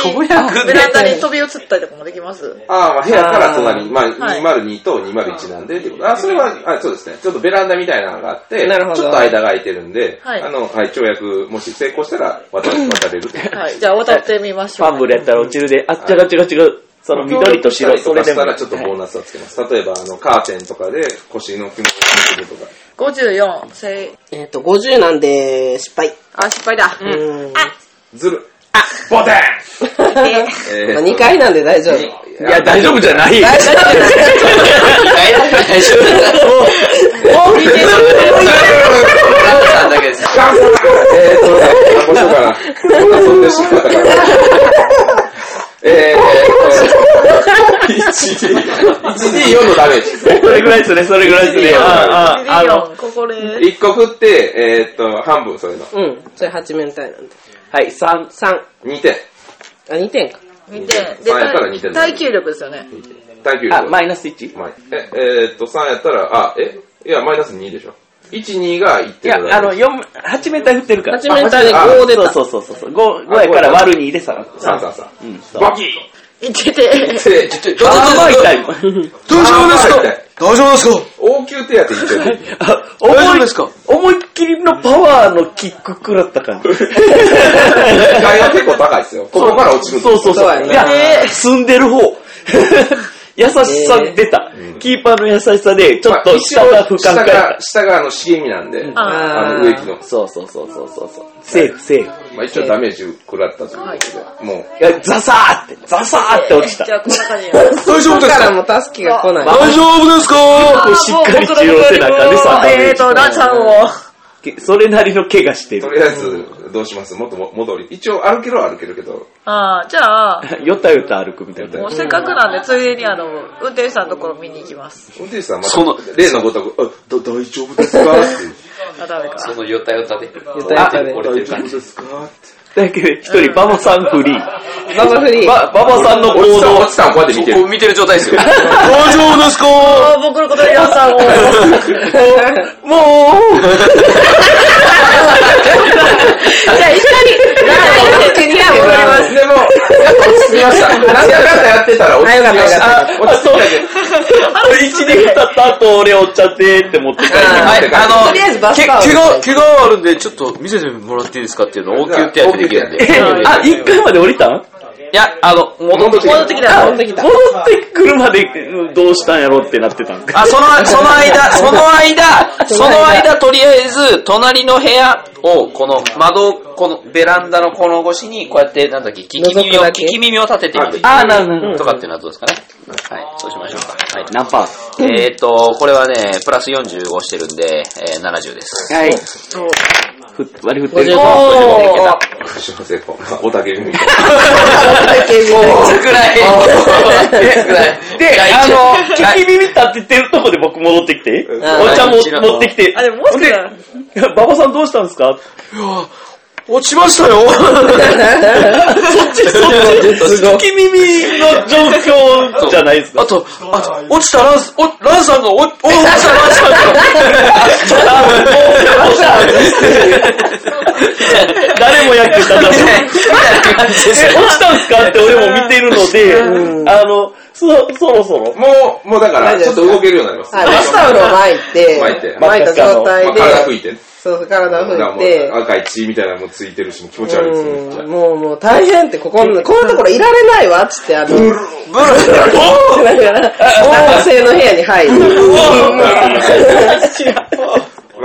[SPEAKER 1] ベランダに飛び移ったりとかもできます
[SPEAKER 2] ああ、まあ部屋から隣、まあ
[SPEAKER 1] はい
[SPEAKER 2] 202と201なんでってこと。あ、それは、あそうですね。ちょっとベランダみたいなのがあって、
[SPEAKER 3] なるほど
[SPEAKER 2] ちょっと間が空いてるんで、
[SPEAKER 1] はい
[SPEAKER 2] あの、はい、跳躍、もし成功したら渡渡れるって。
[SPEAKER 1] はい、じゃあ渡ってみまし
[SPEAKER 5] フ
[SPEAKER 1] ょう。
[SPEAKER 5] ァンブルやったら落ちるで、あ、違う違う違う。その緑と白、そ
[SPEAKER 2] と
[SPEAKER 5] れ
[SPEAKER 2] か
[SPEAKER 5] で
[SPEAKER 2] し
[SPEAKER 5] も
[SPEAKER 2] た。らちょっとボーナスはつけます。例えば、あの、カーテンとかで腰の紐をつけるとか。
[SPEAKER 1] 54、せい、
[SPEAKER 3] えっと、50なんで、失敗。
[SPEAKER 1] あ、失敗だ。
[SPEAKER 3] うん。
[SPEAKER 2] ずる。あボテンえ
[SPEAKER 3] まあ2回なんで大丈夫。
[SPEAKER 5] いや、大丈夫じゃない。
[SPEAKER 3] 大丈夫です。
[SPEAKER 4] 大丈夫ランさんだけです。
[SPEAKER 2] ガンえーと、どうしようかな。遊んでしまったから。えーと、1D4 のダメージ。
[SPEAKER 5] それぐらいですね、それぐらいですね。ああ、あ
[SPEAKER 1] 14、
[SPEAKER 5] の、
[SPEAKER 1] ここで。
[SPEAKER 2] 一個振って、えーっと、半分、それの。
[SPEAKER 3] うん。それ8面体なんで。
[SPEAKER 5] はい、3、
[SPEAKER 3] 3。あ、
[SPEAKER 2] 2点。
[SPEAKER 3] 2点か。
[SPEAKER 1] 見て、
[SPEAKER 2] 三やったら二点
[SPEAKER 1] で、耐久力ですよね。
[SPEAKER 2] 耐久力。
[SPEAKER 5] あ、マイナス 1? い
[SPEAKER 2] まあえ、えーっと、3やったら、あ、えいや、マイナス2でしょ。1、2が1点
[SPEAKER 5] や、
[SPEAKER 2] ぐらい。
[SPEAKER 5] あの、4、8面体振ってるから。
[SPEAKER 3] 8面体で
[SPEAKER 2] あ
[SPEAKER 3] 5出
[SPEAKER 5] そう
[SPEAKER 3] た。
[SPEAKER 5] そうそうそうそう。5、5やから割る2で下がる。
[SPEAKER 2] 3、3、3。
[SPEAKER 5] うん。
[SPEAKER 2] バキッ
[SPEAKER 1] いってて、
[SPEAKER 2] で、
[SPEAKER 5] 甘いタイム。
[SPEAKER 2] どうしようですかどうしようですか大応急手当行ってる。
[SPEAKER 5] 思い
[SPEAKER 2] 大丈夫ですか
[SPEAKER 5] 思いっきりのパワーのキック食らった感じ。
[SPEAKER 2] 2階は結構高いですよ。ここから落ちるんです
[SPEAKER 5] そうそう
[SPEAKER 3] そ
[SPEAKER 5] そ
[SPEAKER 3] うや
[SPEAKER 5] う。
[SPEAKER 3] ね
[SPEAKER 5] いや、住んでる方。 優しさ出た。キーパーの優しさで、ちょっ
[SPEAKER 2] まあ
[SPEAKER 5] と
[SPEAKER 2] 一
[SPEAKER 5] 下
[SPEAKER 2] 応
[SPEAKER 5] が深
[SPEAKER 2] 下
[SPEAKER 5] く
[SPEAKER 2] が、下があの、茂みなんで、あ
[SPEAKER 3] あ
[SPEAKER 2] の、
[SPEAKER 3] ー
[SPEAKER 2] 植木の。
[SPEAKER 5] そうそうそうそうそうそう。セーフ、セーフ。
[SPEAKER 2] まあ一応ダメージ食らったということで、もう。
[SPEAKER 5] いやザサーって、ザサーって落ちた。
[SPEAKER 1] じゃあ、この中に。
[SPEAKER 2] 大丈夫です
[SPEAKER 3] から
[SPEAKER 2] か
[SPEAKER 3] もう助けが来ない。
[SPEAKER 5] 大丈夫ですかしっかり治療せなあかんね、さあ。
[SPEAKER 1] えーと、ラちゃんを。
[SPEAKER 5] けそれなりの怪我して
[SPEAKER 2] と
[SPEAKER 5] る。
[SPEAKER 2] りあえず、どうしますもっとも戻り。一応歩けるは歩けるけど、
[SPEAKER 1] ああ、じゃあ、
[SPEAKER 5] よたよた歩くみたい
[SPEAKER 1] も
[SPEAKER 5] な
[SPEAKER 1] う。せっかくなんで、ついでにあの、運転手さんのところ見に行きます。
[SPEAKER 2] 運転手さんま
[SPEAKER 4] その
[SPEAKER 2] た、例のごとく、あ、だ大丈夫ですかって。
[SPEAKER 1] あ、ダメか。
[SPEAKER 4] そのヨタヨタで、ヨ
[SPEAKER 3] タヨタで
[SPEAKER 4] 折れて
[SPEAKER 2] 大
[SPEAKER 4] る
[SPEAKER 2] 丈
[SPEAKER 4] 感
[SPEAKER 2] 夫
[SPEAKER 4] じ。
[SPEAKER 2] ですかって。
[SPEAKER 5] だけど、一人、馬場さんフリー。
[SPEAKER 3] ババフリー。
[SPEAKER 5] ば馬場さんの行
[SPEAKER 2] おじさん、
[SPEAKER 5] 動
[SPEAKER 2] お。じさんこうやって見てる。
[SPEAKER 4] 見てる状態で すよ。
[SPEAKER 5] 大丈夫ですか
[SPEAKER 1] あ僕のことで皆さんを。
[SPEAKER 5] も
[SPEAKER 1] じゃあ一緒に、ラーメンに戻ります。
[SPEAKER 2] でも、落ち着きました。なんだかんだやってたら落ち着きました。あ落ち着きました。
[SPEAKER 5] う一年経った後、俺お茶でって持って帰って。
[SPEAKER 4] はい、あの、
[SPEAKER 3] とりあえずバス
[SPEAKER 4] け
[SPEAKER 3] タオル
[SPEAKER 4] 怪我、怪我あるんで、ちょっと見せてもらっていいですかっていうのを応急手当てできるんで。い
[SPEAKER 5] えあ、一回まで降りたん
[SPEAKER 4] や、あの、戻ってきて
[SPEAKER 1] 戻ってきた。
[SPEAKER 5] 戻ってくるまでどうしたんやろってなって たんか。
[SPEAKER 4] あ、その、その 間、その間、その間、とりあえず、隣の部屋を、この窓、このベランダのこの越しに、こうやって、なんだっけ、聞き耳
[SPEAKER 3] 覗
[SPEAKER 4] を、
[SPEAKER 3] くだ
[SPEAKER 4] 聞
[SPEAKER 3] け
[SPEAKER 4] き耳を立ててみる。
[SPEAKER 5] あ、なるほど。
[SPEAKER 4] とかっていうのはどうですかね。はい、そうしましょうか。はい。
[SPEAKER 5] 何パー
[SPEAKER 4] えーっと、これはね、プラス45してるんで、えー70です。
[SPEAKER 5] はい。ふ割り振ってる。
[SPEAKER 4] 55いけた。
[SPEAKER 2] すいません、おたけみたい
[SPEAKER 4] 少ない。 少ない。
[SPEAKER 5] で、
[SPEAKER 4] はい
[SPEAKER 5] あの、
[SPEAKER 4] はい
[SPEAKER 5] 聞き耳立ててるとこで僕戻ってきて、お
[SPEAKER 2] ん
[SPEAKER 5] 茶も
[SPEAKER 4] こちらの
[SPEAKER 5] 持ってきて、
[SPEAKER 1] あ、でももしかしたら、
[SPEAKER 5] 馬場さんどうしたんですか
[SPEAKER 4] 落ちましたよ。
[SPEAKER 5] 聞き耳の状況じゃないですか。
[SPEAKER 4] あと、あと、落ちたランス、おランさんが、お、お、落ちたランさんが。
[SPEAKER 5] 誰も野球 ただの
[SPEAKER 4] みたいな感じで
[SPEAKER 5] え、
[SPEAKER 4] すよ
[SPEAKER 5] 落ちたんすかって俺も見てるので、あの、そ、そろそろ。
[SPEAKER 2] な。もう、もうだから、ちょっと動けるようになります。
[SPEAKER 3] はい、バスタオルを巻いて、
[SPEAKER 2] 巻いて
[SPEAKER 3] 巻いた状態
[SPEAKER 2] まあ
[SPEAKER 3] で、
[SPEAKER 2] 体拭いてね。
[SPEAKER 3] そう、体
[SPEAKER 2] だから
[SPEAKER 3] を拭い
[SPEAKER 2] も
[SPEAKER 3] て
[SPEAKER 2] う、赤い血みたいなのもついてるし、もう気持ち悪いですねめっちゃ
[SPEAKER 3] うんもう、もう大変って、ここ、このところいられないわっつって、あの、ブルだから、男性の部屋に 入る。
[SPEAKER 2] まあ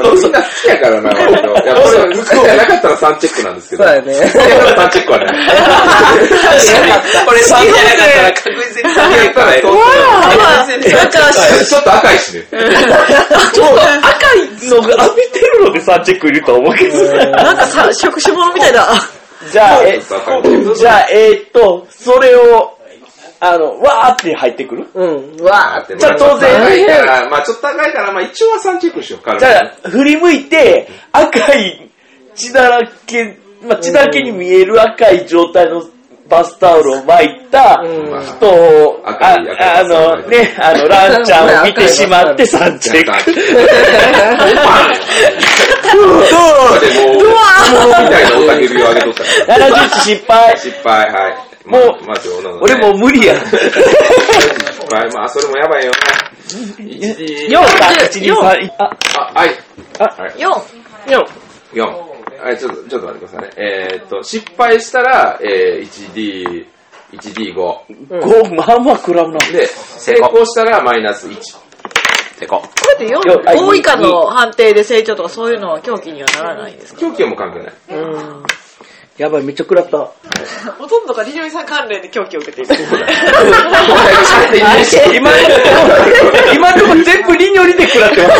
[SPEAKER 2] みんな好きやからな、割といや、こ れ、昔じゃなかったら3チェックなんですけ
[SPEAKER 3] そ
[SPEAKER 2] ど。
[SPEAKER 3] う
[SPEAKER 2] 好
[SPEAKER 3] や
[SPEAKER 2] き
[SPEAKER 3] ね。
[SPEAKER 2] やから3チェックはね。
[SPEAKER 4] これ3じゃなかったら確実に
[SPEAKER 2] 好きやったらそう
[SPEAKER 1] なんか、
[SPEAKER 2] ちょっと赤いしね。
[SPEAKER 5] 赤いのが浴びてるので3チェックいると思うけど。
[SPEAKER 1] なんかさ、触手者みたいだ。
[SPEAKER 5] じゃあ、え、
[SPEAKER 2] ちょっと赤いし。
[SPEAKER 5] じゃあ、えーっと、それを、あの、わーって入ってくる
[SPEAKER 3] うん。
[SPEAKER 2] わーって。
[SPEAKER 5] じゃあ当然
[SPEAKER 2] 高いから、まあちょっと高いから、まあ一応は3チェックしようか。
[SPEAKER 5] じゃあ、振り向いて、赤い血だらけ、まあ、血だらけに見える赤い状態のバスタオルを巻いた
[SPEAKER 3] うん
[SPEAKER 5] 人を、
[SPEAKER 2] 赤
[SPEAKER 5] あ
[SPEAKER 2] い赤い
[SPEAKER 5] あのね、あの、ランちゃんを見てしまって3チェック。
[SPEAKER 2] でもう、相撲みたいなおたけびを上げとったから。
[SPEAKER 5] 71失敗。
[SPEAKER 2] 失敗、はい。も
[SPEAKER 5] もう
[SPEAKER 2] う、まあ、冗談
[SPEAKER 5] 俺もう無理や。
[SPEAKER 2] 失敗、まあ、それもやばいよ
[SPEAKER 5] 4か、1、2、3、あ、
[SPEAKER 2] な。あ、はい。
[SPEAKER 5] 4。
[SPEAKER 2] 4。はい、ちょっと、ちょっと待ってくださいね。えーっと、失敗したら、えー、1D、1D5。
[SPEAKER 5] 5、まあまあ食らうな。
[SPEAKER 2] で、成功したらマイナス1。
[SPEAKER 4] 成功。
[SPEAKER 1] だって4、5以下の判定で成長とかそういうのは狂気にはならないんですか
[SPEAKER 2] 狂気はもう関係ない。
[SPEAKER 5] やばい、めっちゃ食らった。
[SPEAKER 1] ほとんどが二条さん関連で狂気を受けている。
[SPEAKER 5] 今のところ、今のところ全部リニョリで食らってま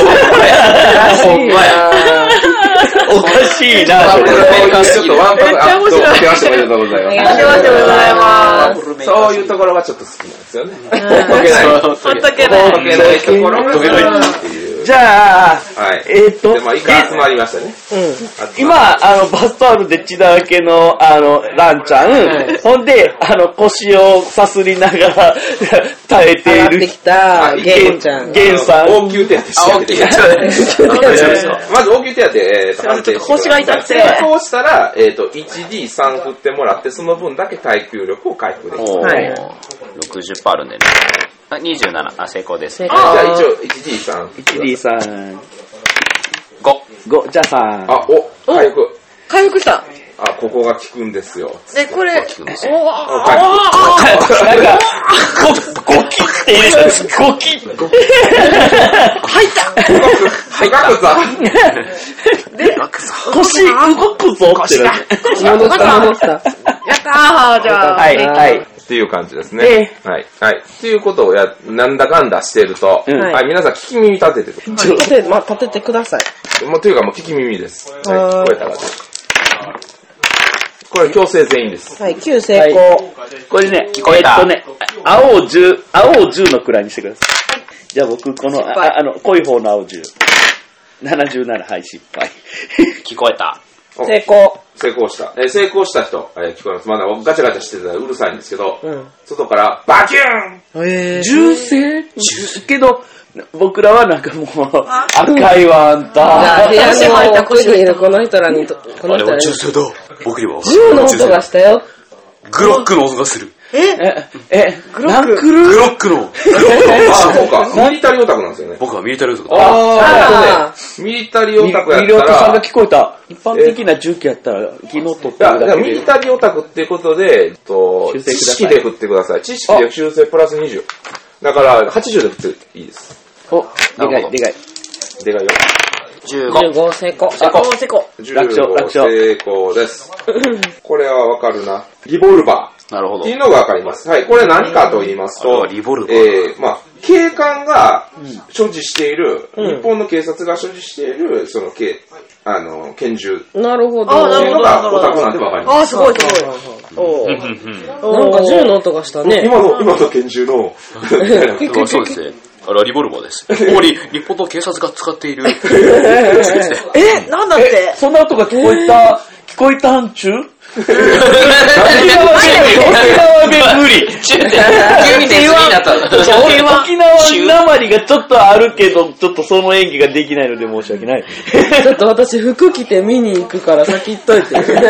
[SPEAKER 5] す。
[SPEAKER 3] おかしいな
[SPEAKER 5] おかしい
[SPEAKER 2] こ
[SPEAKER 5] な、
[SPEAKER 2] れはちょっとワンパ
[SPEAKER 1] めっ
[SPEAKER 2] ク、
[SPEAKER 1] ちゃ
[SPEAKER 2] あ、ど
[SPEAKER 1] 面
[SPEAKER 2] うも
[SPEAKER 1] 白い
[SPEAKER 2] 明けましておめでとうございます。
[SPEAKER 1] ありがとうございま
[SPEAKER 2] そういうところがちょっと好きなんですよね。解
[SPEAKER 1] す。
[SPEAKER 2] けない。
[SPEAKER 1] ほっとけない。
[SPEAKER 2] 解けないところが好きっていう。
[SPEAKER 5] じゃあ、
[SPEAKER 2] はい。
[SPEAKER 5] えーっと
[SPEAKER 2] で、まあ、一回集まりましたね。うん
[SPEAKER 5] 今、あの、バスタオルで血だらけの、あの、ランちゃん、ほんで、あの、腰をさすりながら、耐えてい
[SPEAKER 3] 上がって
[SPEAKER 5] る
[SPEAKER 3] き、た、ゲンちゃん。
[SPEAKER 5] ゲンさん。
[SPEAKER 2] 応急手当てしてあげてください まず応急手当て、えーと、判定してください
[SPEAKER 1] 腰が痛くて
[SPEAKER 2] 成功したら、えっ、と、1D3 振ってもらって、その分だけ耐久力を回復できる。
[SPEAKER 4] もう、
[SPEAKER 3] はい
[SPEAKER 4] 60%あるんでね。あ27、あ、成功です。
[SPEAKER 2] じゃあ一応、1D3。
[SPEAKER 5] 1D さん。
[SPEAKER 4] 5。
[SPEAKER 5] 5、じゃあさん。
[SPEAKER 2] あ、お、回復。
[SPEAKER 1] 回復した。
[SPEAKER 2] あ、ここが効くんですよ。
[SPEAKER 1] で、これ、
[SPEAKER 4] 効くんです
[SPEAKER 1] お
[SPEAKER 2] あ
[SPEAKER 1] わ
[SPEAKER 2] 回復
[SPEAKER 5] なんか、ゴゴキって入れたやつゴキ
[SPEAKER 2] はい、ガクザ
[SPEAKER 5] 腰動くぞってなる。
[SPEAKER 3] 戻った、戻った。
[SPEAKER 1] やったーじゃあ。
[SPEAKER 5] はい、はい。
[SPEAKER 2] っていう感じですね。はい。はい。っていうことをや、なんだかんだしてると、
[SPEAKER 5] うん
[SPEAKER 2] はい、皆さん聞き耳立ててく
[SPEAKER 3] 立てて、まあ、立ててください。
[SPEAKER 2] もうというかもう聞き耳です。はい。
[SPEAKER 3] は
[SPEAKER 2] 聞こえ
[SPEAKER 3] い
[SPEAKER 2] たら。これ強制全員です。
[SPEAKER 3] はい、9成功。
[SPEAKER 5] これね、
[SPEAKER 4] 聞こえた
[SPEAKER 5] えっとね、青を10、青を10の位にしてください。じゃあ僕、この、
[SPEAKER 1] 敗
[SPEAKER 5] ああの、濃い方の青10。77、はい、失敗。
[SPEAKER 4] 聞こえた。
[SPEAKER 2] お
[SPEAKER 3] 成功。
[SPEAKER 2] 成功した。えー成功した人、えー聞こえます。まだガチャガチャしてたらうるさいんですけど、
[SPEAKER 3] うん。
[SPEAKER 2] 外からバキューン
[SPEAKER 3] え
[SPEAKER 5] 銃声けど、僕らはなんかもう、赤いワン
[SPEAKER 3] じゃあ、
[SPEAKER 5] タン。
[SPEAKER 3] 部屋の奥にいるこの人らにと、この人らに。
[SPEAKER 4] 声だ。僕には
[SPEAKER 3] 銃の音がしたよ。
[SPEAKER 4] グロックの音がする。
[SPEAKER 5] え、え、ナンクル
[SPEAKER 4] グロックの。
[SPEAKER 2] あ、そうか。ミリタリーオタクなんですよね。
[SPEAKER 4] 僕はミリタリーだ。
[SPEAKER 3] あ
[SPEAKER 2] ミリタリーオ
[SPEAKER 5] ミ
[SPEAKER 2] タクやっ
[SPEAKER 5] リオ
[SPEAKER 2] た
[SPEAKER 5] トさんが
[SPEAKER 2] ら、
[SPEAKER 5] 聞こえた。一般的な銃器やったら、技能取ってる
[SPEAKER 2] いや
[SPEAKER 5] だけ
[SPEAKER 2] ミ
[SPEAKER 5] で
[SPEAKER 2] リ。タリーオタクっていうことで、えっと、
[SPEAKER 5] 修
[SPEAKER 2] 知
[SPEAKER 5] 正ください
[SPEAKER 2] 識で振ってください。知識で修正プラス20。だから、80で振っていいです。
[SPEAKER 5] お、でか
[SPEAKER 4] なるほど
[SPEAKER 5] い、でかい。
[SPEAKER 2] でかいよ。
[SPEAKER 3] あ、
[SPEAKER 4] 15。
[SPEAKER 3] 15成功。
[SPEAKER 5] あ
[SPEAKER 1] おーせこ。
[SPEAKER 2] 15
[SPEAKER 5] 楽勝楽勝
[SPEAKER 2] 成功です。これはわかるな。リボルバー。
[SPEAKER 4] なるほ
[SPEAKER 2] っ
[SPEAKER 4] ど
[SPEAKER 2] てい。うのがわかります。はい。これ何かと言います
[SPEAKER 4] あれ
[SPEAKER 2] と、
[SPEAKER 4] はリボルバ
[SPEAKER 2] え
[SPEAKER 4] ー
[SPEAKER 2] ー、まあ、警官が所持している、日本の警察が所持している、その、けあの、拳銃って
[SPEAKER 3] なるほど。
[SPEAKER 1] あーな
[SPEAKER 2] いう
[SPEAKER 1] る
[SPEAKER 2] の
[SPEAKER 1] ほど
[SPEAKER 2] がオタクなんてわかります。
[SPEAKER 1] あー、すごいすごい。おー
[SPEAKER 3] なんか銃の音がしたね。
[SPEAKER 2] 今の、今の拳銃の、
[SPEAKER 4] あそうですね。あれはリボルバーです。主に日本の警察が使っている。ですね
[SPEAKER 1] え、なんだって
[SPEAKER 5] そんな音が聞こえた、聞こえたんちゅ沖縄弁無理。
[SPEAKER 4] 急に手になった。
[SPEAKER 5] 沖縄なまりがちょっとあるけど、ちょっとその演技ができないので申し訳ない。
[SPEAKER 3] ちょっと私服着て見に行くから先行っといて。
[SPEAKER 4] 確か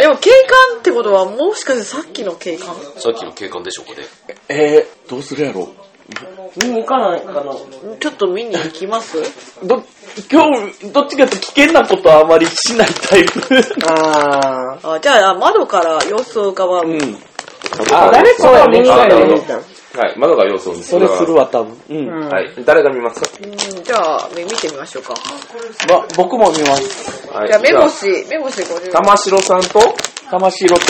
[SPEAKER 1] でも警官ってことはもしかしてさっきの警官
[SPEAKER 4] に。さっきの警官でしょうかね。
[SPEAKER 5] えー、どうするやろ
[SPEAKER 3] 見に行かないかな。
[SPEAKER 1] ちょっと見に行きます
[SPEAKER 5] ど、今日、どっちかというと危険なことはあまりしないタイプ。
[SPEAKER 3] あ
[SPEAKER 1] あじゃあ窓から様子をうかばう、
[SPEAKER 5] うん。
[SPEAKER 2] あ
[SPEAKER 3] 誰かは見に行か
[SPEAKER 2] な
[SPEAKER 3] ない
[SPEAKER 2] る
[SPEAKER 3] で
[SPEAKER 2] ほ
[SPEAKER 3] 見た。
[SPEAKER 2] ど はい、窓が要素を見つ
[SPEAKER 5] それするわ、多分。うん。ま、
[SPEAKER 2] はい、誰が見ますか
[SPEAKER 1] うんじゃあ見見てみましょうか
[SPEAKER 5] 僕も見ます。
[SPEAKER 2] はい
[SPEAKER 1] じゃあ目
[SPEAKER 2] じゃあ
[SPEAKER 1] 星目星50
[SPEAKER 2] 玉城さんと、
[SPEAKER 5] 玉城と、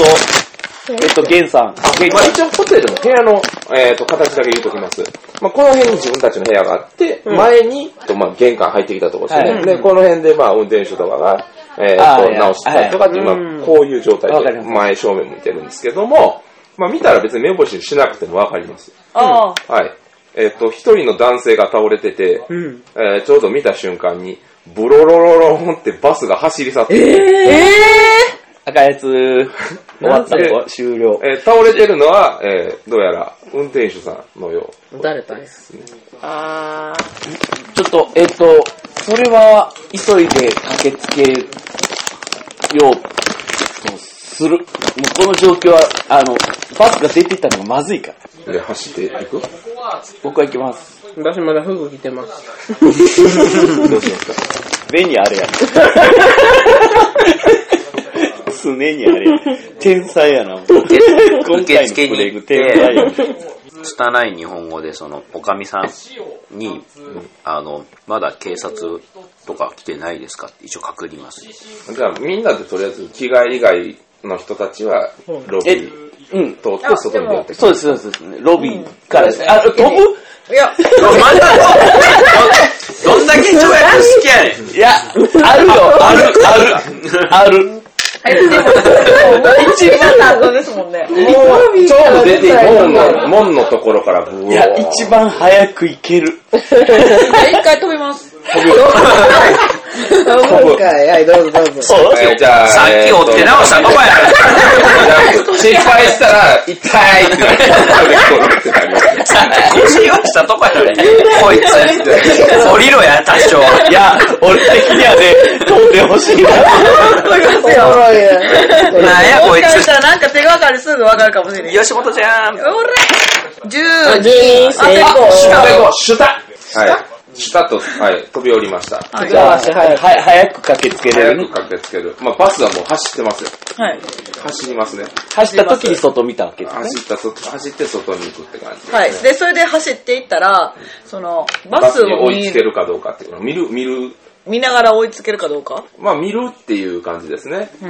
[SPEAKER 5] えっと、ゲンさん。ゲン
[SPEAKER 2] まあ、一応ホテルの部屋の、えー、と形だけ言うときます。まあ、この辺に自分たちの部屋があって、前に、とまあ、玄関入ってきたところですよね。
[SPEAKER 5] はい
[SPEAKER 2] で、この辺で、まあ、運転手とかが、えー、
[SPEAKER 5] あー
[SPEAKER 2] と
[SPEAKER 5] いや
[SPEAKER 2] 直したりとかっていう、
[SPEAKER 5] はい
[SPEAKER 2] まあ、こういう状態
[SPEAKER 5] わかり
[SPEAKER 2] で
[SPEAKER 5] ます
[SPEAKER 2] 前正面向いてるんですけども、まあ、見たら別に目星しなくてもわかります。
[SPEAKER 1] ああ
[SPEAKER 2] はい。えっ、と、一人の男性が倒れてて、
[SPEAKER 3] うん。
[SPEAKER 2] えーちょうど見た瞬間に、ブロロロロンってバスが走り去って、
[SPEAKER 5] 赤いやつ、終わった
[SPEAKER 2] なん
[SPEAKER 5] の終了。
[SPEAKER 2] えー倒れてるのは、えーどうやら運転手さんのよ
[SPEAKER 3] 誰だ
[SPEAKER 1] あー
[SPEAKER 5] ちょっと、えっ、と、それは、急いで駆けつけようとする。もうこの状況は、あの、バスが出ていったのがまずいか
[SPEAKER 2] う。
[SPEAKER 5] ら。
[SPEAKER 2] で、走っていく
[SPEAKER 5] 僕は行きます。
[SPEAKER 3] 私まだ服着てます。
[SPEAKER 2] どうしますか
[SPEAKER 5] 目にあれや。常にあれや。天才やな。今回のプレイング天才や。
[SPEAKER 4] 拙い日本語でそのおかみさんに、あのまだ警察とか来てないですかって一応確認ます
[SPEAKER 2] じゃあ、みんなでとりあえず、着替え以外の人たちは、ロビ
[SPEAKER 5] え
[SPEAKER 2] ー、
[SPEAKER 5] うん。
[SPEAKER 2] 通って外に出てくる。
[SPEAKER 5] そうです、そうですそうです。ロビーからです。あ、飛ぶ
[SPEAKER 1] いや
[SPEAKER 4] どんだけ跳躍好きやねん
[SPEAKER 5] いや、あるよ、ある、ある、ある。
[SPEAKER 1] 一番な謎ですもんね
[SPEAKER 2] もう、ちょうど出て、門の、門のところからブー
[SPEAKER 5] いや、一番早く行ける。
[SPEAKER 1] 一回飛びます
[SPEAKER 3] 今回、はい、どうぞどうぞ。
[SPEAKER 5] そう
[SPEAKER 2] えーじゃあ、
[SPEAKER 4] さっきお手直したとこや
[SPEAKER 2] 失敗したら、痛いってなって、転がってなります
[SPEAKER 4] さっき腰落ちたとこやねこいつ降りろや多少
[SPEAKER 5] いや、俺的にはね、飛んでほしいな。
[SPEAKER 3] おもろいね。
[SPEAKER 4] なんやこい
[SPEAKER 1] しかした
[SPEAKER 4] つ。
[SPEAKER 1] らなんか手がかりすぐわかるかもしれない。
[SPEAKER 4] 吉本じゃん。
[SPEAKER 1] ほら
[SPEAKER 3] あ
[SPEAKER 1] !10!
[SPEAKER 3] 全員成功。
[SPEAKER 2] シュタはい。シュタと、はい、飛び降りました。
[SPEAKER 1] はい
[SPEAKER 6] じゃあ、はい。
[SPEAKER 5] はい、早く駆けつけれ
[SPEAKER 2] 早
[SPEAKER 5] る
[SPEAKER 2] く。駆けつける。まあ、バスはもう走ってますよ。
[SPEAKER 1] はい。
[SPEAKER 2] 走りますね。
[SPEAKER 5] 走った時に外見たわけですね。
[SPEAKER 2] 走った外、走って外に行くって感じ。
[SPEAKER 1] はい。で、それで走っていったら、その、バ
[SPEAKER 2] バス
[SPEAKER 1] ス
[SPEAKER 2] に
[SPEAKER 1] を
[SPEAKER 2] 追い
[SPEAKER 1] 見
[SPEAKER 2] つけるかどうかっていうのを見る、見る、
[SPEAKER 1] 見ながら追いつけるかどうか
[SPEAKER 2] まあ見るっていう感じですね。う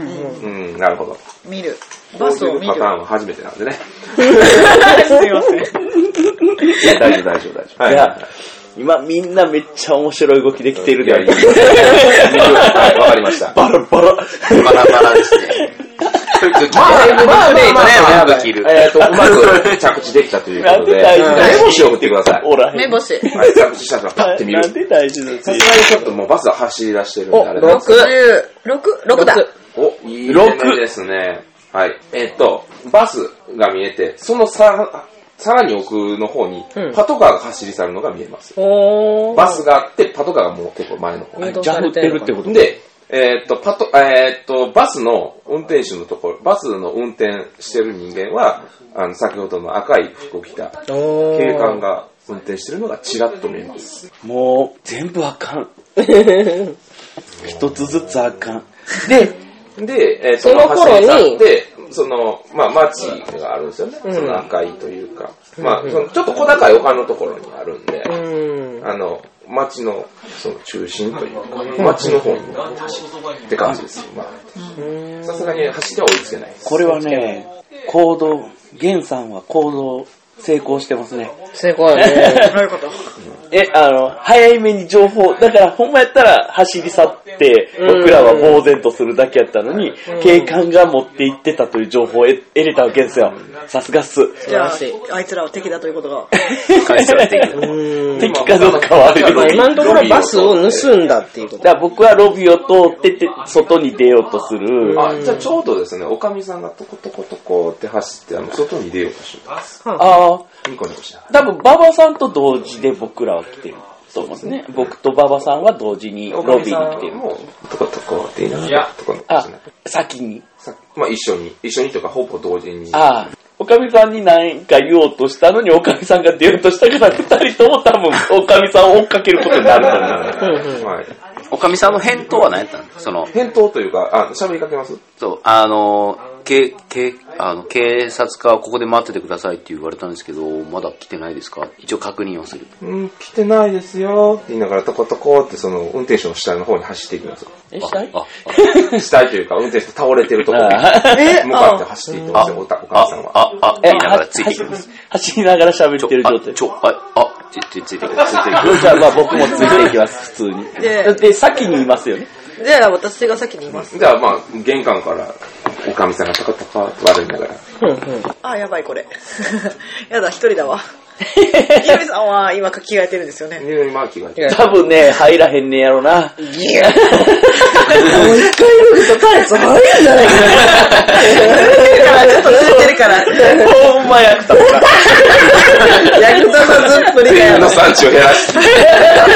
[SPEAKER 2] ん、なるほど。
[SPEAKER 1] 見る。バスを見
[SPEAKER 2] こうい
[SPEAKER 1] る
[SPEAKER 2] うパター。ンは初めてなんで ね。すいません。大丈夫、大丈夫、大丈夫。
[SPEAKER 5] いや、今みんなめっちゃ面白い動きできてる
[SPEAKER 2] いや、いい
[SPEAKER 5] で。
[SPEAKER 2] ですはい、わかりました。
[SPEAKER 5] バラバラ。
[SPEAKER 4] バラバラですね。まあ、まあ、まあ、まあ、切る。
[SPEAKER 2] えっと、うまく着地できたということで、
[SPEAKER 5] なんで大事
[SPEAKER 2] 目星を振ってください。
[SPEAKER 5] おらへん。
[SPEAKER 1] 目星。
[SPEAKER 2] はい、着地したらパッて見る
[SPEAKER 5] な。んで大事な
[SPEAKER 2] さすがにちょっともうバスは走り出してるんで、あれなんですけど
[SPEAKER 1] 6、6だ。
[SPEAKER 2] お、いいねですね。はい。えっと、バスが見えて、そのさ、さらに奥の方に、パトカーが走り去るのが見えます。
[SPEAKER 3] おー。
[SPEAKER 2] バスがあって、パトカーがもう結構前の方に。
[SPEAKER 5] じゃ振ってるってこと
[SPEAKER 2] で、えーっと、パト、えーっと、バスの運転手のところ、バスの運転してる人間は、あの、先ほどの赤い服を着た
[SPEAKER 3] お
[SPEAKER 2] 警官が運転してるのがちらっと見えます。
[SPEAKER 5] もう、全部あかん。一つずつあかん。で、
[SPEAKER 2] で、えー
[SPEAKER 3] その頃に
[SPEAKER 2] 走り去って、その、まあ、町があるんですよね。その赤いというか、まあ、そのちょっと小高い丘のところにあるんで、
[SPEAKER 3] うん。
[SPEAKER 2] あの、町の、その中心というか、町の方に走るって感じです。まあ、さすがに走っては追いつけないです。
[SPEAKER 5] これはね、行動、源さんは行動、成功してますね。
[SPEAKER 3] 成功や ね。
[SPEAKER 5] え、あの、早めに情報、だからほんまやったら走り去って、僕らは呆然とするだけやったのに、警官が持って行ってたという情報を得得れたわけですよ。さすがっす。
[SPEAKER 1] じゃあ、あいつらは敵だということが。
[SPEAKER 4] 返せはで きる。
[SPEAKER 3] うん。
[SPEAKER 5] 敵かどうかはあるよ。
[SPEAKER 3] まあ今のところバスを盗んだっていうこと。
[SPEAKER 5] だから僕はロビーを通ってって、外に出ようとする。あ
[SPEAKER 2] あ、じゃあちょうどですね、おかみさんがトコトコトコって走って、あの、外に出ようとして
[SPEAKER 5] あー、
[SPEAKER 2] ニコニコしなが
[SPEAKER 5] 多分馬場さんと同時で僕らは来てると思うんですね。僕と馬場さんは同時に
[SPEAKER 2] ら。
[SPEAKER 5] ロビーに来てる。
[SPEAKER 2] もトコトコって言いながら、トコトコし
[SPEAKER 5] あ
[SPEAKER 2] ながら、
[SPEAKER 5] 先に。
[SPEAKER 2] さまあ一緒に、一緒にというかほぼ同時に。
[SPEAKER 5] ああ。おかみさんに何か言おうとしたのに、おかみさんが出ようとしたから、二人とも多 分、おかみさんを追っかけることにな ると思う。
[SPEAKER 2] はい。
[SPEAKER 4] おかみさんの返答は何やったのその、
[SPEAKER 2] 返答というか、あ、喋りかけます
[SPEAKER 4] そう、あの、け、け、あの、警察官ここで待っててくださいって言われたんですけど、まだ来てないですか一応確認をする。
[SPEAKER 2] うん、来てないですよって言いながら、トコトコってその運転手の下の方に走っていくんですよ。
[SPEAKER 5] え、したい
[SPEAKER 4] あ、
[SPEAKER 2] 下というか、運転手倒れてるところに
[SPEAKER 1] え
[SPEAKER 2] 向かって走っていってますよ、おたお
[SPEAKER 4] あ、
[SPEAKER 2] 母さんは。
[SPEAKER 4] あ、あ、言いながらついてき
[SPEAKER 5] は
[SPEAKER 4] ます。
[SPEAKER 5] 走りながら喋
[SPEAKER 4] ち
[SPEAKER 5] っ
[SPEAKER 4] ょ
[SPEAKER 5] てる、状
[SPEAKER 4] あ、
[SPEAKER 5] 態。
[SPEAKER 4] ちょ、あ、あ、つつついてくる、ついてくる。
[SPEAKER 5] じゃあ、まあ僕もついていきます、普通に。
[SPEAKER 1] で
[SPEAKER 5] で、先にいますよね。
[SPEAKER 1] じゃあ、私が先に言います。
[SPEAKER 2] じゃあまあ、玄関から、おかみさんがトコトコって笑いながら。
[SPEAKER 1] あ、やばいこれ。 やだ、一人だわ。ひみさんは今着替えてるんですよね。
[SPEAKER 2] で今着替えて
[SPEAKER 5] 多分ね、入らへんねやろな。
[SPEAKER 3] もう一回脱ぐとタイツ入るんじゃないか
[SPEAKER 1] ちょっと濡れてるから。
[SPEAKER 5] ほんまやった。
[SPEAKER 3] な。役立 たずっぷりがや
[SPEAKER 2] 自分の
[SPEAKER 3] ばい。
[SPEAKER 2] 産地を減らして。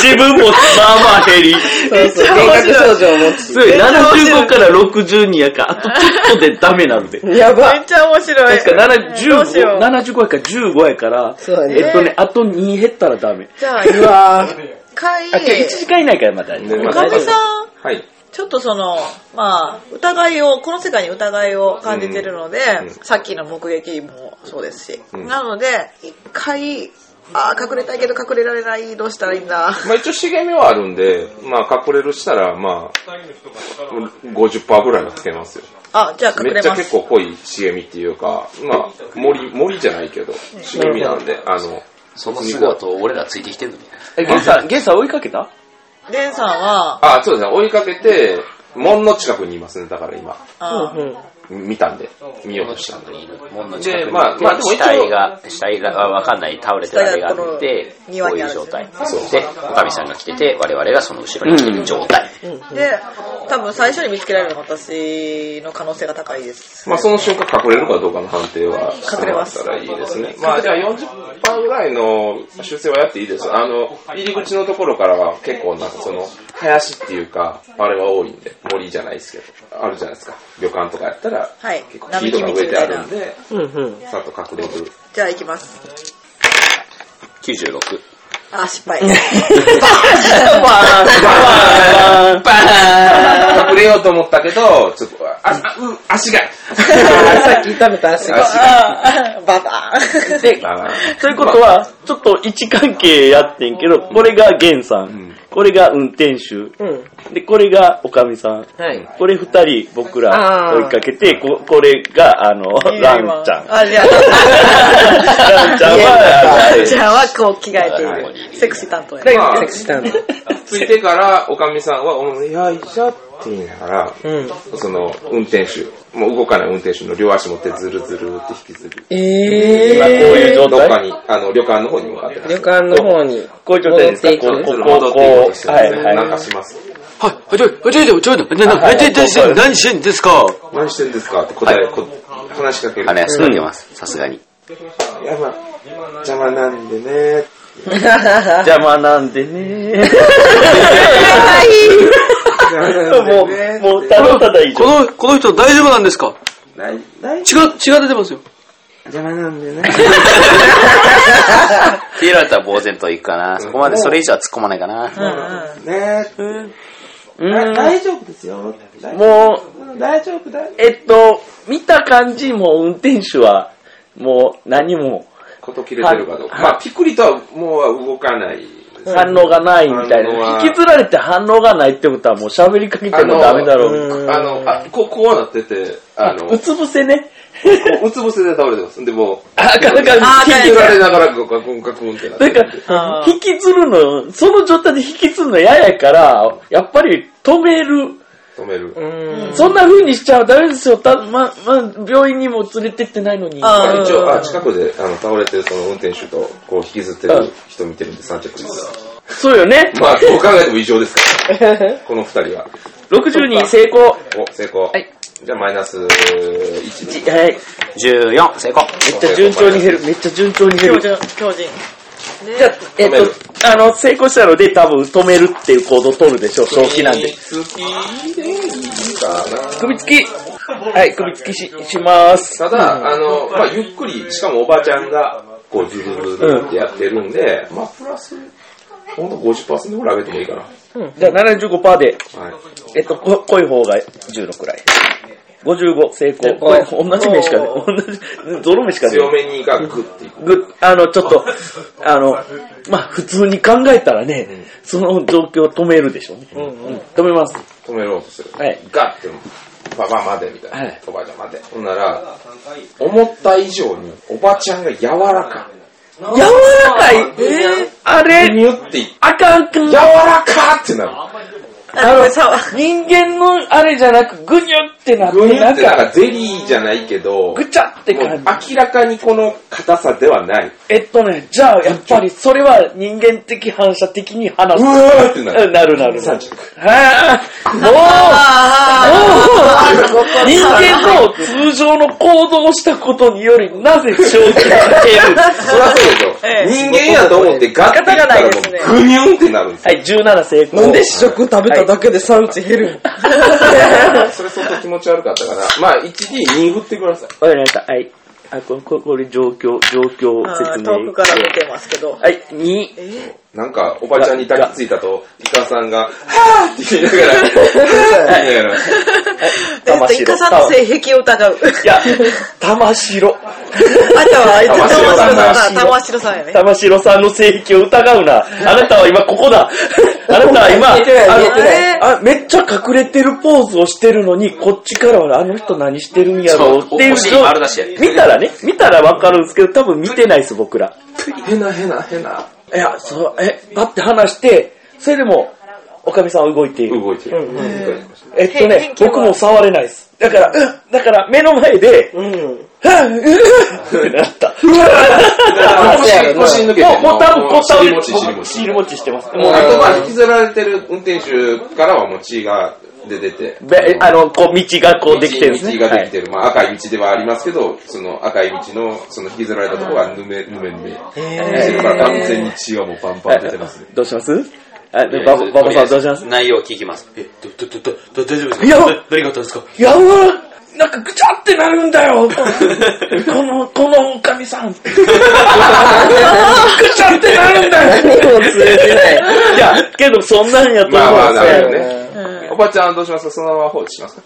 [SPEAKER 5] 自分もまあまあ減り。
[SPEAKER 3] そうそう。幻覚症状を持ち。
[SPEAKER 5] それ75から60人やから、あとちょっとでダメなので。
[SPEAKER 3] やば
[SPEAKER 1] めっちゃ面白い。
[SPEAKER 5] 確か7 15
[SPEAKER 1] どうしよう
[SPEAKER 5] 75やから15やから、
[SPEAKER 3] そうやね
[SPEAKER 5] えっとね、あと2減ったらダメ。
[SPEAKER 1] じゃあ、
[SPEAKER 3] うわ
[SPEAKER 1] 一回、
[SPEAKER 5] あ、今日1時間以内からまた大
[SPEAKER 2] ね
[SPEAKER 5] 丈夫。
[SPEAKER 2] ま
[SPEAKER 1] お
[SPEAKER 2] あ
[SPEAKER 1] かみさん、
[SPEAKER 2] はい。
[SPEAKER 1] ちょっとその、まあ、疑いを、この世界に疑いを感じてるので、
[SPEAKER 2] ん
[SPEAKER 1] さっきの目撃もそうですし。
[SPEAKER 2] ん
[SPEAKER 1] なので、一回、あー隠れたいけど隠れられない、どうしたらいいんだ。
[SPEAKER 2] まあ一応茂みはあるんで、まあ隠れるしたら、まあ、50%ぐらいはつけますよ。
[SPEAKER 1] あ、じゃあ隠
[SPEAKER 2] め
[SPEAKER 1] れ
[SPEAKER 2] っちゃ
[SPEAKER 1] ま
[SPEAKER 2] 結
[SPEAKER 1] す。
[SPEAKER 2] 構濃い茂みっていうか、まあ、森、森じゃないけど、茂みなんで、あの、
[SPEAKER 4] そのすぐ後、俺らついてきてんのに。
[SPEAKER 5] え、ゲンさん、ゲンさん追いかけた
[SPEAKER 1] レンさんは、
[SPEAKER 2] あ、そうですね、追いかけて、門の近くにいますね、だから今。
[SPEAKER 1] あー
[SPEAKER 2] 見たんで、見よう
[SPEAKER 4] 門の
[SPEAKER 2] とした
[SPEAKER 4] 近
[SPEAKER 2] ん
[SPEAKER 4] く
[SPEAKER 2] で。
[SPEAKER 4] にいる。門の近くにい
[SPEAKER 2] で
[SPEAKER 4] る。
[SPEAKER 2] まあまあでも一応
[SPEAKER 4] 死体が、死体がわかんない、倒れてるあれがあって、こう
[SPEAKER 1] 庭に
[SPEAKER 4] い
[SPEAKER 1] あ
[SPEAKER 4] う
[SPEAKER 1] る
[SPEAKER 4] 状態。で、おかみさんが来てて、我々がその後ろに来てる状態。
[SPEAKER 1] で、多分最初に見つけられるのが私の可能性が高いです。
[SPEAKER 2] まあその瞬間隠れるかどうかの判定は
[SPEAKER 1] 隠れます
[SPEAKER 2] してもらったらいいですね。まあじゃあ40%ぐらいの修正はやっていいです。あの、入り口のところからは結構なんかその、林っていうか、あれは多いんで、森じゃないですけど、あるじゃないですか。旅館とかやったら、
[SPEAKER 1] はい
[SPEAKER 2] 結構木とか植えてあるんで、
[SPEAKER 3] うんうん。
[SPEAKER 2] さっと隠れる。
[SPEAKER 1] じゃあ行きます。
[SPEAKER 8] 96。
[SPEAKER 1] あ、失敗。
[SPEAKER 2] 隠れようと思ったけど、ちょっと、あ、あうん足が、
[SPEAKER 3] さっき炒めた
[SPEAKER 2] 足
[SPEAKER 3] 足が。
[SPEAKER 2] が。
[SPEAKER 1] バターン。
[SPEAKER 5] で、
[SPEAKER 2] まあまあ
[SPEAKER 5] ということは、ちょっと位置関係やってんけど、これが源さ
[SPEAKER 2] うん
[SPEAKER 5] ん、これが運転手、
[SPEAKER 3] うん。
[SPEAKER 5] で、これがおかみさん、
[SPEAKER 3] はい。
[SPEAKER 5] これ二人僕
[SPEAKER 3] あ
[SPEAKER 5] ら
[SPEAKER 3] ー
[SPEAKER 5] 追いかけて、ここれが、あの、ランちゃん。
[SPEAKER 1] あ、じゃあ、
[SPEAKER 5] ランちゃんは、
[SPEAKER 1] じゃあはこう着替えている。セクシー担当や。
[SPEAKER 2] まあ
[SPEAKER 3] セクシータンド。
[SPEAKER 2] ついてから、おかみさんは、おいや、いしゃって言いながら、
[SPEAKER 3] うん。
[SPEAKER 2] その、運転手、もう動かない運転手の両足持ってずるずるって引きずる。
[SPEAKER 3] え
[SPEAKER 2] 今こういう
[SPEAKER 3] え
[SPEAKER 2] どっかに、あの、旅館の方に向かってます
[SPEAKER 3] 旅館の方に。
[SPEAKER 5] こういう状態ですかこ
[SPEAKER 3] 戻
[SPEAKER 5] う、
[SPEAKER 3] っ
[SPEAKER 5] こ
[SPEAKER 3] て
[SPEAKER 2] ず
[SPEAKER 5] う、
[SPEAKER 2] る
[SPEAKER 5] こ
[SPEAKER 2] 戻
[SPEAKER 5] う、
[SPEAKER 2] って
[SPEAKER 5] こ
[SPEAKER 2] いくんです
[SPEAKER 5] う、
[SPEAKER 2] よ
[SPEAKER 5] はい
[SPEAKER 2] ね。
[SPEAKER 5] はい
[SPEAKER 2] なんかします。
[SPEAKER 8] はい、はい、ちょい、ちょい、ちょい、ちょい、ちょい、な、ちょい、ちょい、ちょい、何してんですか
[SPEAKER 2] 何してんですかって答え、こ話しかける。
[SPEAKER 8] 話しかけます、さすがに。
[SPEAKER 2] いや、まあ、邪魔なんでね。
[SPEAKER 5] 邪魔なんでね。
[SPEAKER 2] 邪魔なん
[SPEAKER 5] も
[SPEAKER 2] で
[SPEAKER 5] う、
[SPEAKER 2] ね。
[SPEAKER 5] もう、ただただ以
[SPEAKER 8] こ
[SPEAKER 5] 上。
[SPEAKER 8] の、この人大丈夫なんですか
[SPEAKER 2] 大大
[SPEAKER 8] 血が、血が出てますよ。
[SPEAKER 2] 邪魔なんでね。
[SPEAKER 8] って言われたら呆然といくかな。そこまで、それ以上は突っ込まないかな。
[SPEAKER 2] ね
[SPEAKER 5] うん
[SPEAKER 2] 大丈夫ですよ。大
[SPEAKER 5] もう、
[SPEAKER 2] 大丈夫だよ。
[SPEAKER 5] えっと、見た感じ、もう運転手は、もう何も
[SPEAKER 2] こと切れてるかどうか。まあ、ピクリとはもう動かない。
[SPEAKER 5] 反応がないみたい
[SPEAKER 2] 反応
[SPEAKER 5] な。
[SPEAKER 2] は
[SPEAKER 5] 引きずられて反応がないってことはもう喋りかけてもダメだろう。
[SPEAKER 2] あの、あこう、こうなってて、あの、こ
[SPEAKER 5] うつ伏せね。
[SPEAKER 2] ううつ伏せで倒れてます。で、もう、
[SPEAKER 5] あかんあかん
[SPEAKER 1] あー
[SPEAKER 2] 引きずられながら、こう、ガクンガクンってなっ
[SPEAKER 5] なん
[SPEAKER 2] て。
[SPEAKER 5] か、引きずるの、その状態で引きずるの嫌やから、やっぱり止める。
[SPEAKER 2] 止める。
[SPEAKER 5] そんな風にしちゃダメですよ。た、ま、ま、病院にも連れてってないのに。
[SPEAKER 1] あ
[SPEAKER 2] 一応、あ、近くで、あの、倒れてるその運転手と、こう、引きずってる人見てるんで、3着です。
[SPEAKER 5] そうよね。
[SPEAKER 2] まあ、どう考えても異常ですから。 この2人は。
[SPEAKER 5] 62成功。
[SPEAKER 2] お、成功。
[SPEAKER 5] はい
[SPEAKER 2] じゃあ、マイナス1。
[SPEAKER 5] じはい。
[SPEAKER 8] 14、成功。
[SPEAKER 5] めっちゃ順調に減る。めっちゃ順調に減
[SPEAKER 1] 強
[SPEAKER 5] る。
[SPEAKER 1] 人、強人。
[SPEAKER 5] じゃあ、えっ
[SPEAKER 2] 止める
[SPEAKER 5] と、あの、成功したので多分止めるっていう行動を取るでしょう、正気なんで。
[SPEAKER 2] 好きでいいかな。
[SPEAKER 5] 首付きはい、首付きしします。
[SPEAKER 2] ただ、あの、まあ、ゆっくり、しかもおばあちゃんが、こう、ズルズルってやってるんで、まあ、プラス、ほんと50%ぐらい上げてもいいかな。
[SPEAKER 5] じゃあ75%で、
[SPEAKER 2] はい。
[SPEAKER 5] えっと、こ濃い方が16くらい。55成功。これ同じ目しかね、同じ、 ゾロ目しかね。
[SPEAKER 2] 強めにがグッていく。
[SPEAKER 5] ぐ、あの、ちょっと、あの、まあ、普通に考えたらね、その状況を止めるでしょうね。うん止めます。
[SPEAKER 2] 止めろうとする。
[SPEAKER 5] はい
[SPEAKER 2] ガッて、ばばあ待てみたいな。
[SPEAKER 5] はい
[SPEAKER 2] おばあちゃん待て。ほんなら、思った以上に、おばあちゃんが柔らか
[SPEAKER 5] 柔らかいえーあ
[SPEAKER 2] い。ニ
[SPEAKER 5] れ
[SPEAKER 2] ュっていって、
[SPEAKER 5] あかんくん
[SPEAKER 2] 柔らかってなる。
[SPEAKER 1] あの、さ、
[SPEAKER 5] 人間のあれじゃなく、ぐにゅってなっ
[SPEAKER 2] グニ
[SPEAKER 5] て、
[SPEAKER 2] ュ
[SPEAKER 5] な
[SPEAKER 2] っ
[SPEAKER 5] ん
[SPEAKER 2] てなん
[SPEAKER 5] か、
[SPEAKER 2] かゼリーじゃないけど、
[SPEAKER 5] ぐちゃって
[SPEAKER 2] もう
[SPEAKER 5] 感じ。
[SPEAKER 2] 明らかにこの硬さではない。
[SPEAKER 5] えっとね、じゃあ、やっぱり、それは人間的反射的に話
[SPEAKER 2] う
[SPEAKER 5] す。
[SPEAKER 2] わーってな
[SPEAKER 5] う
[SPEAKER 2] る。
[SPEAKER 5] んなるなる。
[SPEAKER 2] 30
[SPEAKER 5] はぁもうもう人間の通常の行動をしたことにより、なぜ正気が消える
[SPEAKER 2] そりゃそうでしょ。
[SPEAKER 1] ええ
[SPEAKER 2] 人間やと思ってガッていったらもうグニュンってなるんです よ。
[SPEAKER 5] はい、17成功。
[SPEAKER 3] なんで試食食べただけでサウチ減るん
[SPEAKER 2] それ相当気持ち悪かったから、まあ 1D2 振ってください。
[SPEAKER 5] わかりました。はい。あ、こここれ、状況、状況
[SPEAKER 1] あ
[SPEAKER 5] 説
[SPEAKER 1] ー
[SPEAKER 5] 明。
[SPEAKER 1] 遠くから見てますけど。
[SPEAKER 5] はい、2。
[SPEAKER 2] なんか、おばちゃんに抱きついたと、イカさんが、はぁって言いながら、はぁって言いながら、
[SPEAKER 1] えっと、イカさんの性癖を疑う。
[SPEAKER 5] いや、玉城。
[SPEAKER 1] あとは、一応、玉城さんだ。玉
[SPEAKER 5] 玉
[SPEAKER 1] 城さんやね。
[SPEAKER 5] 玉城さんの性癖を疑うな。あなたは今ここだ。あなたは今、
[SPEAKER 3] 見えてない見えて
[SPEAKER 1] ない
[SPEAKER 5] あのあ、めっちゃ隠れてるポーズをしてるのに、こっちからはあの人何してるんやろうっていう
[SPEAKER 8] お尻丸出しや
[SPEAKER 5] 見たらね、見たらわかるんですけど、多分見てないです、僕ら。
[SPEAKER 2] へなへなへない
[SPEAKER 5] や、そう、え、パって話して、それでも、おかみさんは動いている。
[SPEAKER 2] 動いてる。
[SPEAKER 5] えっとね
[SPEAKER 1] 変、形は
[SPEAKER 5] 僕も触れないです。だから、うんだから目の前で、うん、はぁ、うぅってなった。
[SPEAKER 2] 腰、腰抜けて
[SPEAKER 5] もう、もう多分、もう多分、
[SPEAKER 2] もう尻餅、尻
[SPEAKER 5] もう
[SPEAKER 2] 餅。
[SPEAKER 5] 尻餅してます。
[SPEAKER 2] もう、あとは引きずられてる運転手からはもう血が出てて、
[SPEAKER 5] べあの、こう、道がこうできてるんですね。
[SPEAKER 2] 道ができてる。まあ赤い道ではありますけど、その赤い道の、その引きずられたところはぬめ、ぬめぬめ。してるから完全に血がもうパンパン出てますね。
[SPEAKER 5] どうします
[SPEAKER 10] あでバババさんどうします
[SPEAKER 4] 内容聞きます。え、ど、ど、ど、ど、大丈夫ですか
[SPEAKER 5] いや
[SPEAKER 4] ど何があったんですか
[SPEAKER 5] やばなんかぐちゃってなるんだ よこの、このおかみ さん。ぐちゃってなるんだよ
[SPEAKER 3] 何も通じない。
[SPEAKER 10] いや、けどそんなんやと思
[SPEAKER 2] まあまあ、
[SPEAKER 10] うん
[SPEAKER 2] な
[SPEAKER 10] ですよ。
[SPEAKER 2] るよね。おばちゃんどうしますかそのまま放置しますか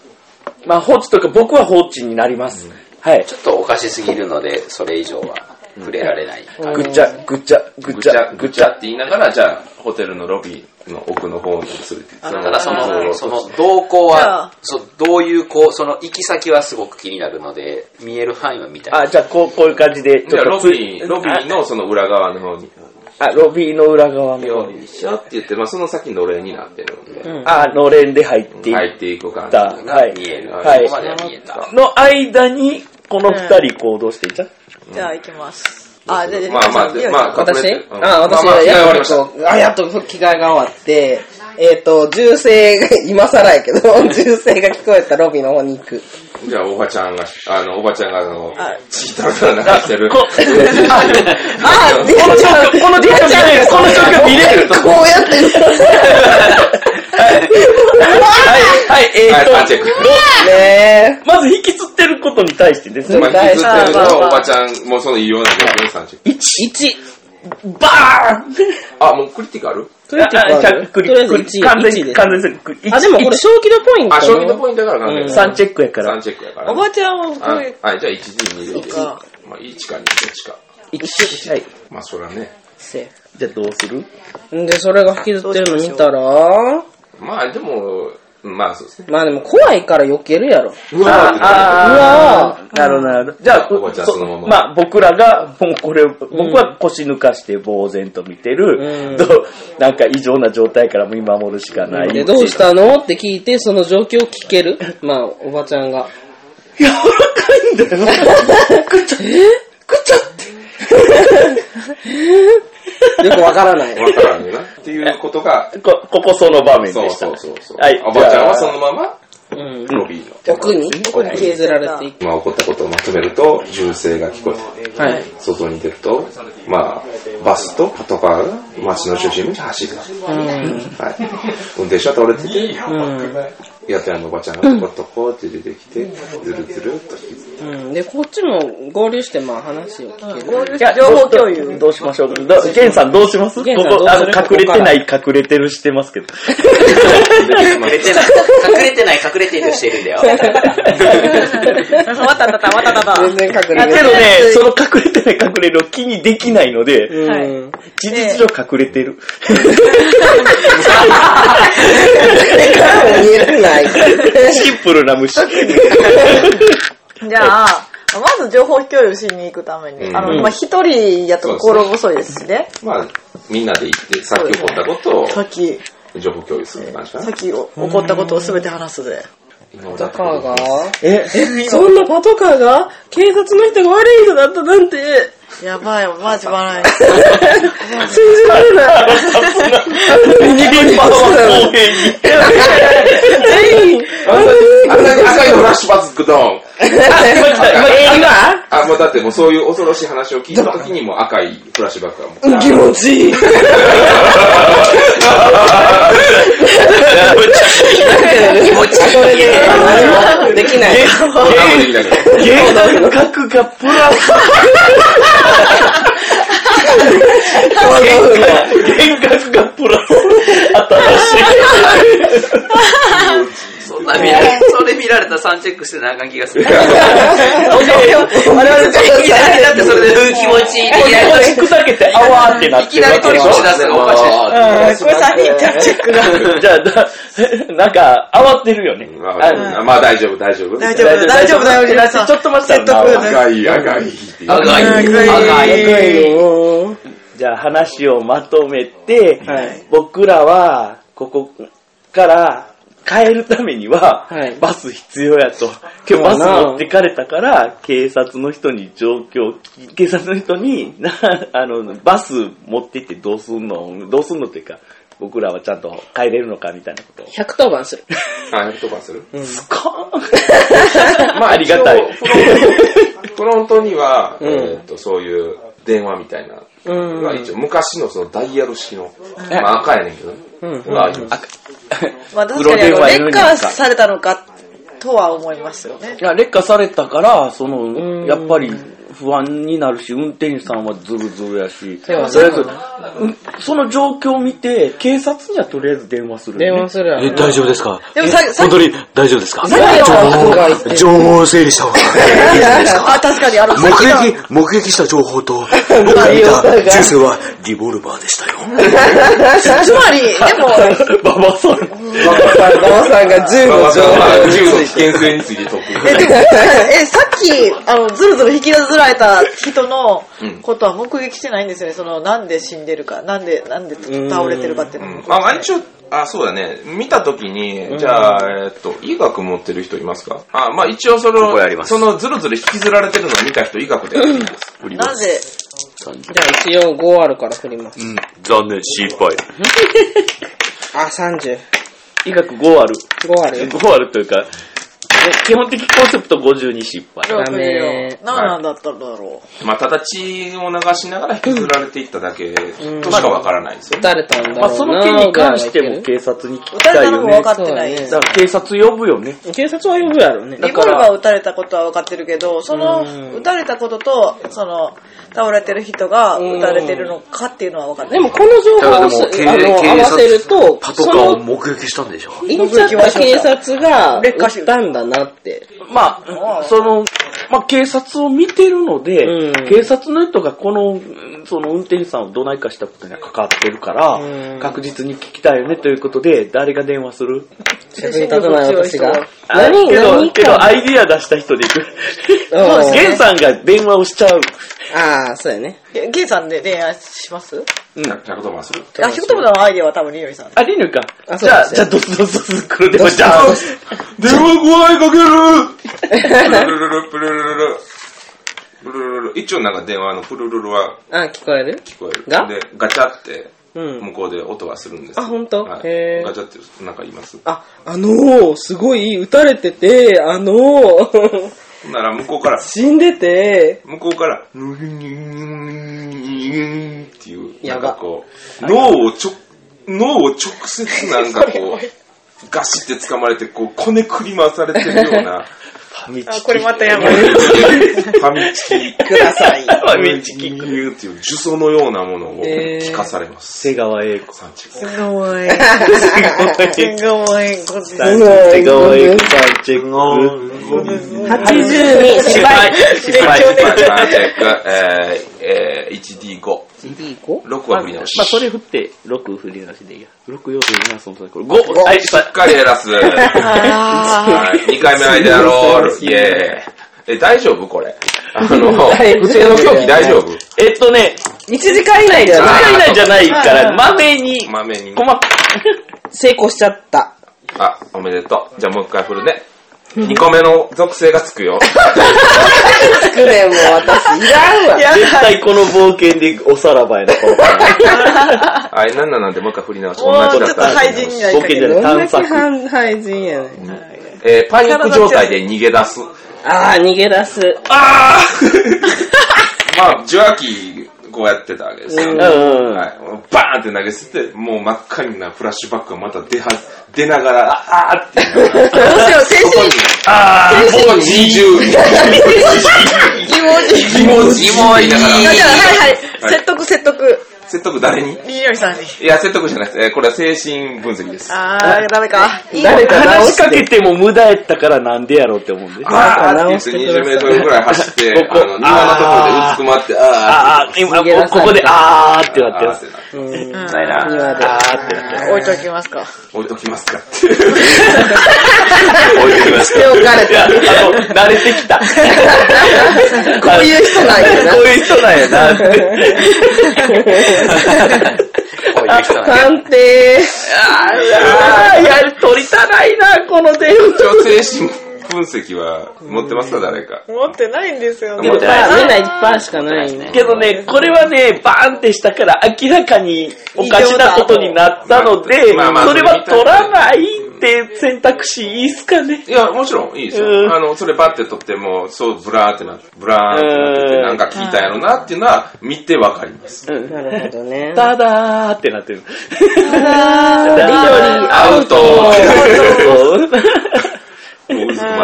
[SPEAKER 5] まあ、放置とか、僕は放置になります。はい。
[SPEAKER 4] ちょっとおかしすぎるので、それ以上は触れられない。
[SPEAKER 5] ぐちゃ、ぐちゃ、ぐ
[SPEAKER 2] ぐ
[SPEAKER 5] ち
[SPEAKER 2] ち
[SPEAKER 5] ゃ。
[SPEAKER 2] ゃ、ぐちゃって言いながら、じゃあ、ホテルのロビーの奥の方に連れて行って、
[SPEAKER 4] ただその、その動向
[SPEAKER 1] じゃ
[SPEAKER 4] は
[SPEAKER 1] あ、
[SPEAKER 4] そうどういうこう、その行き先はすごく気になるので、見える範囲は見たい。
[SPEAKER 5] あ、じゃあ、こう、こういう感じで、
[SPEAKER 2] じ
[SPEAKER 5] ち
[SPEAKER 2] ゃあ
[SPEAKER 5] ょ
[SPEAKER 2] ロ
[SPEAKER 5] っとつい
[SPEAKER 2] ビー、ロビーのその裏側の方に、
[SPEAKER 5] あ、ロビーの裏側の。
[SPEAKER 2] よいしょって言って、まあその先のれんになってるので、
[SPEAKER 5] あ、のれんで入っていっ
[SPEAKER 2] 入っていく感じ。
[SPEAKER 5] た。はい。
[SPEAKER 4] 見える。
[SPEAKER 5] はい
[SPEAKER 4] ここまでは見えた。
[SPEAKER 5] の間に、この二人行動していっちゃう
[SPEAKER 1] じゃあ行きます。あ、じゃあ、じゃ
[SPEAKER 2] まあまあ、
[SPEAKER 1] じゃ
[SPEAKER 2] まあ、
[SPEAKER 3] 私
[SPEAKER 2] うん
[SPEAKER 3] あ、私
[SPEAKER 2] まあまあ、
[SPEAKER 3] や
[SPEAKER 2] や
[SPEAKER 3] っ
[SPEAKER 2] りました。
[SPEAKER 3] と、あ、やっと着替えが終わって、えっ、と、銃声が、今更やけど、銃声が聞こえたロビーの方に行く。
[SPEAKER 2] じゃあ、おばちゃんが、あの、おばちゃんが、あの
[SPEAKER 1] はい、
[SPEAKER 2] チータラタラ流してる。
[SPEAKER 3] あ、出ちゃうこの出ちゃうこの状況見れるこうやって見れる
[SPEAKER 5] はい、え
[SPEAKER 2] はい、パンチ
[SPEAKER 5] ー
[SPEAKER 2] ェック。
[SPEAKER 3] ね
[SPEAKER 5] と、まず引きつってることに対してですね。
[SPEAKER 2] まあ、引きずってる
[SPEAKER 1] まあまあ
[SPEAKER 2] と、
[SPEAKER 1] まあ
[SPEAKER 2] おばちゃんもその異様な状況に3チェック。
[SPEAKER 5] 1、1、バーン
[SPEAKER 2] あ、もうクリティカル
[SPEAKER 3] とりあえず
[SPEAKER 5] あ
[SPEAKER 3] 100
[SPEAKER 5] あクリ
[SPEAKER 3] とりあえず
[SPEAKER 5] クリ
[SPEAKER 3] 一
[SPEAKER 5] 完全
[SPEAKER 3] 一
[SPEAKER 5] に、
[SPEAKER 3] で
[SPEAKER 5] 完全に、クリ
[SPEAKER 3] あ、でもこれ
[SPEAKER 5] 一
[SPEAKER 3] 正気のポイント。
[SPEAKER 2] あ、将棋のポイントだからなんだ
[SPEAKER 5] 三チェックやから。
[SPEAKER 2] 3チェックやから
[SPEAKER 1] お
[SPEAKER 2] ね。
[SPEAKER 1] ばちゃんはこういう、
[SPEAKER 2] あはい、じゃあ1時2で。
[SPEAKER 1] か
[SPEAKER 2] まあ、1か2どっちか。
[SPEAKER 5] 1、はい。
[SPEAKER 2] まあ、そらね。
[SPEAKER 3] セ
[SPEAKER 5] じゃあどうする
[SPEAKER 3] ーフで、それが引きずってるの見たら、
[SPEAKER 2] まあ、でも、まあ、そうですね。
[SPEAKER 3] まあでも怖いから避けるやろ。
[SPEAKER 2] うわーってなる
[SPEAKER 5] ああ、なるほどなるほど。じゃあ、
[SPEAKER 2] おばちゃんそのまま
[SPEAKER 5] あ僕らが、もうこれ、僕は腰抜かして呆然と見てる、どうなんか異常な状態から見守るしかない。
[SPEAKER 3] で、どうしたのって聞いて、その状況を聞ける。まあ、おばちゃんが。
[SPEAKER 5] 柔らかいんだよ。ぐちゃ、ぐちゃって。
[SPEAKER 3] よくわからない。
[SPEAKER 2] わからんねんな。っていうことが、
[SPEAKER 5] こ、ここその場面で
[SPEAKER 2] そう
[SPEAKER 5] した
[SPEAKER 2] そ
[SPEAKER 5] ね。
[SPEAKER 2] うそうそう。
[SPEAKER 5] はい
[SPEAKER 2] おばちゃんはそのまま、
[SPEAKER 3] うん。
[SPEAKER 2] ロビーの。
[SPEAKER 3] 奥に削られていく。
[SPEAKER 2] まあ、起こったことをまとめると、銃声が聞こえた。
[SPEAKER 3] はい。
[SPEAKER 2] 外に出ると、まあ、バスとパトカーが街の中心部に走る。はい。運転手は倒れてて、やってあのおばちゃんがとことこって出てきて、ずるずるっと引きずって
[SPEAKER 3] うん。で、こっちも合流して、まあ話を聞ける。
[SPEAKER 1] こういう情報共有。
[SPEAKER 5] どうしましょうか。どゲンさんどうしますこ
[SPEAKER 3] ゲンさんど
[SPEAKER 5] こ
[SPEAKER 3] う、
[SPEAKER 5] あ
[SPEAKER 3] す
[SPEAKER 5] の、
[SPEAKER 3] る
[SPEAKER 5] 隠れ
[SPEAKER 3] こ
[SPEAKER 5] て
[SPEAKER 3] こか
[SPEAKER 5] な
[SPEAKER 3] ら
[SPEAKER 5] い、隠れてるしてますけど。
[SPEAKER 4] 隠れてない、隠れてない、隠れてるしてるんだよ。
[SPEAKER 1] わたたた、わたたた。
[SPEAKER 3] 全然隠れ
[SPEAKER 5] け
[SPEAKER 3] て
[SPEAKER 5] ど
[SPEAKER 3] る。
[SPEAKER 5] ね、その隠れてない隠れるを気にできないので、
[SPEAKER 1] はい
[SPEAKER 3] うん。
[SPEAKER 5] 事実上隠れてる。
[SPEAKER 3] 見えてない。
[SPEAKER 5] シンプルな虫。
[SPEAKER 1] じゃあ、まず情報共有しに行くために、
[SPEAKER 2] うん
[SPEAKER 1] あの、まあ一人やと心細いですしね。
[SPEAKER 2] まあ、みんなで行って、さっき起こったこと
[SPEAKER 1] さっき、
[SPEAKER 2] を情報共有する感じか
[SPEAKER 1] さ
[SPEAKER 2] な
[SPEAKER 1] っ。きお起こったことを全て話すで。
[SPEAKER 3] パトカーが
[SPEAKER 5] え、
[SPEAKER 3] そんなパトカーが警察の人が悪い人だったなんて、
[SPEAKER 1] やばい、マジ笑 い。
[SPEAKER 3] 信じられない。
[SPEAKER 5] ニコニコは公平に。
[SPEAKER 3] 全員。
[SPEAKER 2] あんなあんなに赤いフラッシュバズグドーン。あ、もうだってもうそういう恐ろしい話を聞いた時にもう赤いフラッシュバックがもう。
[SPEAKER 3] 気持ちいい。気持ちいい。何もできない。
[SPEAKER 2] 何もできないから
[SPEAKER 5] 芸能格がプラス。幻覚がプラス。
[SPEAKER 4] そんな見られ、それ見られたら3チェックしてなんか気がする。いきなりだってそれで、うん、気持ちいい。いきなり、
[SPEAKER 5] チェックだけて、あわーってなっ
[SPEAKER 4] い
[SPEAKER 5] て
[SPEAKER 4] き
[SPEAKER 5] る
[SPEAKER 4] な
[SPEAKER 5] わ
[SPEAKER 4] り
[SPEAKER 5] け
[SPEAKER 4] 取
[SPEAKER 5] で
[SPEAKER 4] り
[SPEAKER 5] し
[SPEAKER 4] 越
[SPEAKER 5] ょ
[SPEAKER 4] し出すのがおかしい
[SPEAKER 1] こ
[SPEAKER 4] で
[SPEAKER 1] れ3人じ ゃチェックが。
[SPEAKER 5] じゃあだ、 なんか、慌てるよね。
[SPEAKER 2] まああまあ大丈夫、大丈夫。
[SPEAKER 1] 大丈夫、大丈夫だよ、皆さん。
[SPEAKER 5] ちょっと待って、
[SPEAKER 2] 赤い、赤いっていう。
[SPEAKER 4] す。赤い。赤い。
[SPEAKER 5] じゃあ話をまとめて、
[SPEAKER 3] はい
[SPEAKER 5] 僕らは、ここから帰るためには、
[SPEAKER 3] はい
[SPEAKER 5] バス必要やと。今日バス持ってかれたから、警察の人に状況を聞き、警察の人に、なあの、バス持ってってどうすんのどうすんのっていうか、僕らはちゃんと帰れるのかみたいなことを。
[SPEAKER 3] 百1番する。
[SPEAKER 2] あ、1番する
[SPEAKER 5] ス コーンまあ、ありがたい。
[SPEAKER 2] フロントには、えーっと、そういう電話みたいなが一応昔のそのダイヤル式の、まあ赤やねんけどね、があります。
[SPEAKER 1] まあ確かにあの、劣化されたのかとは思いますよね。
[SPEAKER 5] いや、劣化されたから、その、やっぱり不安になるし、運転手さんはズルズルやし、とりあえず、うんその状況を見て、警察にはとりあえず電話する、ね。
[SPEAKER 3] 電話するやろ。
[SPEAKER 8] 大丈夫ですか
[SPEAKER 1] でもさ、さっき、
[SPEAKER 8] に大丈夫ですか
[SPEAKER 3] が言ってる
[SPEAKER 8] 情報を整理した方が。
[SPEAKER 1] あ、確かに、あの、さっきの
[SPEAKER 8] 目撃、目撃した情報と、僕が見た銃声はリボルバーでしたよ。
[SPEAKER 1] つまり、でも、
[SPEAKER 5] ババさん。
[SPEAKER 3] 馬場さん、馬場さんが銃の
[SPEAKER 2] まあ、
[SPEAKER 3] 情
[SPEAKER 2] まあ銃の危険性についてトップ。
[SPEAKER 1] え、でも、え、さっき、あの、ずるずる引きずられた人のことは目撃してないんですよね。その、なんで死んでるか、なんで、なんで倒れてるかっていうのも。
[SPEAKER 2] まあ、一応、あ、そうだね。見たときに、じゃあ、えっと、医学持ってる人いますかあ、まあ一応その
[SPEAKER 4] こにあり、ます
[SPEAKER 2] そのずるずる引きずられてるのを見た人医学でやってます。
[SPEAKER 1] なぜ、
[SPEAKER 3] じゃあ一応5あるから振ります。
[SPEAKER 8] 残念、失敗。
[SPEAKER 3] あ、30。
[SPEAKER 5] 医学5ある。
[SPEAKER 3] 5あるよ。
[SPEAKER 5] 5あるというか、基本的コンセプト52失敗。
[SPEAKER 1] ロープレイ
[SPEAKER 3] ダ
[SPEAKER 1] を、何なんだったんだろ
[SPEAKER 2] まあ、ただ血を流しながら引きずられていっただけとしかわからないですよ
[SPEAKER 3] 撃たれたんだろうな。
[SPEAKER 5] まあ、その件に関しても警察に聞
[SPEAKER 1] う。
[SPEAKER 5] き
[SPEAKER 1] 撃た
[SPEAKER 5] た
[SPEAKER 1] れた
[SPEAKER 5] い
[SPEAKER 1] の
[SPEAKER 5] よ
[SPEAKER 1] も
[SPEAKER 5] ね。
[SPEAKER 1] 分
[SPEAKER 5] だ
[SPEAKER 1] か
[SPEAKER 5] か
[SPEAKER 1] ってないです。
[SPEAKER 5] ら警察呼ぶよね。
[SPEAKER 3] 警察は呼ぶやろうね。
[SPEAKER 1] リボルバーを撃たれたことは分かってるけど、その撃たれたことと、その倒れてる人が撃たれてるのかっていうのは分かって
[SPEAKER 3] で
[SPEAKER 1] る。
[SPEAKER 3] もこの情報をす
[SPEAKER 8] 警
[SPEAKER 3] あの合わせると、
[SPEAKER 8] パト
[SPEAKER 3] そ
[SPEAKER 8] カーを
[SPEAKER 3] の、
[SPEAKER 8] 目撃したんでしょ
[SPEAKER 3] 行っちゃった警察が
[SPEAKER 1] 劣化し
[SPEAKER 3] 撃ったんだなって。
[SPEAKER 5] まあ、その、まあ、警察を見てるので、
[SPEAKER 3] うん
[SPEAKER 5] 警察の人がこの、その運転手さんをどないかしたことには関わってるから、
[SPEAKER 3] うん
[SPEAKER 5] 確実に聞きたいよねということで、誰が電話する
[SPEAKER 3] 役に立たない私が。
[SPEAKER 5] あ
[SPEAKER 3] 何
[SPEAKER 5] けど、
[SPEAKER 3] 何
[SPEAKER 5] けどアイディア出した人で行く。
[SPEAKER 3] そ うですね
[SPEAKER 5] ゲンさんが電話をしちゃう。
[SPEAKER 3] ああ、そうやね。
[SPEAKER 1] えゲイさんで恋愛します
[SPEAKER 2] 100とかする。
[SPEAKER 1] あ、ひと言のアイデアは多分リノリさん。
[SPEAKER 5] あ、リヌか。
[SPEAKER 3] あ
[SPEAKER 5] じ
[SPEAKER 3] そう
[SPEAKER 5] ゃ
[SPEAKER 3] で
[SPEAKER 5] あ、
[SPEAKER 3] すね
[SPEAKER 5] じゃあ、ドスドスドス、黒電話じゃあ、
[SPEAKER 2] 電話ご愛かけるプルルルルプルルルル。プルルルル。一応なんか電話のプルルルは
[SPEAKER 3] あ、聞こえる
[SPEAKER 2] 聞こえる。
[SPEAKER 3] が
[SPEAKER 2] で、ガチャって
[SPEAKER 3] うん
[SPEAKER 2] 向こうで音はするんです。
[SPEAKER 3] あ本当
[SPEAKER 2] はい
[SPEAKER 3] へー
[SPEAKER 2] ガチャってなんか言います。
[SPEAKER 3] あ、あのー、すごい撃たれてて、あのー、
[SPEAKER 2] ほんなら向こうから、
[SPEAKER 3] 死んでて、
[SPEAKER 2] 向こうから、ぬるぬるぬるっていう、な
[SPEAKER 3] や
[SPEAKER 2] ん
[SPEAKER 3] ば
[SPEAKER 2] かこう、脳をちょ、脳を直接なん かこう、ガシって掴まれて、こう、こねくり回されてるよう な、
[SPEAKER 1] あ、これまたやばい。
[SPEAKER 2] ファミチ キ、
[SPEAKER 3] ください。
[SPEAKER 2] ファミチキっていう呪詛のようなものを
[SPEAKER 3] えー
[SPEAKER 2] 聞かされます。
[SPEAKER 5] 瀬川栄子。
[SPEAKER 2] サンチェス
[SPEAKER 1] すごい。すごい。こっち
[SPEAKER 3] すごい
[SPEAKER 5] 瀬川栄子さん、チェック。
[SPEAKER 3] 82、芝居。
[SPEAKER 2] 失敗失敗まあチェック、えー、えー、1D5。
[SPEAKER 3] 1D5?
[SPEAKER 2] 6は振り直し。
[SPEAKER 5] まあ、それ振って、6振りなしでいいや。6、4、7、そのこれ5。はい、
[SPEAKER 2] しっかり減ら す。はい、2回目アイデアロール。イエーイ。え、大丈夫これ。あの、不正の狂気大丈夫
[SPEAKER 5] えっとね、
[SPEAKER 3] 1時間以内では
[SPEAKER 2] あ
[SPEAKER 3] ない。
[SPEAKER 5] 海外じゃないから、まめに、
[SPEAKER 2] まめに。
[SPEAKER 5] 細か
[SPEAKER 3] 成功しちゃった。
[SPEAKER 2] あ、おめでとう。じゃあもう一回振るね。2個目の属性がつくよ。
[SPEAKER 3] 作れ、もう私、いらんわ。
[SPEAKER 5] 絶対この冒険でおさらばやな、この
[SPEAKER 2] あい、なんなんなんでもう一回振り直して。
[SPEAKER 1] もうち
[SPEAKER 2] 同
[SPEAKER 1] ょっ
[SPEAKER 2] じだっ
[SPEAKER 1] と
[SPEAKER 2] たら。
[SPEAKER 1] 廃人になり
[SPEAKER 5] 冒
[SPEAKER 1] か
[SPEAKER 5] 険
[SPEAKER 1] け
[SPEAKER 5] じゃ
[SPEAKER 1] る。
[SPEAKER 5] ない、
[SPEAKER 3] どんだ
[SPEAKER 5] 探
[SPEAKER 3] け
[SPEAKER 5] 索。
[SPEAKER 3] 犯廃人やねん。
[SPEAKER 2] えー、パニック状態で逃げ出す。
[SPEAKER 3] ああ、逃げ出す。
[SPEAKER 2] あーまあ、受話器、こうやってたわけですよ。
[SPEAKER 5] うんうん。
[SPEAKER 2] はい、バーンって投げ捨てて、もう真っ赤になフラッシュバックがまた出は、出ながら、あーって言いながら
[SPEAKER 1] どうしよう、精神
[SPEAKER 2] あー、もう20。
[SPEAKER 1] 疑問人。
[SPEAKER 2] 疑問疑問言い
[SPEAKER 1] じゃ
[SPEAKER 2] なが
[SPEAKER 1] あ、
[SPEAKER 2] ら。
[SPEAKER 1] はいは。
[SPEAKER 2] はいい
[SPEAKER 1] 説得、説得。
[SPEAKER 2] 説得誰に
[SPEAKER 1] リノリさんに。
[SPEAKER 2] いや、説得じゃないです。えーこれは精神分析です。
[SPEAKER 1] あー、ダメか。
[SPEAKER 3] 誰か直
[SPEAKER 5] 話し
[SPEAKER 3] し
[SPEAKER 5] か
[SPEAKER 3] て。
[SPEAKER 5] けても無駄やったからなんでやろうって思うんで。あ
[SPEAKER 2] あーって言って20メートルぐらい走って、あの、庭のところでうんつくまって、あ
[SPEAKER 5] あ、今、
[SPEAKER 3] 逃げ出された
[SPEAKER 5] ここで、あーって
[SPEAKER 2] ー、
[SPEAKER 5] なっ
[SPEAKER 2] あー
[SPEAKER 5] てま
[SPEAKER 2] っ
[SPEAKER 5] す。
[SPEAKER 2] てなって
[SPEAKER 3] うん
[SPEAKER 1] うん
[SPEAKER 4] ないな。
[SPEAKER 3] 庭で。
[SPEAKER 1] 置いときますか。
[SPEAKER 2] 置いときますかって。
[SPEAKER 3] しておかれ
[SPEAKER 5] いや、あ
[SPEAKER 3] た。こ
[SPEAKER 5] の、慣れてき た。こ
[SPEAKER 3] ういう人なんやな
[SPEAKER 5] う。いう人なんやなって。
[SPEAKER 4] こういう人なん
[SPEAKER 3] 探
[SPEAKER 4] や
[SPEAKER 3] 偵。
[SPEAKER 5] あーいや、取りたないな、この電話。
[SPEAKER 2] 一応精神分析は持ってますか、誰か。
[SPEAKER 1] 持ってないんですよね。
[SPEAKER 4] 持ってない
[SPEAKER 3] まあ、みんな1%しか ないね。
[SPEAKER 5] けどね、これはね、バーンってしたから明らかにおかしなことになったので、
[SPEAKER 2] まあまあ
[SPEAKER 5] それは取らないって選択肢いいっすかね
[SPEAKER 2] いや、もちろんいいです
[SPEAKER 5] うん
[SPEAKER 2] よ。あの、それバッて取っても、そう、ブラーってなって、ブラーってなってて、なんか聞いたんやろなっていうのは見てわかります。
[SPEAKER 3] なるほどね。
[SPEAKER 5] ただーってなってる。
[SPEAKER 2] アウトもううずくまっ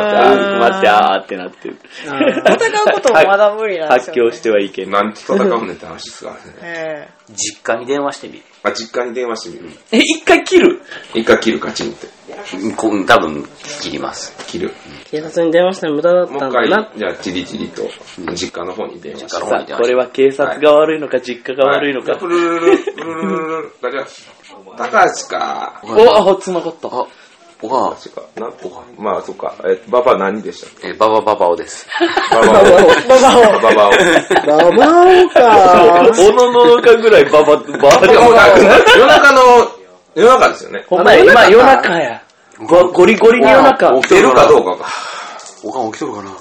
[SPEAKER 5] 待ってあーってなってる。
[SPEAKER 1] 戦うこともまだ無理なんです
[SPEAKER 5] 発
[SPEAKER 1] よ、ね。
[SPEAKER 5] 狂してはいけ
[SPEAKER 2] て、
[SPEAKER 5] ない。
[SPEAKER 2] なんて戦うんねんって話ですからね。
[SPEAKER 1] え
[SPEAKER 4] 実家に電話してみる。
[SPEAKER 2] まあ、実家に電話してみる。
[SPEAKER 5] え、一回切る
[SPEAKER 2] 一回切る、カチンって。
[SPEAKER 4] うんこうん多分切ります。
[SPEAKER 2] 切る。
[SPEAKER 3] 警察に電話したら無駄だったん
[SPEAKER 2] もう一
[SPEAKER 3] だな。
[SPEAKER 2] 回、じゃあ、チリチリと、実家の方に電話して。
[SPEAKER 4] 実家の方
[SPEAKER 5] さあ、これは警察が悪いのか、実家が悪いのか。
[SPEAKER 2] プルルルルルルルルルガチャ。高橋か。
[SPEAKER 5] お、あ、繋がった。
[SPEAKER 4] おが、
[SPEAKER 2] 確か。なまあ、そっか。え、ババア何でしたっ
[SPEAKER 4] えー、ババババオです。
[SPEAKER 2] けババオ。ババオ。
[SPEAKER 3] ババオか。
[SPEAKER 5] おのののかぐらいババ、ババ
[SPEAKER 2] いやもうだ夜中の、夜中ですよね。
[SPEAKER 5] ほんまや、今夜中や。ごゴリゴリに夜中。
[SPEAKER 2] 起きてるかどうかが。
[SPEAKER 8] おかん起きとるかな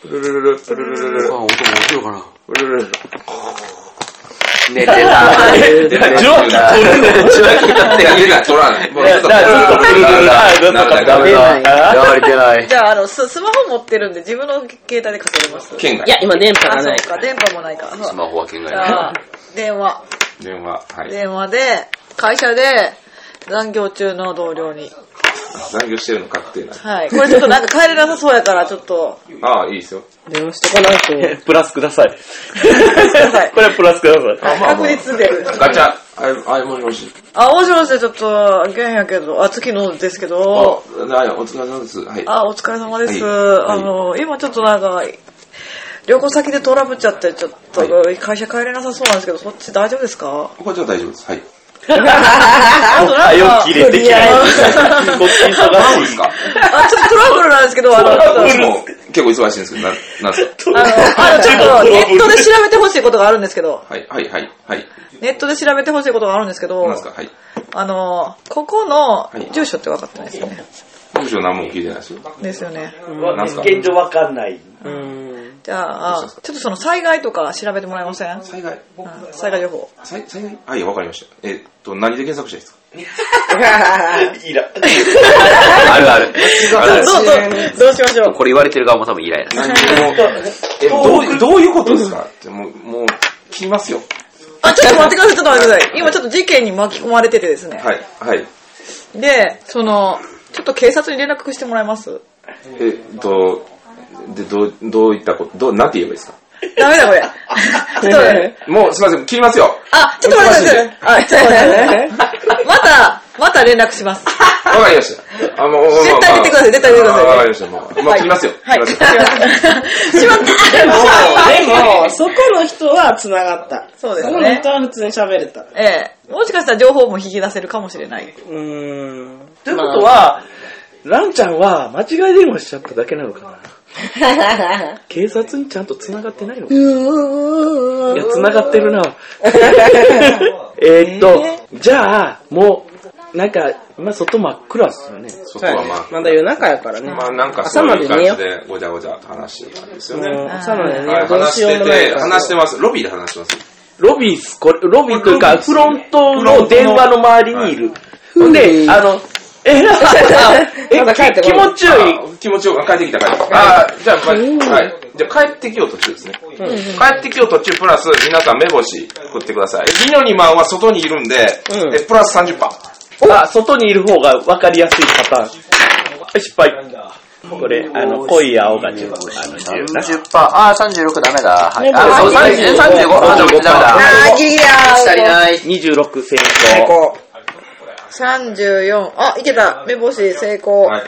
[SPEAKER 2] プルルルルプルルルル
[SPEAKER 8] おかんお父さん起きとるかな
[SPEAKER 2] プルルルル。
[SPEAKER 4] 寝てた。
[SPEAKER 5] え
[SPEAKER 2] だから
[SPEAKER 5] ジョーキー取るの
[SPEAKER 2] いやいや取らない。もうちょっと
[SPEAKER 5] だからずっと
[SPEAKER 2] なんだなんだなんだ
[SPEAKER 3] ない
[SPEAKER 4] やはり出な
[SPEAKER 1] え
[SPEAKER 4] い。
[SPEAKER 1] じゃあ、あのス、スマホ持ってるんで、自分の携帯でかけれます
[SPEAKER 2] 県
[SPEAKER 3] いや
[SPEAKER 2] 外。、
[SPEAKER 3] 今電波
[SPEAKER 1] あ、
[SPEAKER 3] が
[SPEAKER 1] そ
[SPEAKER 3] な
[SPEAKER 1] う
[SPEAKER 3] い。
[SPEAKER 1] か、電波もないから。
[SPEAKER 4] ス
[SPEAKER 1] じ
[SPEAKER 4] マホは県外
[SPEAKER 1] ゃあ
[SPEAKER 4] だ。、
[SPEAKER 1] 電話、
[SPEAKER 2] 電話。はい。
[SPEAKER 1] 電話で、会社で残業中の同僚に。
[SPEAKER 2] 残業してるの確定な
[SPEAKER 1] はい。これちょっとなんか帰れなさそうやから、ちょっと、
[SPEAKER 2] ああ、いいですよ。
[SPEAKER 3] 電話してかないと。
[SPEAKER 5] プラスくだ さい。
[SPEAKER 1] ださい
[SPEAKER 5] これはプラスください。
[SPEAKER 1] 確実で。
[SPEAKER 2] ガチャ。あ、あ、もしもし。
[SPEAKER 1] あ、もしもし、ちょっと、現やけど、あ、月のですけ
[SPEAKER 2] あ、
[SPEAKER 1] ど、
[SPEAKER 2] はい、お疲れ様です。はい。
[SPEAKER 1] あ、お疲れ様です。
[SPEAKER 2] はいはい
[SPEAKER 1] あの、今ちょっとなんか、旅行先でトラブっちゃって、ちょっと会社帰れなさそうなんですけど、そっち大丈夫ですか
[SPEAKER 2] こっちは大丈夫です。はい。
[SPEAKER 1] あとなんか、あ、ちょっ
[SPEAKER 5] 切れてきない。こっち
[SPEAKER 2] 何
[SPEAKER 5] 忙
[SPEAKER 2] で
[SPEAKER 5] し
[SPEAKER 2] す
[SPEAKER 5] い。
[SPEAKER 2] か
[SPEAKER 1] とトラブルなんですけど、あの、あの、
[SPEAKER 2] 僕も結構忙しいんですけど、ななんですか
[SPEAKER 1] あのちょ っとネットで調べてほしいことがあるんですけど、
[SPEAKER 2] はい、はい、はい、はい。
[SPEAKER 1] ネットで調べてほしいことがあるんですけど
[SPEAKER 2] 何、ですかはい。
[SPEAKER 1] あの、ここの住所って分かってないですよね。
[SPEAKER 2] むしろ何も聞いてないですよ。
[SPEAKER 1] ですよね。
[SPEAKER 2] 何ですか
[SPEAKER 5] 現状わかんない。
[SPEAKER 1] じゃあ、ちょっとその災害とか調べてもらえません
[SPEAKER 2] 災害。
[SPEAKER 1] うん災害情報。
[SPEAKER 2] 災災害はい、わかりました。えっと、何で検索したいですか
[SPEAKER 5] イラ。
[SPEAKER 4] あるある。あるある
[SPEAKER 1] どうどうどうしましょう
[SPEAKER 4] これ言われてる側も多分イライラ。
[SPEAKER 2] 何でも、え、どういう、どういうことですかって、もう、もう、聞きますよ。
[SPEAKER 1] あ、ちょっと待ってください、ちょっと待ってください。今ちょっと事件に巻き込まれててですね。
[SPEAKER 2] はい、はい。
[SPEAKER 1] で、その、ちょっと警察に連絡してもらえます
[SPEAKER 2] えっと、で、どう、どういったこと、どう、なんて言えばいいですか
[SPEAKER 1] ダメだこ れ。ちょっと待って。
[SPEAKER 2] もう、すいません、切りますよ。
[SPEAKER 1] あ、ちょっと待ってください。あ、ちょっと待ってください。 また、また連絡します。
[SPEAKER 2] わかりました。あ、もう、もう
[SPEAKER 1] 絶対
[SPEAKER 2] まあ
[SPEAKER 1] 見てください絶対見てください
[SPEAKER 2] あわかりました、もう。もう切りますよ。
[SPEAKER 1] はい。
[SPEAKER 2] 切
[SPEAKER 1] し
[SPEAKER 2] りますよ
[SPEAKER 1] ま った。
[SPEAKER 3] でも、そこの人は繋がった。
[SPEAKER 1] そうですね
[SPEAKER 3] そこの人は普通に喋れた。
[SPEAKER 1] ええ、もしかしたら情報も引き出せるかもしれない。
[SPEAKER 5] ということは、ランちゃんは間違い電話しちゃっただけなのか な警察にちゃんと繋がってないのかないや、繋がってる な。えーっと、じゃあ、もう、なんか、今外真っ暗っすよね。
[SPEAKER 2] そこはま あ、
[SPEAKER 3] まだ夜中やからね。
[SPEAKER 2] まあ、なんか
[SPEAKER 3] 朝
[SPEAKER 2] そう
[SPEAKER 3] ま
[SPEAKER 2] い
[SPEAKER 3] で
[SPEAKER 2] う感
[SPEAKER 3] 寝よ
[SPEAKER 2] じで、ごちゃごちゃ話してたんですよ
[SPEAKER 3] う。
[SPEAKER 2] ね。
[SPEAKER 3] 朝まで寝
[SPEAKER 2] は
[SPEAKER 3] よ
[SPEAKER 2] い、
[SPEAKER 3] う。どう
[SPEAKER 2] 話
[SPEAKER 3] し
[SPEAKER 2] し
[SPEAKER 3] よう
[SPEAKER 2] て
[SPEAKER 3] もない
[SPEAKER 2] て、
[SPEAKER 3] から。
[SPEAKER 2] 話してます。ロビーで話してます。
[SPEAKER 5] ロビーっす、これ、ロビーというか、フロントの電話の周りにいる。ほんで、あの、 えら
[SPEAKER 3] まだ帰っ
[SPEAKER 5] え、
[SPEAKER 3] て
[SPEAKER 5] 気
[SPEAKER 3] こない
[SPEAKER 5] 持ちよい
[SPEAKER 2] あ気持ちよく、帰ってきた、帰ってきた。あーじゃあ、まはい。じゃあ、帰ってきよう途中ですね。帰ってきよう途中、プラス、皆さん目星振ってください。リノリマンは外にいるんで、えプラス30%。
[SPEAKER 5] あ、外にいる方が分かりやすいパターン。失敗。これ、あの、濃い青がちょっと、あの、
[SPEAKER 4] 30%、あー36ダメだ。はい。あ
[SPEAKER 5] あ
[SPEAKER 4] ー、そう、30 35%ダメだ。
[SPEAKER 3] あー、ギリギリ
[SPEAKER 4] 足り
[SPEAKER 3] だ。
[SPEAKER 4] ない。
[SPEAKER 5] 26成
[SPEAKER 3] 最
[SPEAKER 5] 功。
[SPEAKER 3] 高。
[SPEAKER 1] 34。あ、いけた。目星成功。
[SPEAKER 2] はい。